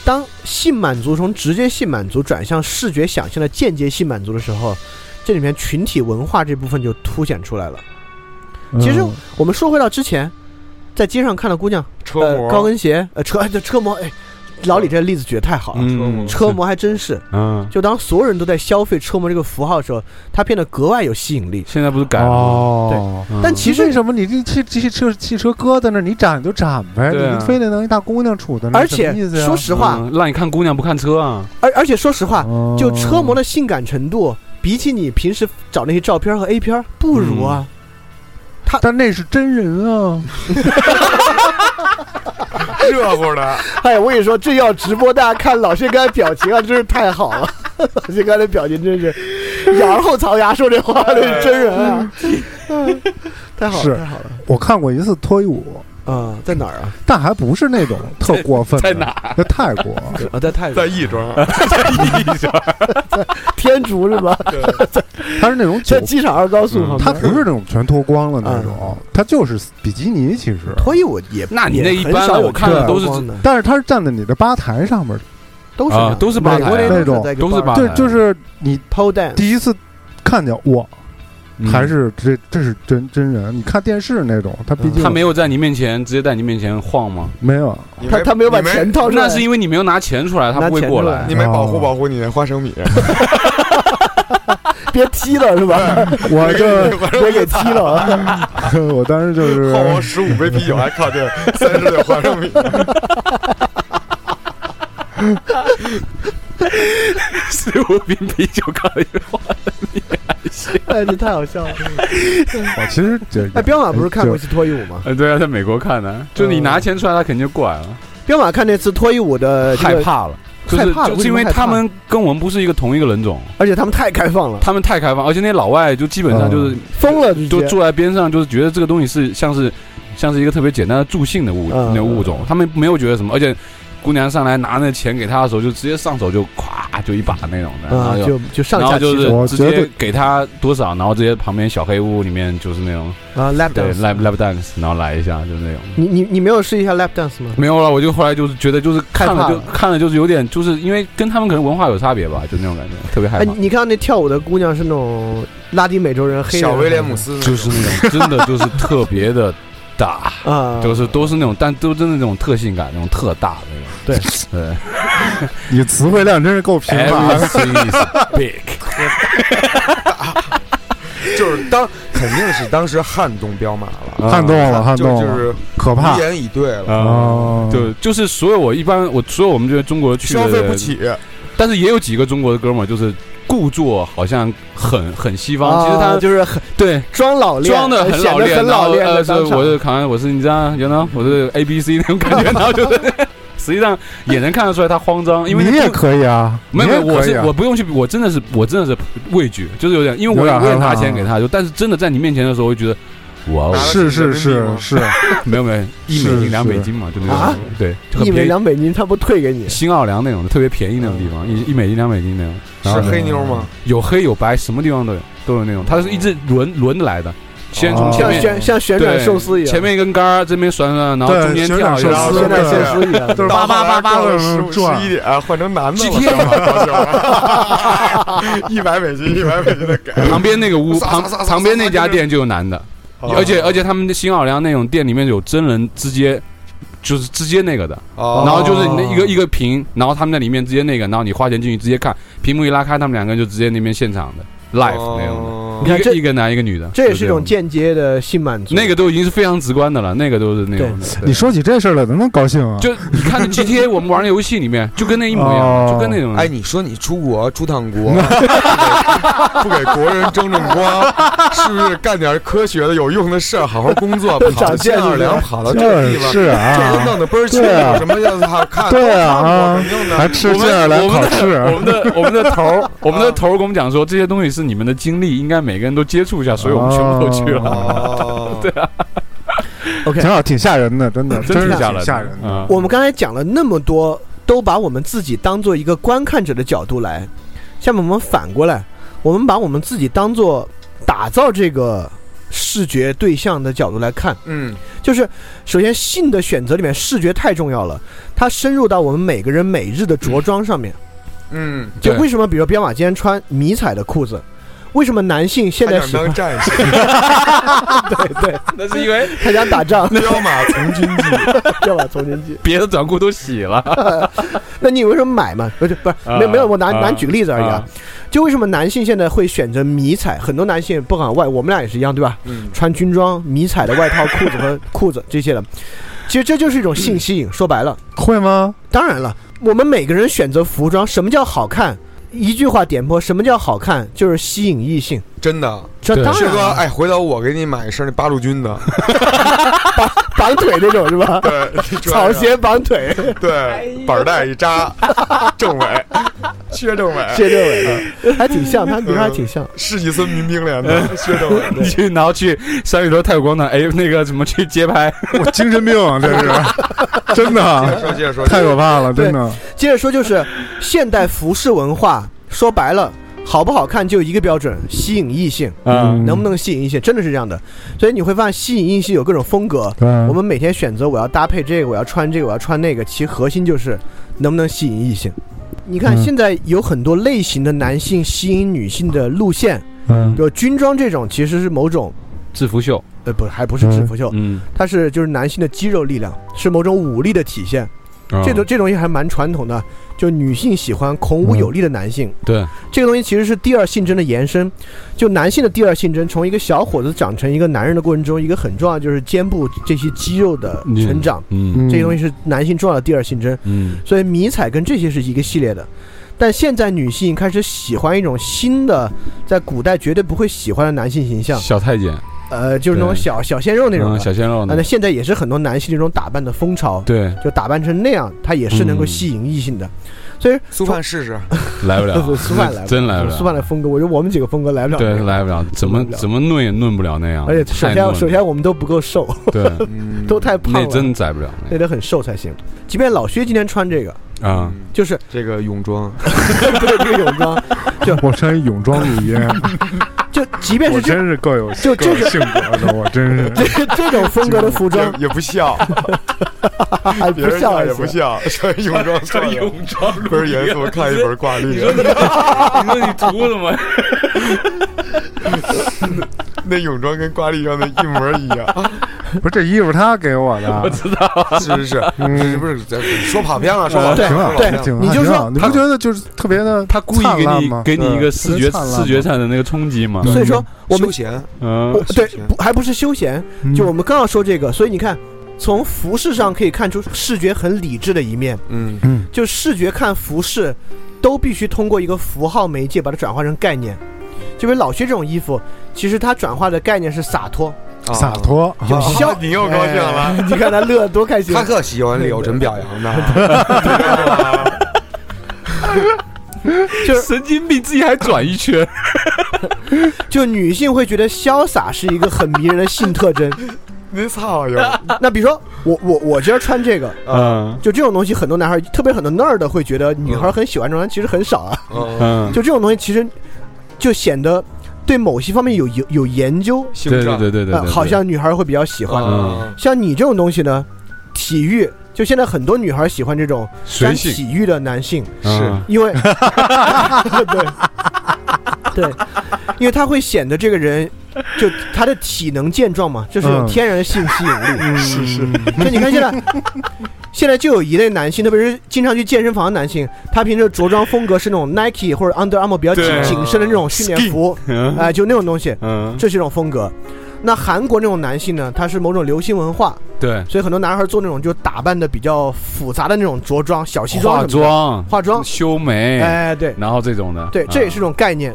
D: 当性满足从直接性满足转向视觉想象的间接性满足的时候，这里面群体文化这部分就凸显出来了。其实
C: 嗯
D: 我们说回到之前，在街上看到姑娘，
C: 嗯
B: 车
D: 呃，
B: 模
D: 高跟鞋，呃，车这车模，哎，老李这例子举得太好了，
E: 嗯，
D: 车模还真是。
E: 嗯，
D: 就当所有人都在消费车模这个符号的时候，它变得格外有吸引力。
E: 现在不是改了吗，
C: 哦，
E: 嗯
D: 但其实
C: 为什么你这汽汽车汽车搁在那儿，你展就展呗，
E: 对啊
C: 你非得弄一大姑娘杵在那儿，
D: 而
C: 什
D: 且
C: 么意思呀？
D: 说实话，
E: 嗯让你看姑娘不看车啊，
D: 而而且说实话，
C: 哦
D: 就车模的性感程度，比起你平时找那些照片和 A 片儿不如啊。
C: 但那是真人啊，
B: 热乎的，
E: 嗯
D: 哎，我跟你说，这要直播，大家看老薛刚才表情啊，真是太好了。 老薛刚才表情真是 咬着后槽牙说这话，那是真人啊，嗯 太好
C: 是
D: 了，太好了。
C: 我看过一次脱衣舞，
D: 啊，在哪儿啊？
C: 但还不是那种特过分的，
E: 在哪
C: 在泰国，
D: 啊，在泰国
B: 在，亦 庄，
D: 天竺是 吧？
C: 它是那种酒
D: 在，机场二高速
E: 嗯
C: 它
D: 旁边。
C: 不是那种全脱光了那种，它就是比基尼其实，
D: 脱衣舞也，
E: 那你那一
D: 也很
E: 般
D: 少
E: 了，
D: 有
E: 我看的都是
D: 全裸光的
C: 但是它是站在你的吧台上面，
D: 都是那
E: 啊，
D: 样
E: 都是吧
D: 美国
E: 台
D: 人
E: 啊
C: 那种
D: 在一个
E: 都是
D: bar
E: 吧台
C: 对，就是你
D: pole dance，
C: 第一次看见哇，
E: 嗯
C: 还是这这是真真人，你看电视那种，它毕竟
E: 嗯他没有在你面前直接在你面前晃吗？
C: 没有，
B: 你
D: 他他没有把
B: 你
D: 钱掏出来，
E: 那是因为你没有拿钱出来，他不会过
D: 哦拿
E: 来
B: 你。没保护
C: 哦
B: 保护你的花生米，
D: 别踢了是吧？
C: 我就。
D: 别给踢了啊！
C: 我当时就
B: 后我
E: 啊
C: 是，
B: 十五杯啤酒还靠这三十六花生米，
E: 十五瓶啤酒靠一个晃，
D: 哎，这太好笑了。
C: 我其实这
D: 哎，彪马不是看过一次脱衣舞吗？
E: 呃，对啊，在美国看的，就是你拿钱出来，他肯定就过来了，
D: 彪马看那次脱衣舞的这
E: 害
D: 个，
E: 怕了。就是
D: 害怕了
E: 就是因
D: 为
E: 为
D: 什么害怕
E: 他们跟我们不是一个同一个人种，
D: 而且他们太开放了，
E: 他们嗯太开放，而且那老外就基本上就是
D: 疯了直
E: 就
D: 接。
E: 坐在边上，就是觉得这个东西是像是像是一个特别简单的助兴的物
D: 嗯
E: 那物种，他们没有觉得什么，而且姑娘上来拿那钱给他的时候，就直接上手就咵就一把那种的，然
D: 啊
E: 后，就
D: 就就上
E: 哎然后
D: 下
E: 就
D: 其手
E: 是
C: 我
E: 直
C: 觉
E: 接
C: 得
E: 给他多少，然后直接旁边小黑屋里面就是那种
D: 啊，lap
E: 对
D: dance。
E: lap lap dance，然后来一下就是那种。
D: 你你你没有试一下 lap dance 吗？
E: 没有了，我就后来就是觉得就是看
D: 害
E: 了
D: 怕
E: 就
D: 了
E: 看了就是有点就是因为跟他们可能文化有差别吧，就那种感觉，特别害
D: 哎，
E: 怕
D: 你。你看到那跳舞的姑娘是那种拉丁美洲人、黑人
B: 小威廉姆斯
E: 就是那种真的就是特别的大，
D: 啊，
E: 就是都是那种，但都真的那种特性感，那种特大那种。
D: 对
E: 对
C: 你词汇量真是够贫乏
E: 哎
C: 的。
E: ，everything is big。
B: 就是当肯定是当时撼动彪马了，
C: 撼动了，撼
B: 就
C: 动
B: 就
C: 了，
B: 是
C: 可怕
B: 无言以对了，
C: 哦
E: 对，呃啊就是所有我一般我所有我们这些中国去的
B: 消费不起，
E: 但是也有几个中国的哥们儿就是故作好像很 很西方，其实
D: 啊
E: 他
D: 就是很
E: 对
D: 装老练，
E: 装的
D: 很
E: 很老练，
D: 很
E: 然
D: 老
E: 后
D: 练
E: 呃，
D: 的
E: 是
D: 当场。
E: 我是考完我是你知道，原来我是 A B C 那种感 觉，然后就是，实际上也能看得出来他慌张，因为那
C: 你也
E: 故
C: 可以啊，
E: 没有，
C: 你也
E: 没有，我
C: 可以
E: 是
C: 啊
E: 我不用去，我真的是我真的是畏惧，就是有点，因为我
C: 有
E: 也
C: 点
E: 我也
C: 害怕
E: 拿钱给他，就但是真的在你面前的时候，我就觉得，哇哦，
C: 是是
B: 拿
C: 是
B: 了
C: 是，
E: 没有没有，一美
C: 是
E: 金两
C: 是
E: 美金嘛，就那种
D: 啊
E: 感觉，对，就很
D: 一美
E: 便宜，
D: 两美金，他不退给你
E: 新奥良那种的特别便宜那种地方，一一美金两美金那种，然
B: 是
E: 后
B: 黑妞吗？
E: 有黑有白，什么地方都有都有那种，它是一直轮轮着来的，先从
C: 哦
E: 前
D: 像
E: 面
D: 旋像旋转
E: 对，
D: 寿司一样，
E: 前面一根杆儿，这边甩甩，然后
C: 对
E: 中间
C: 旋
E: 跳
C: 转
E: 一
C: 寿
E: 下
C: 司
D: 旋
C: 对
D: 转寿司一样。
C: 就是叭叭叭叭的
B: 十五十
C: 转
B: 一点换成男的了
E: GTA
B: 一百美金一百美金的给，
E: 旁边那个屋
B: 撒
E: 旁
B: 撒撒撒
E: 旁边那
B: 撒
E: 家
B: 就是
E: 店就有男的，而且而且他们的新奥良那种店里面有真人直接。就是直接那个的，
B: 哦
E: 然后就是你那一个一个屏，然后他们在里面直接那个，然后你花钱进去直接看，屏幕一拉开，他们两个人就直接那边现场的 live 那种
B: 哦
D: 你看
E: 的，一
D: 这
E: 个一个男一个女的，
D: 这也
E: 就是
D: 一种
E: 这
D: 间接的性满足。
E: 那个都已经是非常直观的了，那个都是那种的。对
C: 你说起这事儿来，能不能高兴啊？
E: 就你看那 GTA，我们玩的游戏里面就跟那一模一样，
C: 哦
E: 就跟那种
B: 哎，你说你出国出趟国，不给不给国人争争光，是不是干点科学的有用的事儿，好好工作，跑到
D: 长见
B: 新奥
D: 识
B: 良，
D: 了
B: 跑到这个地
C: 这
B: 方，
C: 是
B: 这都
C: 啊，
B: 弄得倍儿清楚
C: 对啊，
B: 什么要他看，
C: 对啊
B: 都看过
C: 啊
B: 肯定的
C: 还吃
E: 我
C: 劲
E: 们
C: 儿来
E: 我们
C: 考
E: 的我
C: 试，
E: 们 的我们的头儿，哦我们的头儿跟我们讲说，这些东西是你们的经历，应该每个人都接触一下，所以我们全部都去了。
B: 哦， 对，
D: OK，
C: 挺好，挺吓人的，真的，
E: 真
C: 是
E: 挺吓
C: 挺
E: 人
C: 吓人的。
E: 啊！
D: 我们刚才讲了那么多，都把我们自己当做一个观看者的角度来。下面我们反过来，我们把我们自己当做打造这个视觉对象的角度来看，
B: 嗯，
D: 就是首先性的选择里面，视觉太重要了，它深入到我们每个人每日的着装上面。
B: 嗯，
D: 就
E: 对
D: 为什么，比如彪马今天穿迷彩的裤子，为什么男性现
B: 他
D: 在
B: 想
D: 喜欢
B: 当战士，
D: 对 对，
E: 那是因为
D: 他想打仗，
B: 彪马从军记，
D: 彪马从军记。
E: 别的短裤都洗了，
D: 那你为什么买嘛？不是不是，
E: 啊
D: 没有没有，我拿
E: 啊
D: 拿举个例子而已啊
E: 啊。
D: 就为什么男性现在会选择迷彩？很多男性不管外，我们俩也是一样，对吧？
B: 嗯，
D: 穿军装、迷彩的外套、裤子和 裤子这些的，其实这就是一种性吸引。说白了，
C: 会 吗？
D: 当然了，我们每个人选择服装，什么叫好看？一句话点破，什么叫好看？就是吸引异性。
B: 真的，
D: 这
E: 对
D: 当
B: 志
D: 然
B: 哥，
D: 了，
B: 哎，回头我给你买一身那八路军的，
D: 绑腿那种是 吧？
B: 对，啊你穿
D: 草
B: 上
D: 鞋绑腿，
B: 对，板儿带一 扎，政委，薛政委，
D: 谢政委 的，还挺像，
B: 嗯
D: 他你说还挺像。
B: 是一村民兵连的薛政委，
E: 你 去然后去三里屯太古广场，哎，那个什么去街拍，
C: 我精神病啊，这是
B: 接
C: 真的
B: 着
C: 啊，
B: 说，接着说，
C: 太可怕了，真的。
D: 接着说，就是现代服饰文化，说白了，好不好看就一个标准，吸引异性，
E: 嗯
D: 啊能不能吸引异性，真的是这样的。所以你会发现，吸引异性有各种风格。
C: 能
E: 嗯
D: 我们每天选择我要搭配这个，我要穿这个，我要穿那个，其核心就是能不能吸引异性。你看，
C: 嗯
D: 现在有很多类型的男性吸引女性的路线，
C: 嗯
D: 比如军装这种，其实是某种
E: 制服秀，
D: 呃，不是，还不是制服秀，
E: 嗯，
D: 它是就是男性的肌肉力量，是某种武力的体现。这
E: 都
D: 种这东西还蛮传统的，就女性喜欢孔
E: 嗯
D: 武有力的男性，
E: 对，
D: 这个东西其实是第二性征的延伸。就男性的第二性征，从一个小伙子长成一个男人的过程中，一个很重要的就是肩部这些肌肉的成长，，
E: 嗯
D: 这些东西是男性重要的第二性征。
E: 嗯，
D: 所以迷彩跟这些是一个系列的。但现在女性开始喜欢一种新的，在古代绝对不会喜欢的男性形象，
E: 小太监，
D: 呃，就是那种
E: 对
D: 小小鲜啊肉那种
E: 嗯
D: 的。
E: 小鲜肉
D: 啊
E: 呢
D: 那？现在也是很多男性的一种打扮的风潮，
E: 对，
D: 就打扮成那样，它也是能够
E: 嗯
D: 吸引异性的。所以
B: 苏
D: 范
B: 饭试啊试，
E: 来 不了，
D: 苏范来不了，
E: 真来不了，
D: 苏范的风格，我觉得我们几个风格来不了。
E: 对，来不了，怎么
D: 不了
E: 怎么弄也弄不了
B: 啊
E: 那样。
D: 而且首
E: 太
D: 先
E: 嫩
D: 首
E: 了
D: 先我们都不够瘦，
E: 对，
B: 嗯
D: 都 太胖了，
E: 那真宰不了
D: 那得很瘦才行。即便老薛今天穿这个，
E: 那啊。
B: 嗯
D: 就是
B: 这个泳装，
D: 不是这个 泳装，
C: 我穿一泳装录音，
D: 就即便
C: 我
D: 是这
C: 真是够有
D: 就
C: 够有
D: 这个
C: 性格的，我真是。
D: 这这种风格的服装
B: 也也不笑，
D: 还
B: 别
D: 不
B: 人
D: 像
B: 笑也不像，穿泳装啊笑也不像
E: 装
B: 不是严肃，看一本挂历，啊
E: 你说你图什么？
B: 那泳装跟挂历上的一模一样。
C: 不是这衣服他给我的，
B: 是是是，是不是咱说跑偏了？说跑
D: 对
B: 偏
C: 挺好
B: 了，，说
D: 对
B: 跑偏了
C: 挺好
D: 你就
C: 挺
D: 说
C: 好你不
E: 他
C: 觉得就是特别的
E: 他故意
C: 灿
E: 给
C: 烂
E: 你
C: 吗？
E: 给你一个视
C: 特别
E: 觉
D: 嗯
C: 灿烂
E: 视觉上的那个冲击嘛。
D: 所以说我们
B: 休闲
E: 嗯
D: 我，对
B: 休闲嗯
D: 不还不是休闲，就我们刚要说这个，所以你看。从服饰上可以看出视觉很理智的一面，
B: 嗯，
C: 嗯，
D: 就视觉看服饰，都必须通过一个符号媒介把它转化成概念。就比如老薛这种衣服，其实它转化的概念是洒脱，
B: 啊
C: 洒。脱，
D: 有
B: 啊
D: 消，
B: 你又高兴了
D: 哎你 看他乐得多开心
B: 他。可喜欢柳晨表扬的，
E: 神经病自己还转 一圈，
D: 就女性会觉得潇洒是一个很迷人的性特征。
B: 你操哟！
D: 那比如说我我我今儿穿这个，
E: 嗯
D: 就这种东西，很多男孩，特别很多那儿的会觉得女孩很喜欢这种，但其实很少啊。
B: 嗯，
E: 嗯，
D: 就这种东西，其实就显得对某些方面有有有研究，
B: 性
E: 对对
B: 状
E: 对对对
D: 呃
E: 对，
D: 好像女孩会比较喜欢。
B: 嗯
D: 像你这种东西呢，体育。就现在很多女孩喜欢这种
E: 随
D: 干
E: 性
D: 体育的男性，
E: 嗯
D: 因 为对对，因为他会显得这个人就他的体能健壮嘛，这是有
C: 嗯
D: 天然性吸引力。
C: 是是，
D: 那你看现在，现在就有一类男性，特别是经常去健身房的男性，他平时着装风格是那种 Nike 或者 Under Armour 比较紧
E: 对
D: 紧身的那种训练服，
E: 嗯
D: 哎、就那种东西，
E: 嗯，
D: 这是一种风格。那韩国那种男性呢，他是某种流行文化，
E: 对，
D: 所以很多男孩做那种就打扮的比较复杂的那种着装，小西装
E: 化
D: 什么的、
E: 妆、
D: 化妆，
E: 修眉，
D: 哎，对，
E: 然后这种的，
D: 对，这也是一种概念，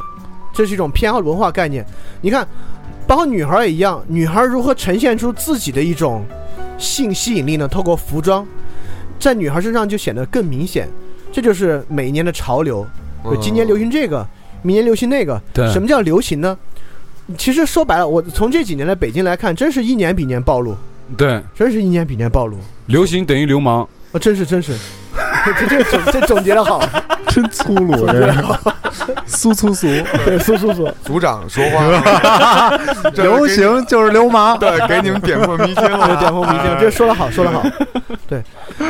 D: 这是一种偏好文化概念。你看，包括女孩儿也一样，女孩儿如何呈现出自己的一种性吸引力呢？透过服装，在女孩身上就显得更明显。这就是每一年的潮流，就今年流行这个，明年流行那个。
E: 对
D: 什么叫流行呢？其实说白了，我从这几年来北京来看，真是一年比一年暴露，
E: 对，
D: 真是一年比一年暴露。
E: 流行等于流氓，
D: 啊，真是真是， 这这总这总结的好，
C: 真粗鲁， 这个苏粗俗，
D: 对，苏苏苏。
B: 组长说话了，这
C: 流行就是流 氓，
B: 给你 对，给你 们点破迷津
D: 对，
B: 了，啊
D: 点破迷津，这说的好，说的好。对，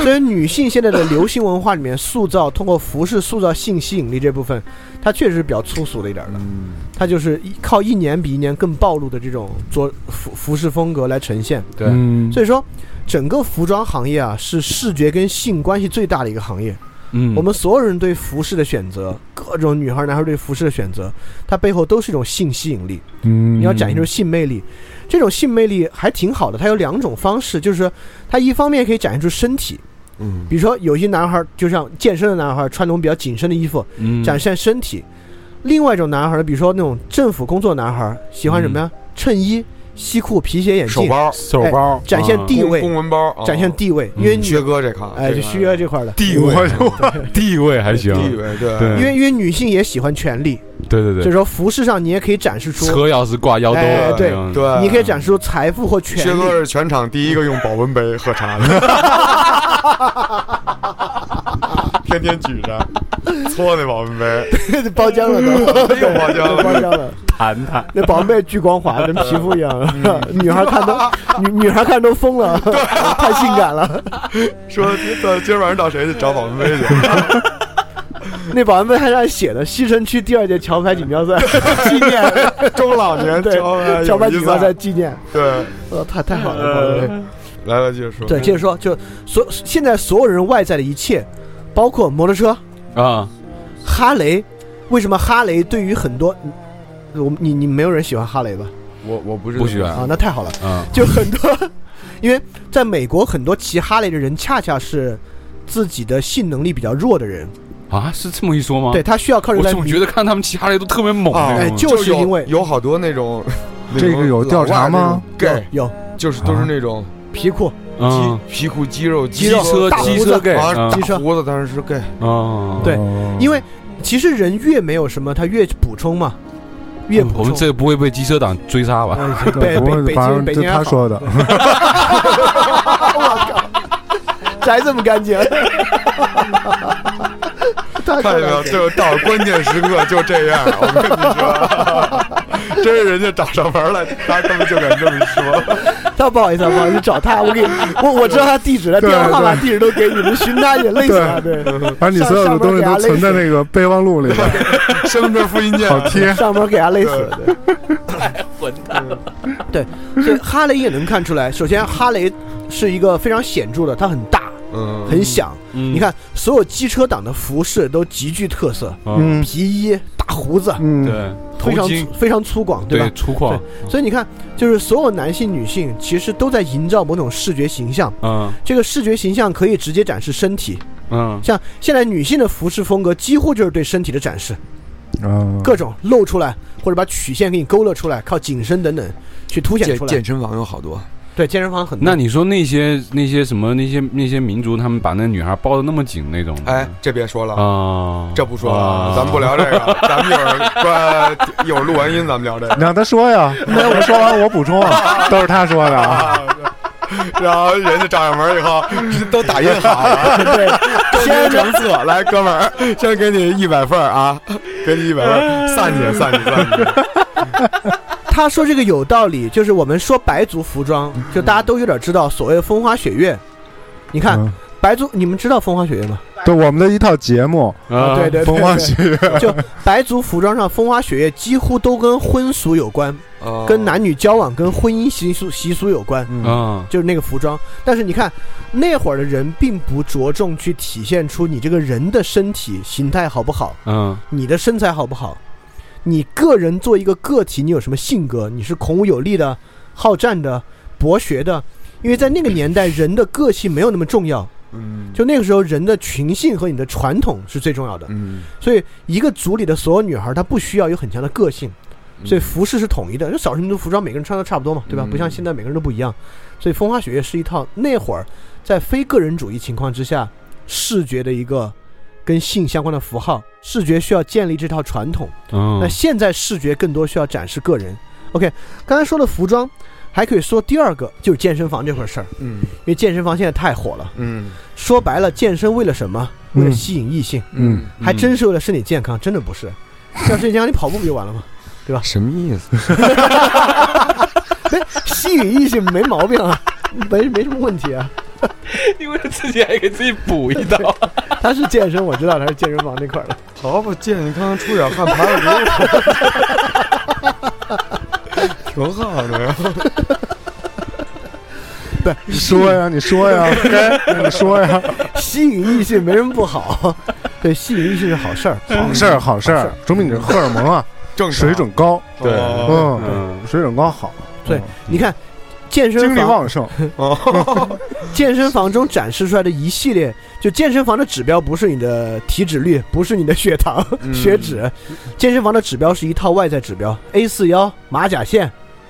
D: 所以女性现在的流行文化里面塑造，通过服饰塑造性吸引力这部分，它确实是比较粗俗的一点儿的。它就是一靠一年比一年更暴露的这种着服服饰风格来呈现。
E: 对
C: 嗯
D: 所以说，整个服装行业啊，是视觉跟性关系最大的一个行业。
E: 嗯，
D: 我们所有人对服饰的选择，各种女孩儿男孩儿对服饰的选择，它背后都是一种性吸引力。
C: 嗯
D: 你要展现出性魅力，这种性魅力还挺好的。它有两种方式，就是它一方面可以展现出身体，
B: 嗯，
D: 比如说有些男孩儿就像健身的男孩儿穿那种比较紧身的衣服，
E: 嗯
D: 展现身体；另外一种男孩儿，比如说那种政府工作男孩儿，喜欢什么呀？衬衣、西裤、皮鞋、眼
B: 手
D: 镜，
B: 包、
E: 嗯手包
D: 展现地
B: 公
D: 位，
B: 公文包，啊
D: 展现地位，因为
E: 嗯
D: 女
B: 薛哥这咖，
D: 哎，就
B: 这
D: 虚约这块儿的。
E: 地位，啊
D: 哎
E: 地位还行，
B: 地位，对
E: 对
D: 因为因为女性也喜欢权力，
E: 对对
D: 所以
E: 对，
D: 说服饰上你也可以展示出，
E: 车钥匙挂腰兜啊
D: 哎，对
E: 这样子
B: 对，嗯
D: 你可以展示出财富或权
B: 薛
D: 力
B: 哥。是全场第一个用保温杯喝茶的， 天天举着，搓那保温杯，
D: 包浆了都，
B: 又包浆了
D: 包浆了。
E: 谈谈，
D: 那宝贝巨光滑，跟皮肤一样，
B: 嗯
D: 女孩看都女女孩看都 疯了，太性感了。
B: 说到今儿晚上到谁去找保温杯 去？
D: 那保安杯还上写的西城区第二届桥牌锦 标赛纪念，
B: 中老年
D: 对
B: 乔班，
D: 桥牌
B: 友谊
D: 锦标赛纪念，
B: 对，
D: 呃，太太好了，宝安
B: 呃
D: 杯。
B: 来吧，接着说。哎
D: 对，接着说，就所现在所有人外在的一切，包括摩托车、
E: 啊，
D: 哈雷，为什么哈雷对于很多，嗯我们你你没有人喜欢哈雷吧？
B: 我我不是
E: 不喜欢
D: 啊，那太好了。
E: 嗯，
D: 就很多，因为在美国很多骑哈雷的人恰恰是自己的性能力比较弱的人，
E: 啊，是这么一说吗？
D: 对，他需要靠人
E: 我
D: 来
E: 总
D: 弥
E: 觉得看他们其他人都特别猛
B: 啊
E: 那
D: 哎
E: 种，
D: 就
B: 就是
D: 因为
B: 有有好多那种
C: 这个有调查吗
B: ？gay
D: 有
B: 就是都是那种
D: 皮裤，
E: 嗯，
B: 皮裤、肌肉、
E: 机
D: 肌肉
E: 车
D: 大
E: 机
D: 胡
E: 车
D: 子
E: gay，
B: 啊，
E: 嗯
B: 大胡子当然是 gay，
E: 哦，
D: 对
C: 哦
D: 因为其实人越没有什么，他越补充嘛，越补
E: 嗯我们
D: 充。
E: 这个不会被机车党追杀吧？
D: 嗯
C: 哎这
D: 北
C: 不
D: 北
C: 会
D: 北
C: 反正
D: 京北
C: 就
D: 京还
C: 他
D: 好
C: 说的，
D: 宅这么干净，太
B: 看见没有？就到关键时刻就这样，我跟你说，真是人家找上门来，他根本就敢这么说。
D: 他不好意思啊，不好意思找他，我给我我知道他地址了，
C: 对
D: 电话号码、地址都给你们，寻他也累死了，对，
E: 嗯
C: 反正你所有的东西都存在那个备忘录里边，
B: 身份证复印件，
C: 好
E: 嗯
C: 贴。
D: 上门给他累死了，对，太混蛋了，对，所以哈雷也能看出来，首先哈雷是一个非常显著的，它很大
B: 嗯，
D: 很响，
E: 你
D: 你，看所有机车党的服饰都极具特色，
C: 嗯
E: 嗯，
D: 皮衣、大胡子，
C: 嗯，
E: 对，头
D: 非常
E: 巾
D: 粗，非常粗犷，对吧？
E: 粗犷，
D: 所以你看，就是所有男性、女性其实都在营造某种视觉形象。
E: 嗯
D: 这个视觉形象可以直接展示身体，
E: 嗯，
D: 像现在女性的服饰风格几乎就是对身体的展示，
C: 啊，
D: 各种露出来或者把曲线给你勾勒出来，靠紧身等等去凸显
B: 健
D: 出来
B: 健。身房有好多，
D: 对，健身房很多
E: 那你说那些那些什么那些那些民族，他们把那女孩包的那么紧那种，
B: 哎，这别说了。
E: 嗯啊，
B: 这不说了
E: 啊，
B: 咱们不聊这个，咱们一会儿关一会儿录完音，咱们聊这个。
C: 你让他说呀， 那我说完我补充啊，都是他说的啊。
B: 然后人家找上门以后， 都打印好了， 对，先成色，来哥们儿， 先给你一百份儿啊，给你一百份 儿，散去散去散 去。
D: 他说这个有道理，就是我们说白族服装，就大家都有点知道所谓的风花雪月。你看、
C: 嗯
D: 白族，你们知道风花雪月吗？
C: 对，我们的一套节目
E: 啊，
D: 对对
C: 《
D: 对
C: 风花雪月》，
D: 就白族服装上风花雪月几乎都跟婚俗有关，
B: 哦
D: 跟男女交往、跟婚姻习俗习俗有关。
E: 嗯，
D: 就是那个服装。但是你看那会儿的人并不着重去体现出你这个人的身体形态好不好，
E: 嗯
D: 你的身材好不好，你个人做一个个体，你有什么性格？你是孔武有力的、好战的、博学的。因为在那个年代，人的个性没有那么重要，
B: 嗯
D: 就那个时候，人的群性和你的传统是最重要的。
B: 嗯，
D: 所以，一个族里的所有女孩，她不需要有很强的个性，
B: 嗯
D: 所以服饰是统一的。就少数民族服装每个人穿的差不多嘛，对吧？
B: 嗯
D: 不像现在每个人都不一样。所以风花雪月是一套那会儿在非个人主义情况之下，视觉的一个跟性相关的符号，视觉需要建立这套传统。
E: 嗯，
D: 那现在视觉更多需要展示个人。OK，刚才说了服装，还可以说第二个就是健身房这回事儿，
B: 嗯
D: 因为健身房现在太火了。
B: 嗯
D: 说白了，健身为了什么？为了
C: 嗯
D: 吸引异性。
B: 嗯，
D: 还真是为了身体健康，真的不是。要身体健康，你跑步不就完了 吗？
B: 什么意思？
D: 吸引异性没毛病啊，没没什么问题啊。
E: 因为自己还给自己补一刀，
D: 他是健身，我知道他是健身房那块儿的。
B: 好吧，健康出点汗，排 排毒，挺好的呀。
C: 你说呀，你说呀，该你说呀，
D: 吸引异性没什么不好，对，吸引异性是好事儿。
C: 好事儿，好事
D: 好事
C: 儿
D: 儿，
C: 说明你这荷尔蒙啊，
B: 正常
C: 水准高，
E: 对
B: 哦
C: 嗯，
E: 嗯
C: 水准高好，
D: 对
C: 嗯，
D: 你看，健身
C: 精力
D: 房
C: 旺盛，
B: 哦
D: 健身房中展示出来的一系列，就健身房的指标不是你的体脂率，不是你的血糖、
B: 嗯
D: 血脂，健身房的指标是一套外在指标，A 四腰、马甲线，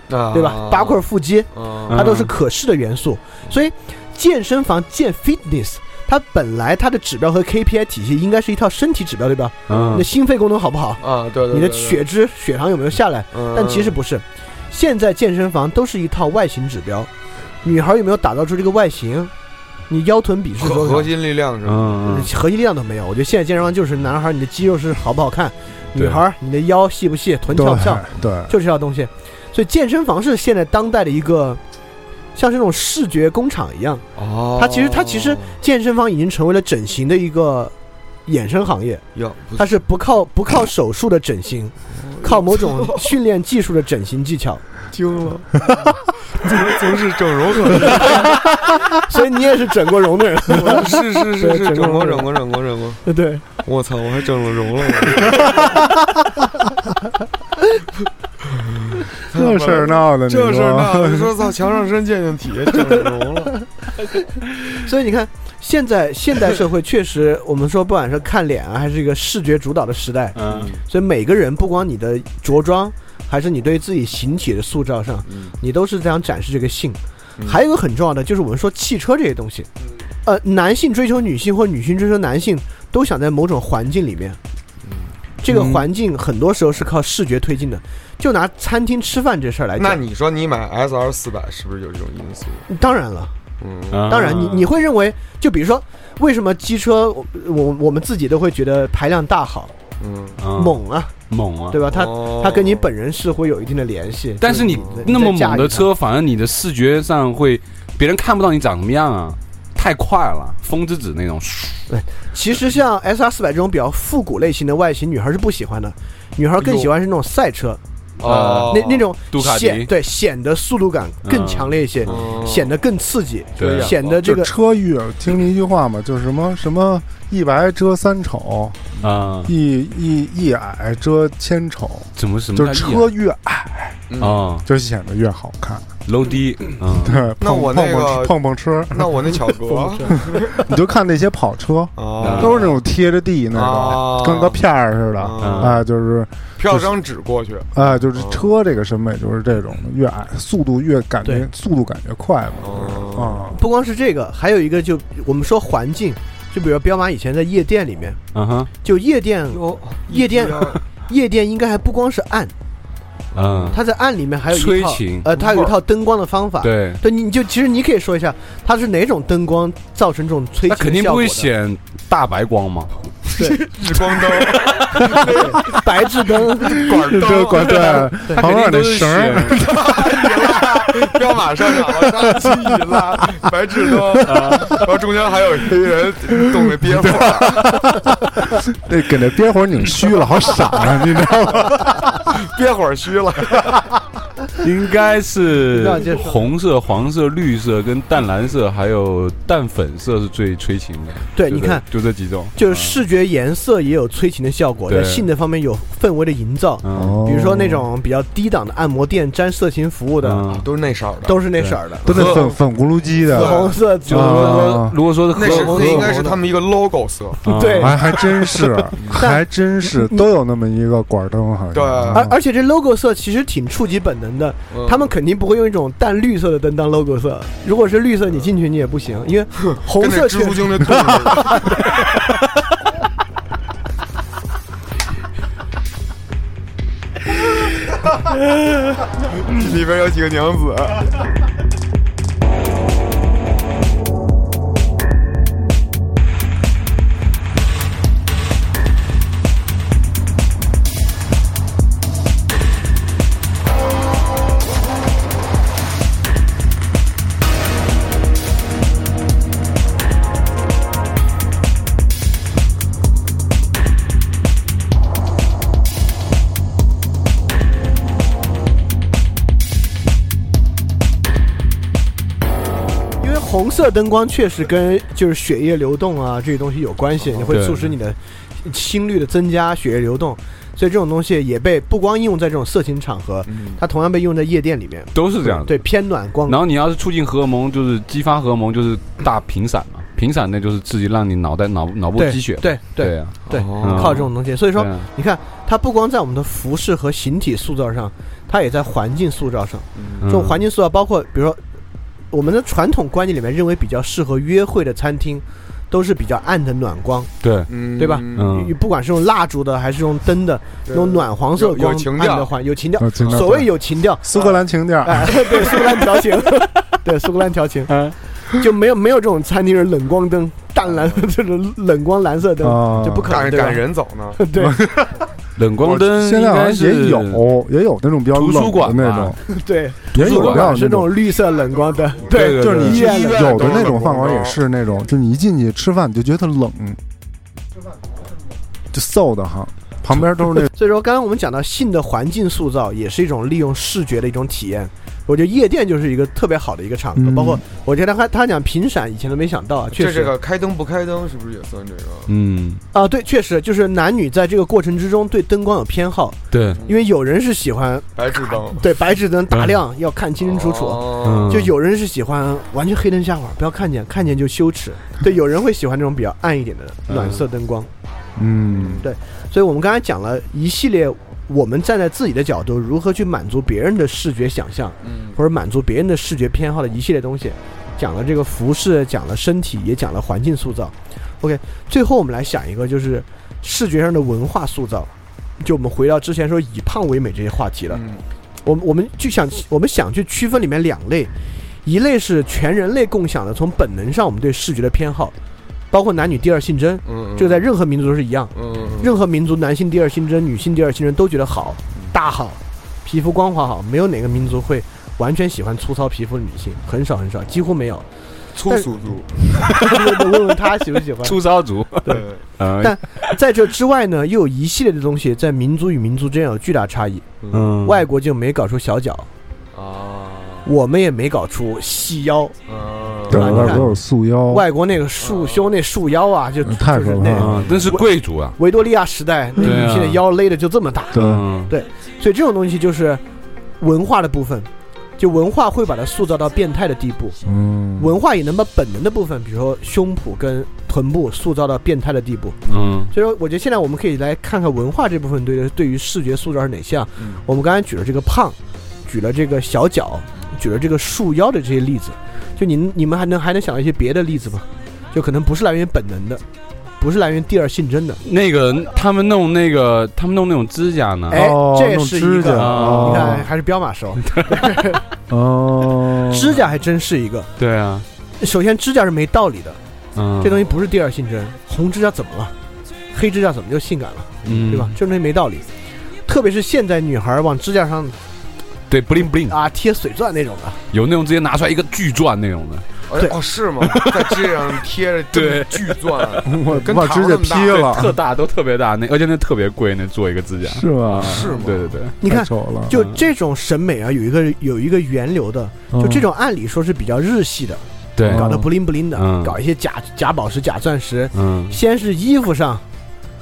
B: 啊
D: 对吧？八块腹肌，
B: 嗯
D: 它都是可视的元素。所以，健身房健 fitness，它本来它的指标和 KPI 体系应该是一套身体指标，对吧？你
E: 嗯
D: 的，心肺功能好不好？
B: 啊，对对，嗯
D: 你的血脂、血糖有没有下来？但其实不是，现在健身房都是一套外形指标，女孩有没有打造出这个外形？你腰臀比是
B: 核
D: 多
B: 核
D: 少？
B: 心力量是吧？
E: 嗯
D: 核心力量都没有。我觉得现在健身房就是男孩你的肌肉是好不好看，
E: 对
D: 女孩你的腰细不细，臀
C: 对
D: 翘不翘，
C: 对，
D: 就这套东西。所以健身房是现在当代的一个，像是那种视觉工厂一样。
B: 哦
D: 它其实它其实健身房已经成为了整形的一个衍生行业，
B: 哟，不
D: 它是不靠不靠手术的整形，靠某种训练技术的整形技巧。
B: 惊了，怎么总是整容很？
D: 所以你也是整 过容的人，
B: 是是是
D: 对
B: 是，
D: 整
B: 整
D: 容
B: 过整过整过整过，
D: 对，
B: 我操，我还整了容了，我
C: 这事儿 闹的，你
B: 这事儿
C: 说
B: 呢？你说操，强上身健健体，整容了，
D: 所以你看。现在现代社会确实，我们说不管是看脸啊，还是一个视觉主导的时代，
E: 嗯
D: 所以每个人不光你的着装，还是你对自己形体的塑造上，
B: 嗯
D: 你都是这样展示这个性。
B: 嗯
D: 还有一个很重要的就是我们说汽车这些东西，呃，男性追求女性或女性追求男性，都想在某种环境里面。这个
E: 嗯
D: 环境很多时候是靠视觉推进的，就拿餐厅吃饭这事儿来
B: 那
D: 讲，
B: 你说你买 S L 四百是不是有这种因素？
D: 当然了，
B: 嗯，
E: 啊
D: 当然你你会认为，就比如说为什么机车，我我我们自己都会觉得排量大好，
B: 嗯，
E: 啊
D: 猛啊，
E: 猛啊！
D: 对吧？它
B: 哦
D: 它跟你本人是会有一定的联系，
E: 但是你
D: 就是
E: 那么猛的，
D: 你
E: 车，反而你的视觉上会，别人看不到你长什么样啊，太快了，风之子那种。
D: 在驾驭它其实像 S R 四百这种比较复古类型的外形，女孩是不喜欢的，女孩更喜欢是那种赛车，啊
B: 哦，
D: 那那种
E: 哎杜卡迪
D: 显对显得速度感更强烈一些，
B: 嗯
D: 显得更刺激，
E: 对
B: 这样
D: 显得这
C: 就
D: 个
C: 车遇听一句话嘛，就是什么什么一白遮三丑，
B: 嗯
E: 啊，
C: 一一一矮遮千丑，
E: 怎么什么
C: 就
E: 啊叫
C: 是
E: 一
C: 车越矮
B: 嗯
E: 啊
C: 就显得越好看。
E: ，low 低啊，
C: 对，碰
B: 那我那
C: 碰碰
B: 个
C: 碰碰车，
B: 那 我那巧格
C: 你就看那些跑车，
B: 啊
C: 都是那种贴着地那种，
B: 啊，
C: 跟个片儿似的。
B: 啊
C: 啊，就是
B: 票张纸过去，
C: 啊，就是车这个审美就是这种的，越矮速度越感觉
D: 对
C: 速度感觉快嘛，就是
B: 哦，
C: 啊，
D: 不光是这个，还有一个就我们说环境，就比如彪马以前在夜店里面，
E: 嗯哼，
D: 就夜店
B: 哟，
D: 夜店
B: 一边
D: 夜店应该还不光是暗，
E: 嗯，
D: 它在暗里面还有一
E: 催
D: 套
E: 情
D: 呃，它有一套灯光的方法。，
E: 对，
D: 对，你你就其实你可以说一下，它是哪种灯光造成这种催
E: 那
D: 情
E: 肯定
D: 效
E: 不
D: 果
E: 会
D: 的
E: 显大白光嘛，
B: 日光灯，
D: 白炽灯，
B: 管
C: 啊 对，
B: 灯，
C: 管对，
E: 他
C: 旁边那
E: 肯定都是
C: 绳儿
E: 显
B: 彪马上场了，上期赢了，白炽
D: 啊
B: 灯，然后中间还有黑人动那憋火，
D: 啊
C: 那给那憋火拧虚了，好傻啊，你知道吗？
B: 憋火虚了，
E: 应该是
D: 那就是
E: 红色、黄色、绿色跟淡蓝色，还有淡粉色是最催情的。
D: 对
E: 就
D: 你
E: 这
D: 看，
E: 就这几种，嗯
D: 就是视觉颜色也有催情的效果，在
E: 对
D: 性的方面有氛围的营造，
E: 嗯，
D: 哦比如说那种比较低档的按摩店沾色情服务的，
E: 嗯
B: 都是那色儿的，
D: 都是那色儿的，
C: 都那粉粉咕噜鸡
D: 紫
C: 的，
D: 红色、紫
E: 就是
D: 红色。
E: 说
C: 啊，
E: 如果说是
B: 那是
E: 荷
B: 那应该是他们一个 logo 色，
E: 嗯
D: 对
C: 还还真是，还真是都有那么一个管灯，好像
B: 对
D: 而
C: 啊
D: 而且这 logo 色其实挺触及本能的，
B: 嗯
D: 他们肯定不会用一种淡绿色的灯当 logo 色。如果是绿色，你进去你也不行，因为红
B: 跟那
D: 色
B: 蜘
D: 确
B: 蛛精那动物似的， 里边有几个娘子。
D: 因为红色灯光确实跟就是血液流动啊这些东西有关系，你会
E: 哦对
D: 促使你的心率的增加，血液流动，所以这种东西也被不光应用在这种色情场合，
E: 嗯
D: 它同样被用在夜店里面。
E: 都是这样的。
D: 对偏暖光
E: 然，后你要是促进荷尔蒙，就是激发荷尔蒙，就是大屏闪嘛，屏闪那就是刺激让你脑袋脑脑部
D: 嗯对
E: 积血。
D: 对对
E: 对啊，
D: 对，
B: 哦
D: 靠这种东西。所以说
E: 对啊，
D: 你看，它不光在我们的服饰和形体塑造上，它也在环境塑造上。
E: 嗯
D: 这种环境塑造包括，比如说我们的传统观念里面认为比较适合约会的餐厅，都是比较暗的暖光，
E: 对，
B: 嗯
D: 对吧
E: 嗯
D: 不管是用蜡烛的还是用灯的，
B: 对
D: 用暖黄色的
B: 有
D: 光
B: 有情
D: 暗
B: 调
D: 的环有情调
C: 有情。调
D: 所谓有情调，
C: 苏格兰情调，
D: 哎，对苏格兰调 情，对苏格兰调情，
C: 嗯
D: 就没有没有这种餐厅是冷光灯、淡蓝
B: 嗯
D: 这种冷光蓝色灯
C: 啊，
D: 就不可能
B: 赶
D: 对吧
B: 赶人走呢，
D: 对
E: 冷光灯
C: 现在好
E: 应该
C: 像
E: 是
C: 也有也有那种比较
E: 图书
C: 冷
E: 馆
C: 的那
E: 吧
C: 种，
D: 对，
C: 也
E: 图书
C: 有
E: 馆
C: 要
D: 是那种绿色冷光灯，
E: 对对
C: 就是你
E: 对
C: 去
D: 医院
C: 有的那种饭馆也是那种，就是你一进去吃饭你就觉得冷，就馊的哈，旁边都是 那
D: 所以说，刚刚我们讲到性的环境塑造，也是一种利用视觉的一种体验。我觉得夜店就是一个特别好的一个场合，
C: 嗯
D: 包括我觉得他他讲频闪，以前都没想到啊，确
B: 这
D: 实
B: 这个开灯不开灯是不是也算这个？
E: 嗯，
D: 啊，对，确实就是男女在这个过程之中对灯光有偏好，
E: 对，
D: 因为有人是喜欢
B: 白炽灯，
D: 对白炽灯大亮，要看清清楚楚。
B: 哦
E: 嗯
D: 就有人是喜欢完全黑灯瞎火，不要看见，看见就羞耻。对，有人会喜欢这种比较暗一点的暖色灯光。
C: 嗯
D: 所以我们刚才讲了一系列我们站在自己的角度，如何去满足别人的视觉想象，
B: 嗯
D: 或者满足别人的视觉偏好的一系列东西，讲了这个服饰，讲了身体，也讲了环境塑造。OK，最后我们来想一个，就是视觉上的文化塑造。就我们回到之前说以胖为美这些话题了，
B: 嗯
D: 我们我们就想我们想去区分里面两类，一类是全人类共享的，从本能上我们对视觉的偏好，包括男女第二性征，
B: 嗯，
D: 这个在任何民族都是一样。
B: 嗯嗯
D: 任何民族男性第二性征、女性第二性征都觉得好，
E: 嗯
D: 大好，皮肤光滑好，没有哪个民族会完全喜欢粗糙皮肤的女性，很少很少，几乎没 有。
B: 粗俗族，
D: 问问他喜不 喜欢。
E: 粗糙 族，
B: 对，
E: 呃
D: 但在这之外呢，又有一系列的东西在民族与民族之间有巨大差异。
E: 嗯
D: 外国就没搞出小脚，
B: 啊，
D: 我们也没搞出细腰，
B: 嗯
C: 对，
D: 嗯
C: 外国有束
E: 哦
C: 腰，
D: 外国那个束胸、那束腰啊，就
C: 嗯太
D: 就是
C: 可怕
D: 那
C: 了
E: 啊，那是贵族啊，
D: 维多利亚时代那
E: 对啊
D: 女性的腰勒的就这么大。
C: 对，
E: 嗯
D: 所以这种东西就是文化的部分，就文化会把它塑造到变态的地步，
C: 嗯，
D: 文化也能把本能的部分，比如说胸脯跟臀部塑造到变态的地步。
E: 嗯
D: 所以说，我觉得现在我们可以来看看文化这部分对对于视觉塑造是哪项。
B: 嗯
D: 我们刚才举了这个胖，举了这个小脚，举了这个束腰的这些例子，就您你们还能还能想到一些别的例子吗？就可能不是来源于本能的，不是来源于第二性征的。
E: 那个他们弄那个，他们弄那种指甲呢，
D: 哎
C: 哦
D: 这也
C: 弄
D: 是一
C: 指甲，
D: 个你
E: 哦
D: 看，
C: 哦
D: 还是彪马熟，
E: 嗯
C: 哦，
D: 指甲还真是一个。
E: 对啊，
D: 首先，指甲是没道理的，
E: 嗯，
D: 这东西不是第二性征，红指甲怎么了？黑指甲怎么就性感了？
E: 嗯，
D: 对吧？这东西没道理。特别是现在女孩往指甲上
E: 对，bling bling，
D: 啊贴水钻那种的，
E: 有那种直接拿出来一个巨钻那种的，
B: 哎哦是吗？在这上贴着
E: 对
B: 巨钻，
C: 我
B: 跟
C: 把
B: 桃
C: 指甲
B: 那么大
C: 劈
E: 对
C: 了，
E: 特大，都特别大，那而且那特别贵，那做一个指甲，
C: 是吧？
B: 是吗？
E: 对对对，
D: 你
C: 太
D: 看，
C: 丑了，
D: 就
E: 嗯
D: 这种审美啊，有一个有一个源流的，就
C: 嗯
D: 这种按理说是比较日系的，
E: 对
D: 搞得不灵不灵的，
E: 嗯
D: 搞一些假假宝石、假钻石，
E: 嗯
D: 先是衣服上。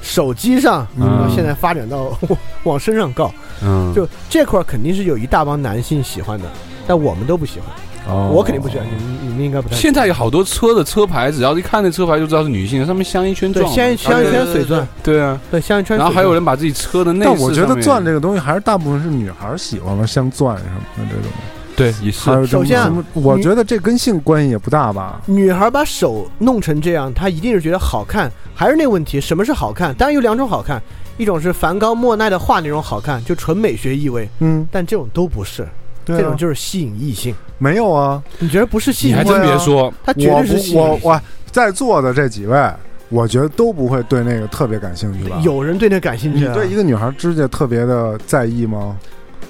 D: 手机上，
E: 嗯
D: 现在发展到往身上告，
E: 嗯，
D: 就这块儿肯定是有一大帮男性喜欢的，但我们都不喜欢，
C: 哦
D: 我肯定不喜欢，你们你们应该不太喜欢。
E: 现在有好多车的车牌，只要一看那车牌就知道是女性的，上面镶一圈
D: 对，
E: 钻嘛，
D: 镶一镶一
B: 对对
D: 圈
B: 对
D: 水钻，
E: 啊对啊，
D: 对，镶一圈水钻。
E: 然后还有人把自己车的内
C: 但
E: 饰
C: 我觉
E: 上
C: 得
E: 面
C: 钻这个东西还是大部分是女孩喜欢吧，像钻什么的这种。
E: 对也是
C: 还有什么
D: 首先啊
C: 什么，我
D: 女
C: 觉得这跟性关系也不大吧。
D: 女孩把手弄成这样，她一定是觉得好看。还是那问题，什么是好看？当然有两种好看，一种是梵高、莫奈的画那种好看，就纯美学意味，
C: 嗯，
D: 但这种都不是，
C: 对、啊，
D: 这种就是吸引异性。
C: 没有啊。
D: 你觉得不是吸
E: 你
D: 引
E: 还
D: 异
E: 真
D: 性？
E: 别说，
D: 它绝
C: 我
D: 对是吸
C: 不，
D: 引
C: 我
D: 异性。
C: 我在座的这几位，我觉得都不会对那个特别感兴趣吧？，
D: 有人对那感兴
C: 你
D: 趣、啊，
C: 对一个女孩指甲特别的在意吗？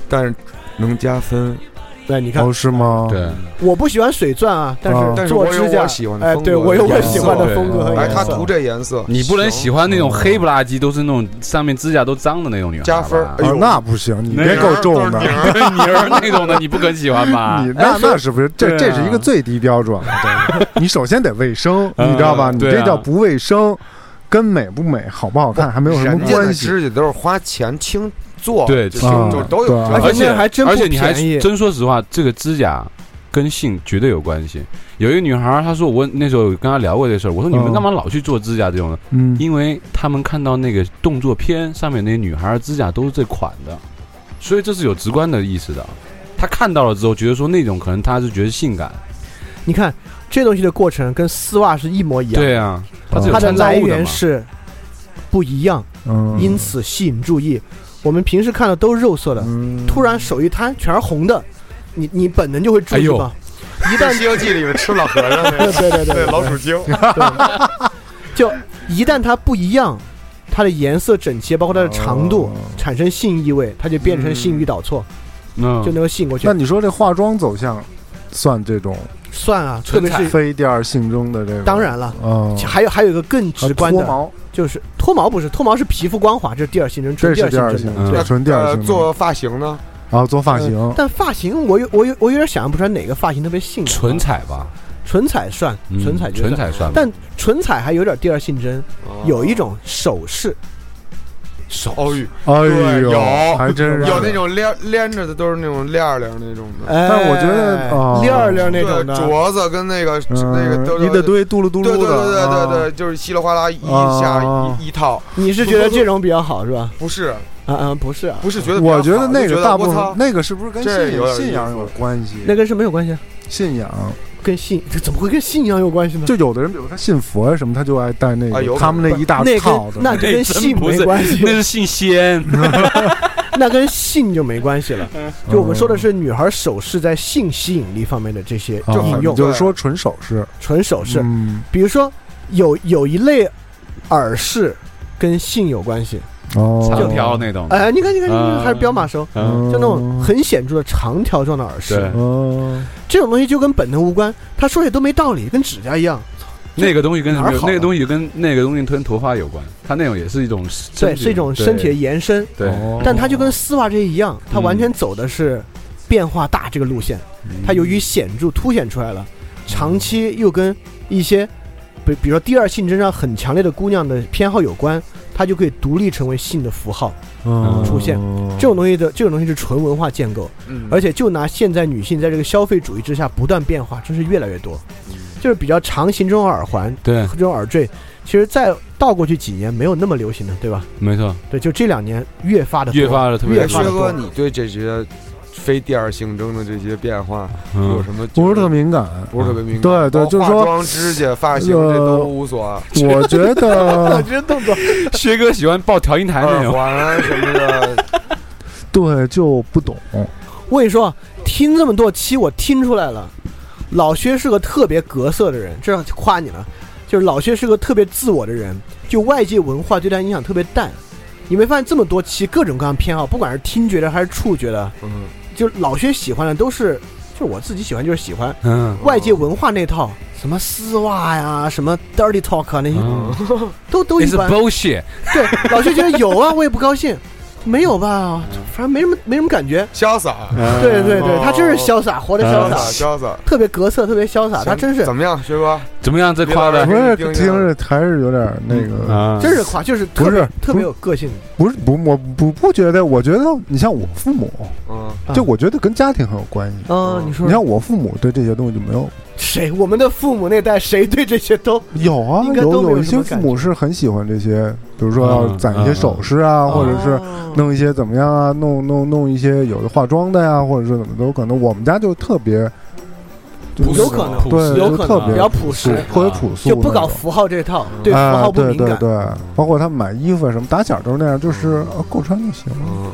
B: 但是能加分，
D: 对，你看
C: 哦，，是吗？
D: 嗯
E: 对，
D: 我不喜欢水钻啊，但
C: 哦
D: 是
B: 但是
D: 做
B: 我有
D: 指甲
B: 我，喜欢的
D: 哎，
B: 风格，
D: 对我有我喜欢
E: 颜
D: 的
E: 色
D: 风格和
C: 对
B: 哎，
D: 颜
B: 他
D: 色。
B: 涂这颜色，
E: 你不能喜欢那种
C: 行
E: 黑不拉几，都是那种上面指甲都脏的那种女孩吧，
B: 加分 哎呦
C: 哦，那不行，你
E: 那
C: 别够重的，
E: 对泥儿那种的，你不肯喜欢
B: 啊
D: 哎
E: 吧
C: 你？那那是不是？这
E: 对啊
C: 这是一个最低标准了。 这个你首先得卫生，
E: 嗯
C: 你知道吧？
E: 对啊
C: 你这叫不卫生，跟美不美、好不好看还没有什么
B: 人家的
C: 关系。
B: 指甲都啊是花钱轻做，
E: 对
B: 就
C: 啊
B: 就都有
C: 对
B: 这
D: 而
B: 个，
D: 且
E: 而且
D: 那还真不
E: 而且你还
D: 便宜
E: 真说实话，这个指甲跟性绝对有关系。有一个女孩儿，她说我那时候跟她聊过这事儿，我说你们
C: 嗯
E: 干嘛老去做指甲这种的？
C: 嗯，
E: 因为他们看到那个动作片上面那些女孩儿指甲都是这款的，所以这是有直观的意思的。她看到了之后，觉得说那种可能她是觉得性感，
D: 你看这东西的过程跟丝袜是一模一样，
E: 对啊，她是有
D: 它的
E: 参照
D: 来
E: 物的
D: 源
E: 嘛。
D: 是不一样。
C: 嗯，
D: 因此吸引注意。我们平时看的都是肉色的，
C: 嗯
D: 突然手一摊全是红的，你你本能就会注
C: 哎
D: 意吧？一
B: 在《
D: 旦
B: 西游记》里面吃老和尚那
D: 对
B: 个
D: 对对
B: 对
D: 对，
B: 老鼠精，
D: 就一旦它不一样，它的颜色整齐，包括它的长度
C: 哦，
D: 产生性意味，它就变成性欲导错，
E: 嗯
D: 就，能够吸引过去
C: 那。你说这化妆走向算这种
D: 算啊，特
E: 唇
D: 别
E: 彩
D: 是
C: 非第二性征的这个？
D: 当然了，
C: 嗯，
D: 还有还有一个更直观
C: 啊脱
D: 的，
C: 毛，
D: 就是脱毛不是脱毛是皮肤光滑，这是第二性征，
C: 这
D: 纯第
C: 是
D: 二
C: 第二
D: 性
C: 性
D: 征
E: 嗯
C: 征，
B: 那
C: 这纯第二
B: 呃
C: 性征。
B: 做发型呢？
C: 啊，做发型，
D: 但发型我有我有我有点想象不出来哪个发型特别性感啊，
E: 唇彩吧，
D: 唇彩算
E: 嗯
D: 唇彩就
E: 唇
D: 算，
E: 彩算吧，
D: 但唇彩还有点第二性征，
C: 哦
D: 有一种手势，
B: 手，哦
C: 哎
B: 对
C: 呦，
B: 有
C: 还真是
B: 有那。种连连着的都是那种链儿链儿那种的，
D: 哎，
C: 但我觉得哦
D: 链儿链儿那
B: 对，
D: 种的，
B: 镯子跟那个那个
C: 嗯
B: 都，
C: 一大，堆嘟噜嘟噜
B: 对
C: 的，
B: 对对对对
C: 啊
B: 对，就是稀里哗啦一
C: 啊
B: 下一一套，
D: 你是觉得这种比较好是吧？
B: 不是，
D: 啊啊，不是啊，
B: 不是觉得比较好，
C: 我觉得那
B: 就觉
C: 个大部
B: 我操
C: 分那个是不是跟
B: 这
C: 信
B: 有点
C: 仰信仰
B: 意思
C: 有关系？
D: 那跟什么有关系啊？
C: 信仰，
D: 跟信这怎么会跟信仰有关系 呢？
C: 就有的人，比如他信佛呀什么，他就爱带那
B: 啊有
C: 个
B: 可
C: 他们那一大
D: 那
C: 套
D: 跟
C: 的哎
D: 那就跟
E: 哎真
D: 信
E: 不
D: 没
E: 是
D: 关系，
E: 那是姓 仙，
D: 那跟性就没关系了。
C: 嗯
D: 就我们说的是女孩首饰在性吸引力方面的这些
C: 啊
D: 应用，
B: 就
C: 就是说纯首饰，
D: 纯首饰，
C: 嗯
D: 比如说有有一类耳饰跟性有关系。
C: 哦，
E: 长条那种。
D: 哎，你看，你看，你看，
E: 嗯
D: 还是彪马手，
E: 嗯，
D: 就那种很显著的长条状的耳饰
E: 对，
C: 哦，
D: 这种东西就跟本能无关。他说也都没道理，跟指甲一样。
E: 那个东西跟什
D: 哪
E: 么
D: 儿
E: 有？
D: 好啊
E: 那个
D: 呢
E: 东西跟那个东西跟头发有关，它那种也是一种身
D: 对，
E: 体
D: 是一种身体的延伸，
E: 对，对
C: 哦
D: 但它就跟丝袜这些一样，它
E: 嗯
D: 完全走的是变化大这个路线。它由于显著凸显出来了，长期又跟一些，比比如说第二性征上很强烈的姑娘的偏好有关，它就可以独立成为性的符号。
C: 嗯
D: 出现这种东西的这种东西是纯文化建构，
B: 嗯
D: 而且就拿现在女性在这个消费主义之下不断变化，真是越来越多。
E: 嗯
D: 就是比较长型这种耳环、
E: 对，
D: 这种耳坠，其实再倒过去几年没有那么流行了，对吧？
E: 没错，
D: 对，就这两年越发的
E: 越发的特别
D: 越
B: 哎，
D: 发
B: 薛
D: 地多
B: 哥，你对这些非第二性征的这些变化有
E: 嗯，
B: 什么觉得？
C: 不是特敏 感，
B: 不是特别明
C: 对
B: 包括
C: 对就是
B: 化
C: 说
B: 妆、指甲、发型
C: 呃
B: 这都无所，
C: 我觉 得
D: 这动作，
E: 薛哥喜欢抱调音台那
B: 耳
E: 种，
B: 环啊什么的，
C: 对就不懂，
D: 我跟你说，听这么多期，我听出来了，老薛是个特别格色的人，这要夸你了。就是老薛是个特别自我的人，就外界文化对他影响特别淡。你没发现这么多期各种各样偏好，不管是听觉的还是触觉的，
B: 嗯，
D: 就老薛喜欢的都是，就是我自己喜欢就是喜欢，
E: 嗯，
D: 外界文化那套什么丝袜呀、什么 dirty talk 啊那些，
E: 嗯
D: 都都一
E: It's
D: 般。
E: bullshit，
D: 对，老薛觉得有啊，我也 不高兴，没有吧，反正没什么没什么感觉。
B: 潇洒，
C: 嗯
D: 对对对，
B: 哦
D: 他就是潇洒，活得潇
B: 潇
D: 洒
B: 洒，，潇洒。
D: 特别格色，特别潇洒，他真是
C: 嗯
B: 怎么样，薛哥？
E: 怎么样？这夸的
C: 不是
B: 给你盯
C: 听
B: 上
D: 啊
C: 着还是有点那个，
E: 啊，
D: 真是夸，就是特
C: 不
D: 别
C: 是
D: 特别有个性。
C: 不是不我不不觉得，我觉得你像我父母，
B: 嗯，
D: 啊
C: 就我觉得跟家庭很有关系。
D: 嗯，你说
C: 你像我父母对这些东西就没有
D: 谁？我们的父母那代谁对这些都
C: 有啊，
D: 应该都没有
C: 有有一
D: 什
C: 些
D: 么
C: 父母是很喜欢这些，比如说要
E: 嗯
C: 攒一些
E: 嗯
C: 首饰啊，
E: 嗯
C: 或者是
D: 哦
C: 弄一些怎么样啊，弄弄弄一些有的化妆的呀，或者是怎么都有可能。我们家就特别，就
E: 朴
C: 是
E: 素
D: 有可能
E: 朴素
C: 对
D: 有
C: 就
D: 可
C: 特
D: 能
C: 别
D: 比较朴实，
E: 啊
C: 特别朴素那种，
D: 就不搞符号这套，对符
C: 哎
D: 号不敏
C: 对
D: 感嗯
C: 对。对，包括他们买衣服啊什么，打小都是那样，就是啊够穿就行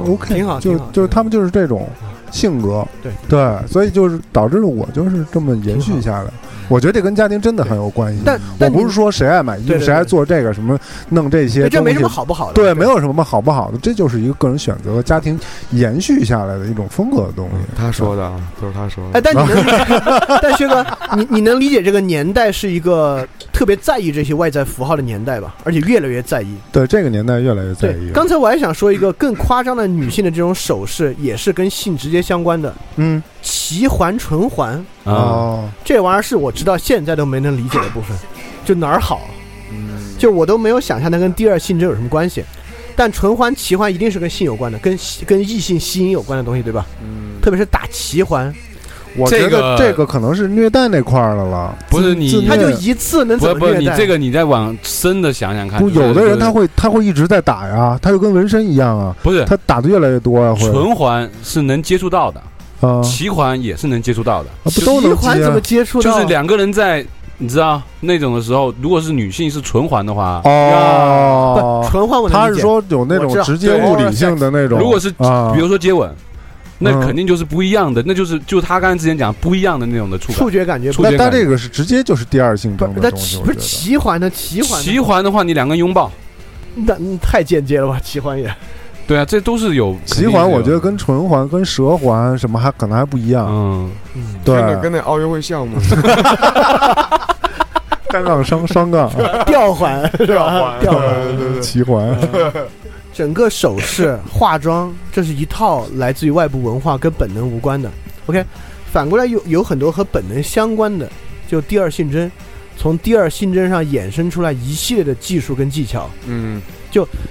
B: 嗯
C: ，OK，
D: 挺好
C: 就
D: 挺好
C: 就是他们就是这种性格，
D: 对
C: 对，所以就是导致我就是这么延续下来。我觉得这跟家庭真的很有关系。
D: 但
C: 我
D: 但
C: 不
D: 你
C: 是说谁爱买衣
D: 对
C: 服，
D: 对
C: 谁爱
D: 对
C: 做这个什么弄这些
D: 对
C: 东西，
D: 这没什么好不好的，
C: 对，没有什么好不好的，这就是一个个人选择和家庭延续下来的一种风格的东
D: 嗯
C: 西。
B: 他说的啊，都是他说
D: 哎，
B: 的。
D: 但你 能，但薛哥，你你能理解这个年代是一个特别在意这些外在符号的年代吧？而且越来越在意。
C: 对，这个年代越来越在
D: 对
C: 意，了。
D: 刚才我还想说一个更夸张的女性的这种首饰，也是跟性直接相关的，
C: 嗯
D: 脐环、唇环，
E: 啊，
C: 哦，
D: 这玩意儿是我直到现在都没能理解的部分，就哪儿好，
B: 嗯
D: 就我都没有想象它跟第二性征有什么关系。但唇环、脐环一定是跟性有关的，跟吸跟异性吸引有关的东西，对吧？
B: 嗯
D: 特别是打脐环，
C: 我
E: 这
C: 觉
E: 个
C: 得这个可能是虐待那块儿的了。
E: 不
C: 自
E: 是你
C: 自
D: 它
C: 虐
D: 就一次能
E: 不
D: 怎
E: 不
D: 么
E: 是，
D: 虐
E: 你
D: 待？
E: 这个你再往深的想想看，
C: 不，有的人他
E: 会
C: 会他会一直在打呀，他就跟纹身一样啊，
E: 不是
C: 他打的越来越多啊，会
E: 唇环是能接触到的，
D: 哦
C: 啊，
E: 脐环也是能接触到的，
C: 啊不都能
D: 脐环
C: 接
D: 怎
C: 啊
D: 么接触到
E: 就
D: 啊？
E: 是两个人在你知道那种的时候，如果是女性是唇环的话，
C: 哦
D: 不，唇环我能
C: 他是
D: 理解
C: 说有那
D: 我知
C: 种
D: 道
C: 直接物理性的那种，
E: 如果是
C: 啊，
E: 比如说接吻，那
C: 嗯
E: 肯定就是不一样的，那就是就是他刚才之前讲不一样的那种的触
D: 触
E: 感。
D: 觉感觉
E: 触
C: 那
E: 觉
C: 他
E: 感
C: 这个是直接就是第二性
D: 不
C: 征
D: 是
C: 的
D: 它
C: 东西，
D: 脐
C: 我觉
D: 不是
C: 得
D: 脐环呢？脐环呢
E: 脐环的话，你两个人拥抱，
D: 那嗯太间接了吧？脐环也
E: 对啊，这都是有
C: 脐环，我觉得跟唇环、跟舌环什么还可能还不一样，
E: 嗯，
C: 对，
B: 真的跟那奥运会项目
C: 单杠双双杠，
D: 吊环是吧？吊
B: 对
D: 环，
B: 对 对
C: 脐环，，
D: 整个首饰、化妆，这是一套来自于外部文化跟本能无关的。OK，反过来有有很多和本能相关的，就第二性征，从第二性征上衍生出来一系列的技术跟技巧。
B: 嗯，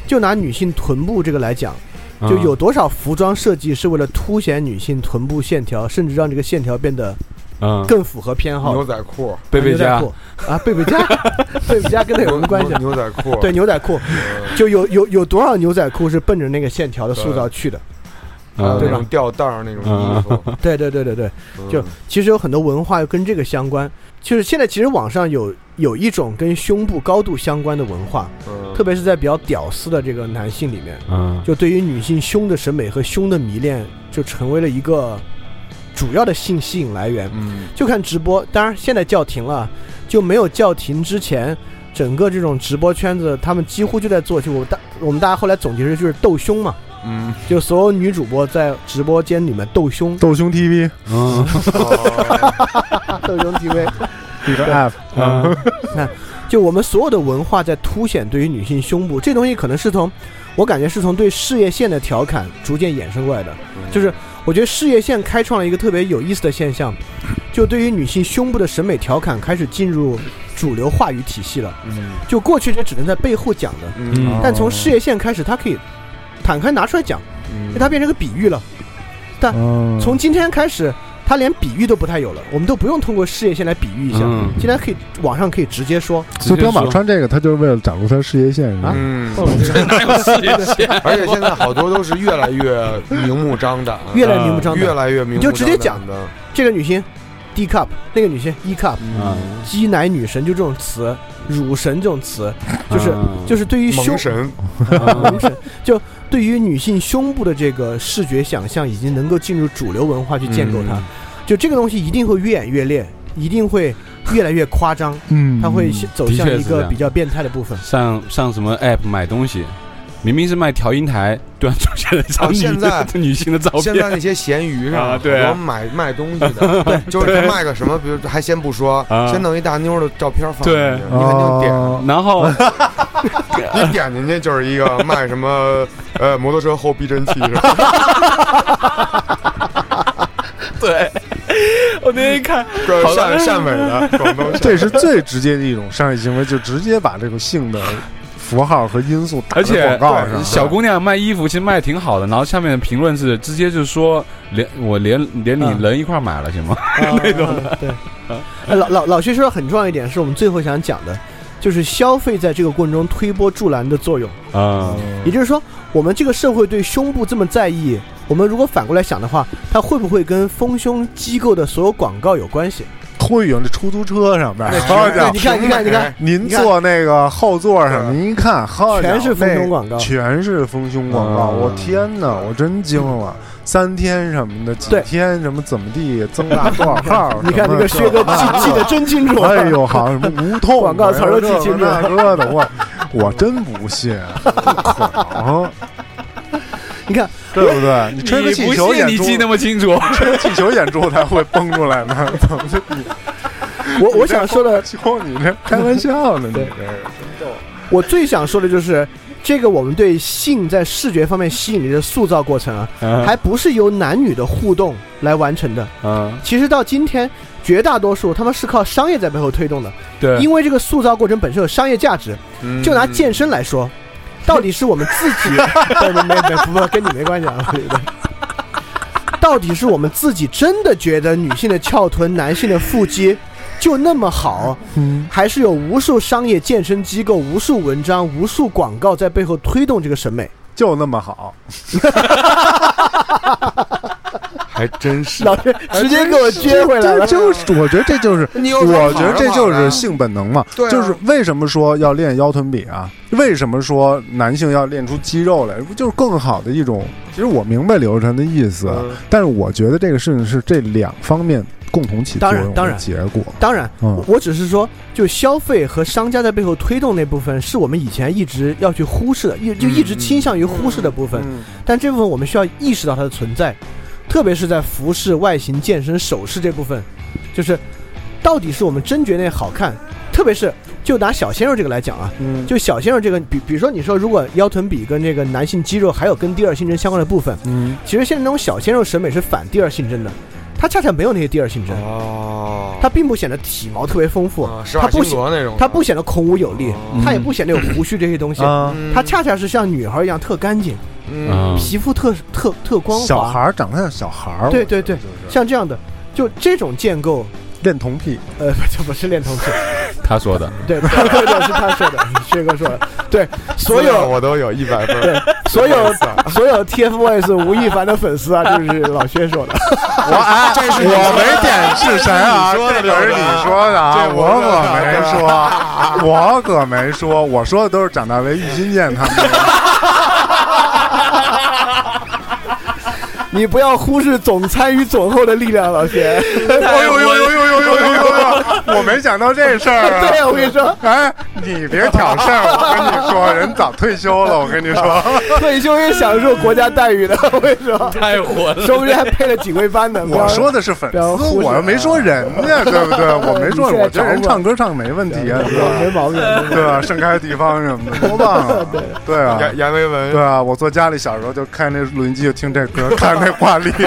D: 就拿女性臀部这个来讲，
E: 嗯
D: 就有多少服装设计是为了凸显女性臀部线条，甚至让这个线条变得
E: 嗯，
D: 更符合偏好。
B: 牛仔裤，
E: 贝贝
D: 牛仔
E: 家嗯
D: 裤啊，贝贝家， 贝贝家跟他有什么关系？
B: 牛仔裤，嗯
D: 对，牛仔裤，就有有有多少牛仔裤是奔着那个线条的塑造去的？
B: 还
D: 啊
B: 有
E: 嗯
B: 那种吊带儿那种衣服，
D: 对对对对对，
B: 嗯
D: 就其实有很多文化跟这个相关。就是现在其实网上有有一种跟胸部高度相关的文化，
B: 嗯
D: 特别是在比较屌丝的这个男性里面，
E: 嗯，
D: 就对于女性胸的审美和胸的迷恋，就成为了一个主要的性吸引来源。
B: 嗯
D: 就看直播，当然现在叫停了，就没有叫停之前，整个这种直播圈子，他们几乎就在做，就我大我们大家后来总结是就是斗胸嘛，
B: 嗯，
D: 就所有女主播在直播间里面斗胸
C: 斗胸 TV
E: 嗯
B: 哦
D: 斗胸 TV，
C: 一个 app，
E: 嗯
D: 就我们所有的文化在凸显对于女性胸部这东西，可能是从我感觉是从对事业线的调侃逐渐衍生过来的，就是我觉得事业线开创了一个特别有意思的现象，就对于女性胸部的审美调侃开始进入主流话语体系了。
B: 嗯
D: 就过去这只能在背后讲的，
E: 嗯
D: 但从事业线开始，它可以坦开拿出来讲，因为它变成个比喻了。
C: 嗯，
D: 从今天开始，它连比喻都不太有了，我们都不用通过事业线来比喻一下，
E: 嗯
D: 今天可以网上可以直接说，
C: 就彪马穿这个，他就是为了展露他事业线
D: 啊
B: 嗯，
E: 哪有事业线？
B: 而且现在好多都是越来越明目张胆，嗯
D: 越来越明目张
B: 越
D: 胆。
B: 来越明目张胆的，
D: 你就直接讲这个女星 D cup，那个女星 E cup，
E: 嗯
D: 鸡奶女神就这种词，乳神这种词，
E: 嗯
D: 就是就是对于胸
B: 萌神，
D: 萌神，就对于女性胸部的这个视觉想象，已经能够进入主流文化去建构
E: 嗯
D: 它。就这个东西一定会越演越烈，一定会越来越夸张，
C: 嗯，
D: 它会走向
E: 的确
D: 一
E: 是这
D: 个
E: 样
D: 比较变态的部 分。
E: 上上什么 app 买东西，明明是卖调音台，突然出现了一
B: 哦
E: 张
B: 现
E: 女
B: 在
E: 的女 性的照
B: 现
E: 片
B: 在那些闲鱼上
E: 哦啊对啊
B: 好多卖卖东西 的，就是他卖个什么，比如还先不说
E: 啊，
B: 先弄一大妞的照片放进去，
E: 对
B: 你肯定
C: 哦
B: 点，
E: 然后
B: 一点进去就是一个卖什么呃摩托车后避震器是吧？
E: 对，我那天看，好
B: 汕汕尾的广 东，
C: 这是最直接的一种商业行为，就直接把这个性的符号和因素打
E: 而
C: 在
E: 且
C: 广告上。
E: 小姑娘卖衣服其实卖的挺好的，然后下面的评论是直接就说连我连连你
D: 嗯
E: 人一块儿买了行吗？
D: 那种的， 对。呃老老老薛说的很重要一点，是我们最后想讲的，就是消费在这个过程中推波助澜的作用。
E: 啊，
D: 也就是说，我们这个社会对胸部这么在意，我们如果反过来想的话，它会不会跟丰胸机构的所有广告有关系？
C: 推远这出租车上边，好家
D: 对
C: 伙
D: 你看你看你看，
C: 您
D: 你看
C: 坐那个后座上，
B: 对
C: 您一看，好家伙
D: 全是丰胸广告
C: 那全是丰胸广告，
E: 嗯
C: 我天哪，我真惊了。三天什么的，几
D: 对
C: 天什么怎么地增大多少号？
D: 你
C: 什
D: 看那
C: 么
D: 个薛哥记记得真清楚。
C: 哎呦，好像什么无痛
D: 广告词儿都记清楚
C: 大哥的，我我真不 信，不可能，
D: 你看，
C: 对不对？你
E: 你
C: 吹个气
E: 不
C: 球
E: 信
C: 演
E: 你
C: 出，
E: 记那么清楚？
C: 吹个气球演出才会蹦出来 呢。怎么就你
D: 我我想说的，
C: 就你这开玩笑呢？你
D: 对
C: 这
D: 我最想说的就是，这个我们对性在视觉方面吸引力的塑造过程啊，还不是由男女的互动来完成的。
E: 嗯，
D: 其实到今天，绝大多数他们是靠商业在背后推动的，
E: 对，
D: 因为这个塑造过程本身有商业价值。
B: 嗯
D: 就拿健身来说，到底是我们自己，没没没没，不不，跟你没关系啊， 我觉得。到底是我们自己真的觉得女性的翘臀、男性的腹肌就那么好，
C: 嗯
D: 还是有无数商业健身机构、无数文章、无数广告在背后推动这个审美？
C: 就那么 好，
B: 还真是
D: 老师直接给我撅回来了
C: 这。就是我觉得这就是，
B: 你有什么
C: 我觉得这就
B: 好的
C: 是性本能嘛。
B: 对啊
C: 就是为什么说要练腰臀比啊？为什么说男性要练出肌肉来？不就是更好的一种？其实我明白刘晨的意思，啊
B: 嗯
C: 但是我觉得这个事情是这两方面共同起作
D: 当然
C: 用
D: 当
C: 的
D: 然
C: 结果。
D: 当然，
C: 嗯
D: 我我只是说，就消费和商家在背后推动那部分，是我们以前一直要去忽视的，一就一直倾向于忽视的部分。
B: 嗯
D: 但这部分我们需要意识到它的存在，特别是在服饰、外形、健身、首饰这部分，就是到底是我们真觉得那好看，特别是就拿小鲜肉这个来讲啊，
C: 嗯
D: 就小鲜肉这个，比比如说你说如果腰臀比跟这个男性肌肉还有跟第二性征相关的部分，
C: 嗯，
D: 其实现在那种小鲜肉审美是反第二性征的，它恰恰没有那些第二性征，
B: 哦，
D: 它并不显得体毛特别丰富
B: 啊，施
D: 它
B: 瓦辛
D: 不显
B: 格那种，
D: 它不显得孔武有力
B: 哦，
D: 它也不显得有胡须这些东西。
C: 啊，
B: 嗯，
D: 它恰恰是像女孩一样特干净，
B: 嗯
D: 皮肤特特特光滑，
C: 小孩儿长得像小孩儿，
D: 对
C: 我觉得
D: 对对
C: 就是
D: 像这样的，就这种建构，
C: 恋童癖，
D: 呃， 不这不是 恋童癖，
E: 他说的，
D: 对，不是对是他说的， 薛哥说的，对，所
B: 资料
D: 有
B: 我都有一百分儿，
D: 所有所有 TFBOYS 吴亦凡的粉丝啊， 就是老薛说的，
B: 我哎， 这是
C: 我没点是谁啊？
B: 这是你说的
C: 这可是
B: 刘
C: 你
B: 德
C: 说的啊，
B: 这
C: 我
B: 我
C: 可
B: 知道
C: 没 说，我可没说，我说的都是长大为郁金剑他们。
D: 你不要忽视总参与总后的力量，老薛。
C: 哎呦呦呦呦呦呦呦呦！我没想到这事儿啊。
D: 对，我跟你说，
C: 哎，你别挑事儿，我跟你说，人早退休了，我跟你说。
D: 退休也享受国家待遇的， 我跟 你说，
E: 太火了
D: 说不定还配了警卫班呢。
C: 我说的是粉丝，
D: 不要忽视
C: 我又没说人家，对不对？我没说，
D: 啊 你现在
C: 我觉得人
D: 找我
C: 唱歌唱没问
D: 不要
C: 题啊，对
D: 没
C: 吧？
D: 毛病。没毛病
C: 对吧？盛开地方什么的，多棒 啊！对啊，
B: 阎阎维文
C: 对啊，我坐家里小时候就开那录音机，就听这歌，看那挂历，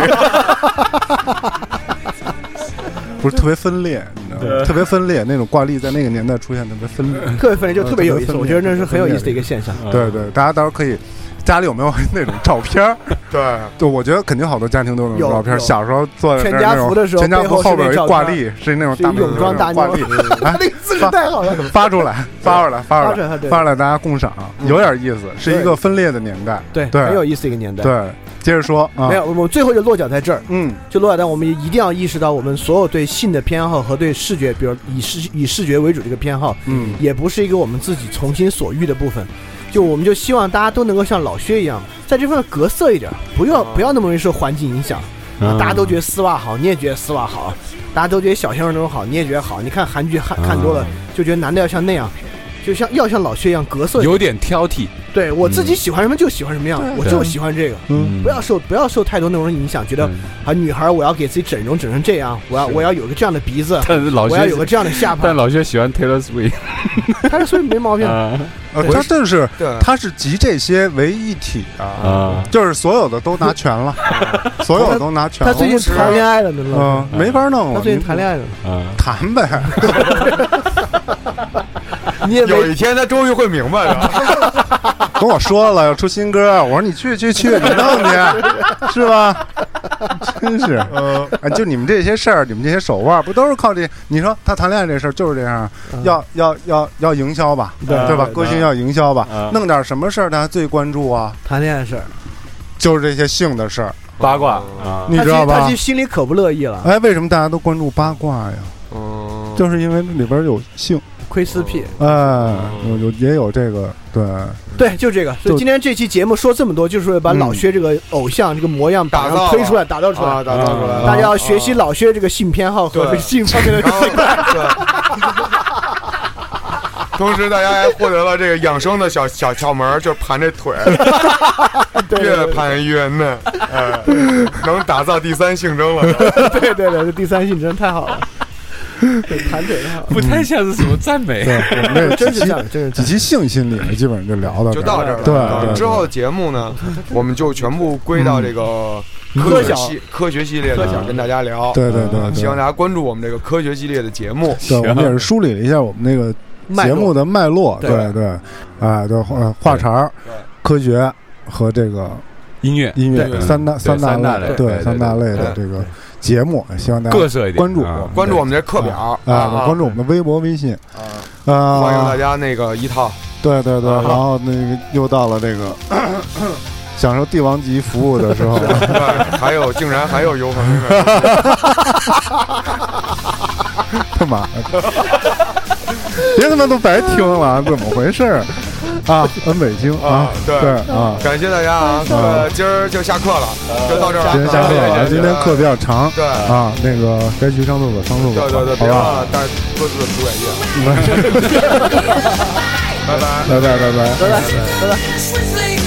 C: 不是特别分裂，你知道吗？特别分裂，那种挂历在那个年代出现特别分裂。
D: 特别分就特别有意思，
C: 嗯
D: 我觉得那是很有意思的一个现象。
C: 对对，大家到时候可以，家里有没有那种照片儿？
B: 对，
C: 对，我觉得肯定好多家庭都有那种
D: 有
C: 照片儿。
D: 有
C: 小时候坐在那儿
D: 全家
C: 那种
D: 福的时候
C: 全家
D: 背
C: 福
D: 后是
C: 后边有
D: 那
C: 一
D: 照
C: 挂
D: 片
C: 历，是那种
D: 是
C: 大美
D: 泳
C: 女
D: 装
C: 那
D: 大
C: 种挂 历
D: 妞，
C: 哎
D: 啊
C: 啊
D: 那个姿势太好了。
C: 发出来，发出来，发
D: 发
C: 出
D: 出
C: 来
D: 来，对嗯
C: 发出来，大家共赏，有点意思，是一个分裂的年代。
D: 对，
C: 对
D: 很有意思的一个年代。，
C: 对，接着说啊
D: 没，有，我们最后就落脚在这儿，
C: 嗯，
D: 就落脚在我们一定要意识到，我们所有对性的偏好和对视觉，比如以视以视觉为主这个偏好，
C: 嗯
D: 也不是一个我们自己从心所欲的部分。就我们就希望大家都能够像老薛一样，在这方面格色一点，不要不要那么容易受环境影响。
E: 啊
D: 大家都觉得丝袜好，你也觉得丝袜好；大家都觉得小鲜肉那种好，你也觉得好。你看韩剧看看多了，就觉得男的要像那样，就像要像老薛一样格色一点。
E: 有点挑剔，
D: 对我自己喜欢什么就喜欢什么样，我就喜欢这个。
E: 嗯
D: 不要受不要受太多那种影响，觉得
B: 嗯
E: 对
D: 啊女孩我要给自己整容整成这样，我要我要有个这样的 鼻子，
E: 但是老
D: 我要有个
E: 薛，
D: 这样的下巴
E: 但。老薛喜欢 Taylor Swift
D: 他说没毛病，
E: 啊
C: 呃
D: 对
C: 他就是
B: 对
C: 他是集这些为一体啊，
E: 啊，
C: 就是所有的都拿全 了，所有的都拿全
D: 他
C: 了。
D: 最近谈恋爱了，你知道吗？
C: 嗯，没法弄
D: 他
C: 了。
D: 最近谈恋爱
B: 哦
D: 了，
E: 啊，
C: 谈呗，
D: 你也没
B: 有一天他终于会明白的，
C: 跟我说了要出新歌，我说你去去去，你弄去，是吧？ 真是，
B: 嗯，
C: 啊，就你们这些事儿，你们这些手腕，不都是靠这？你说他谈恋爱这事儿就是这样，要要要要营销吧，
D: 对
C: 对吧？
D: 对
C: 歌星要营销吧
E: 嗯，
C: 弄点什么事儿大家最关注啊？
D: 谈恋爱的事儿，
C: 就是这些性的事儿，
E: 八卦啊，
C: 你
D: 他
C: 知
D: 其
C: 道
D: 实他
C: 吧
D: 其实？心里可不乐意了，
C: 哎，为什么大家都关注八卦呀？
B: 嗯，
C: 就是因为里边有性，
D: 窥私癖。
B: 哦
C: 哎，有有也有这个，对，
D: 对，就这个。所以
C: 就
D: 今天这期节目说这么多，就是为了把老薛这个偶像这个模样
B: 嗯打
D: 把
B: 造
D: 它推出来，打造出
B: 啊，
D: 来。嗯
B: 打造出来了，
D: 大家要学习老薛这个性偏好和
B: 对
D: 性方面的
B: 然后对。 同时，大家还获得了这个养生的小小窍门儿，就是盘这腿，
D: 对对
B: 越
D: 对
B: 盘越嫩，哎，能打造第三性征 了。
D: 对对对，这第三性真的太 好了，对，盘腿太好了，
E: 不太像是什么赞美
C: 对，我们这
D: 真
C: 几
D: 是这
C: 期
D: 样，真是
C: 几
D: 这样。
C: 期性心理基本上就聊到
B: 就
C: 这儿
B: 到
C: 了
B: 这儿了。
C: 对
B: 啊
C: 对嗯
B: 之后的节目呢，我们就全部归到这个
D: 科
B: 科学
D: 小
B: 系科学系列
D: 科小
B: 的跟大家聊。
C: 对对对，对
B: 希望大家关注我们这个科学系列的节目。
C: 对，我们也是梳理了一下我们那个节目的脉络，
D: 对
C: 对对，啊，对话话茬儿
B: 对、
C: 科学和这个
E: 音乐
C: 音乐
E: 对
C: 三大
E: 对
C: 三大
E: 三大
C: 类，
E: 类对
C: 对
E: 对
C: 三大类
B: 对
C: 的这个节目，希望大家
E: 各色一点，
C: 关注
E: 啊
C: 我
B: 关注我们这课表
C: 啊啊，
B: 啊，
C: 关注我们的微博、微信
B: 啊
C: 啊，
B: 欢迎大家那个一 套
C: 对对对，
B: 啊
C: 然后那个又到了这个 享受帝王级服务的时候，
B: 对，还有竟然还有油朋友们，
C: 他妈的， 别他妈都白听了，怎么回事儿啊？很北京啊
B: 啊，对
C: 啊。
B: 感谢大家啊！呃，今儿就下课了，就到这儿了。
C: 嗯今天下课了，
B: 啊
C: 啊！今天课比较长，
B: 对
C: 啊，那个该去上厕所上厕所，
B: 对对对，
C: 好
B: 别忘
C: 吧
B: 了，带多次涂改液。
C: 拜
B: 拜拜。
C: 拜拜拜拜。
G: Swiftly.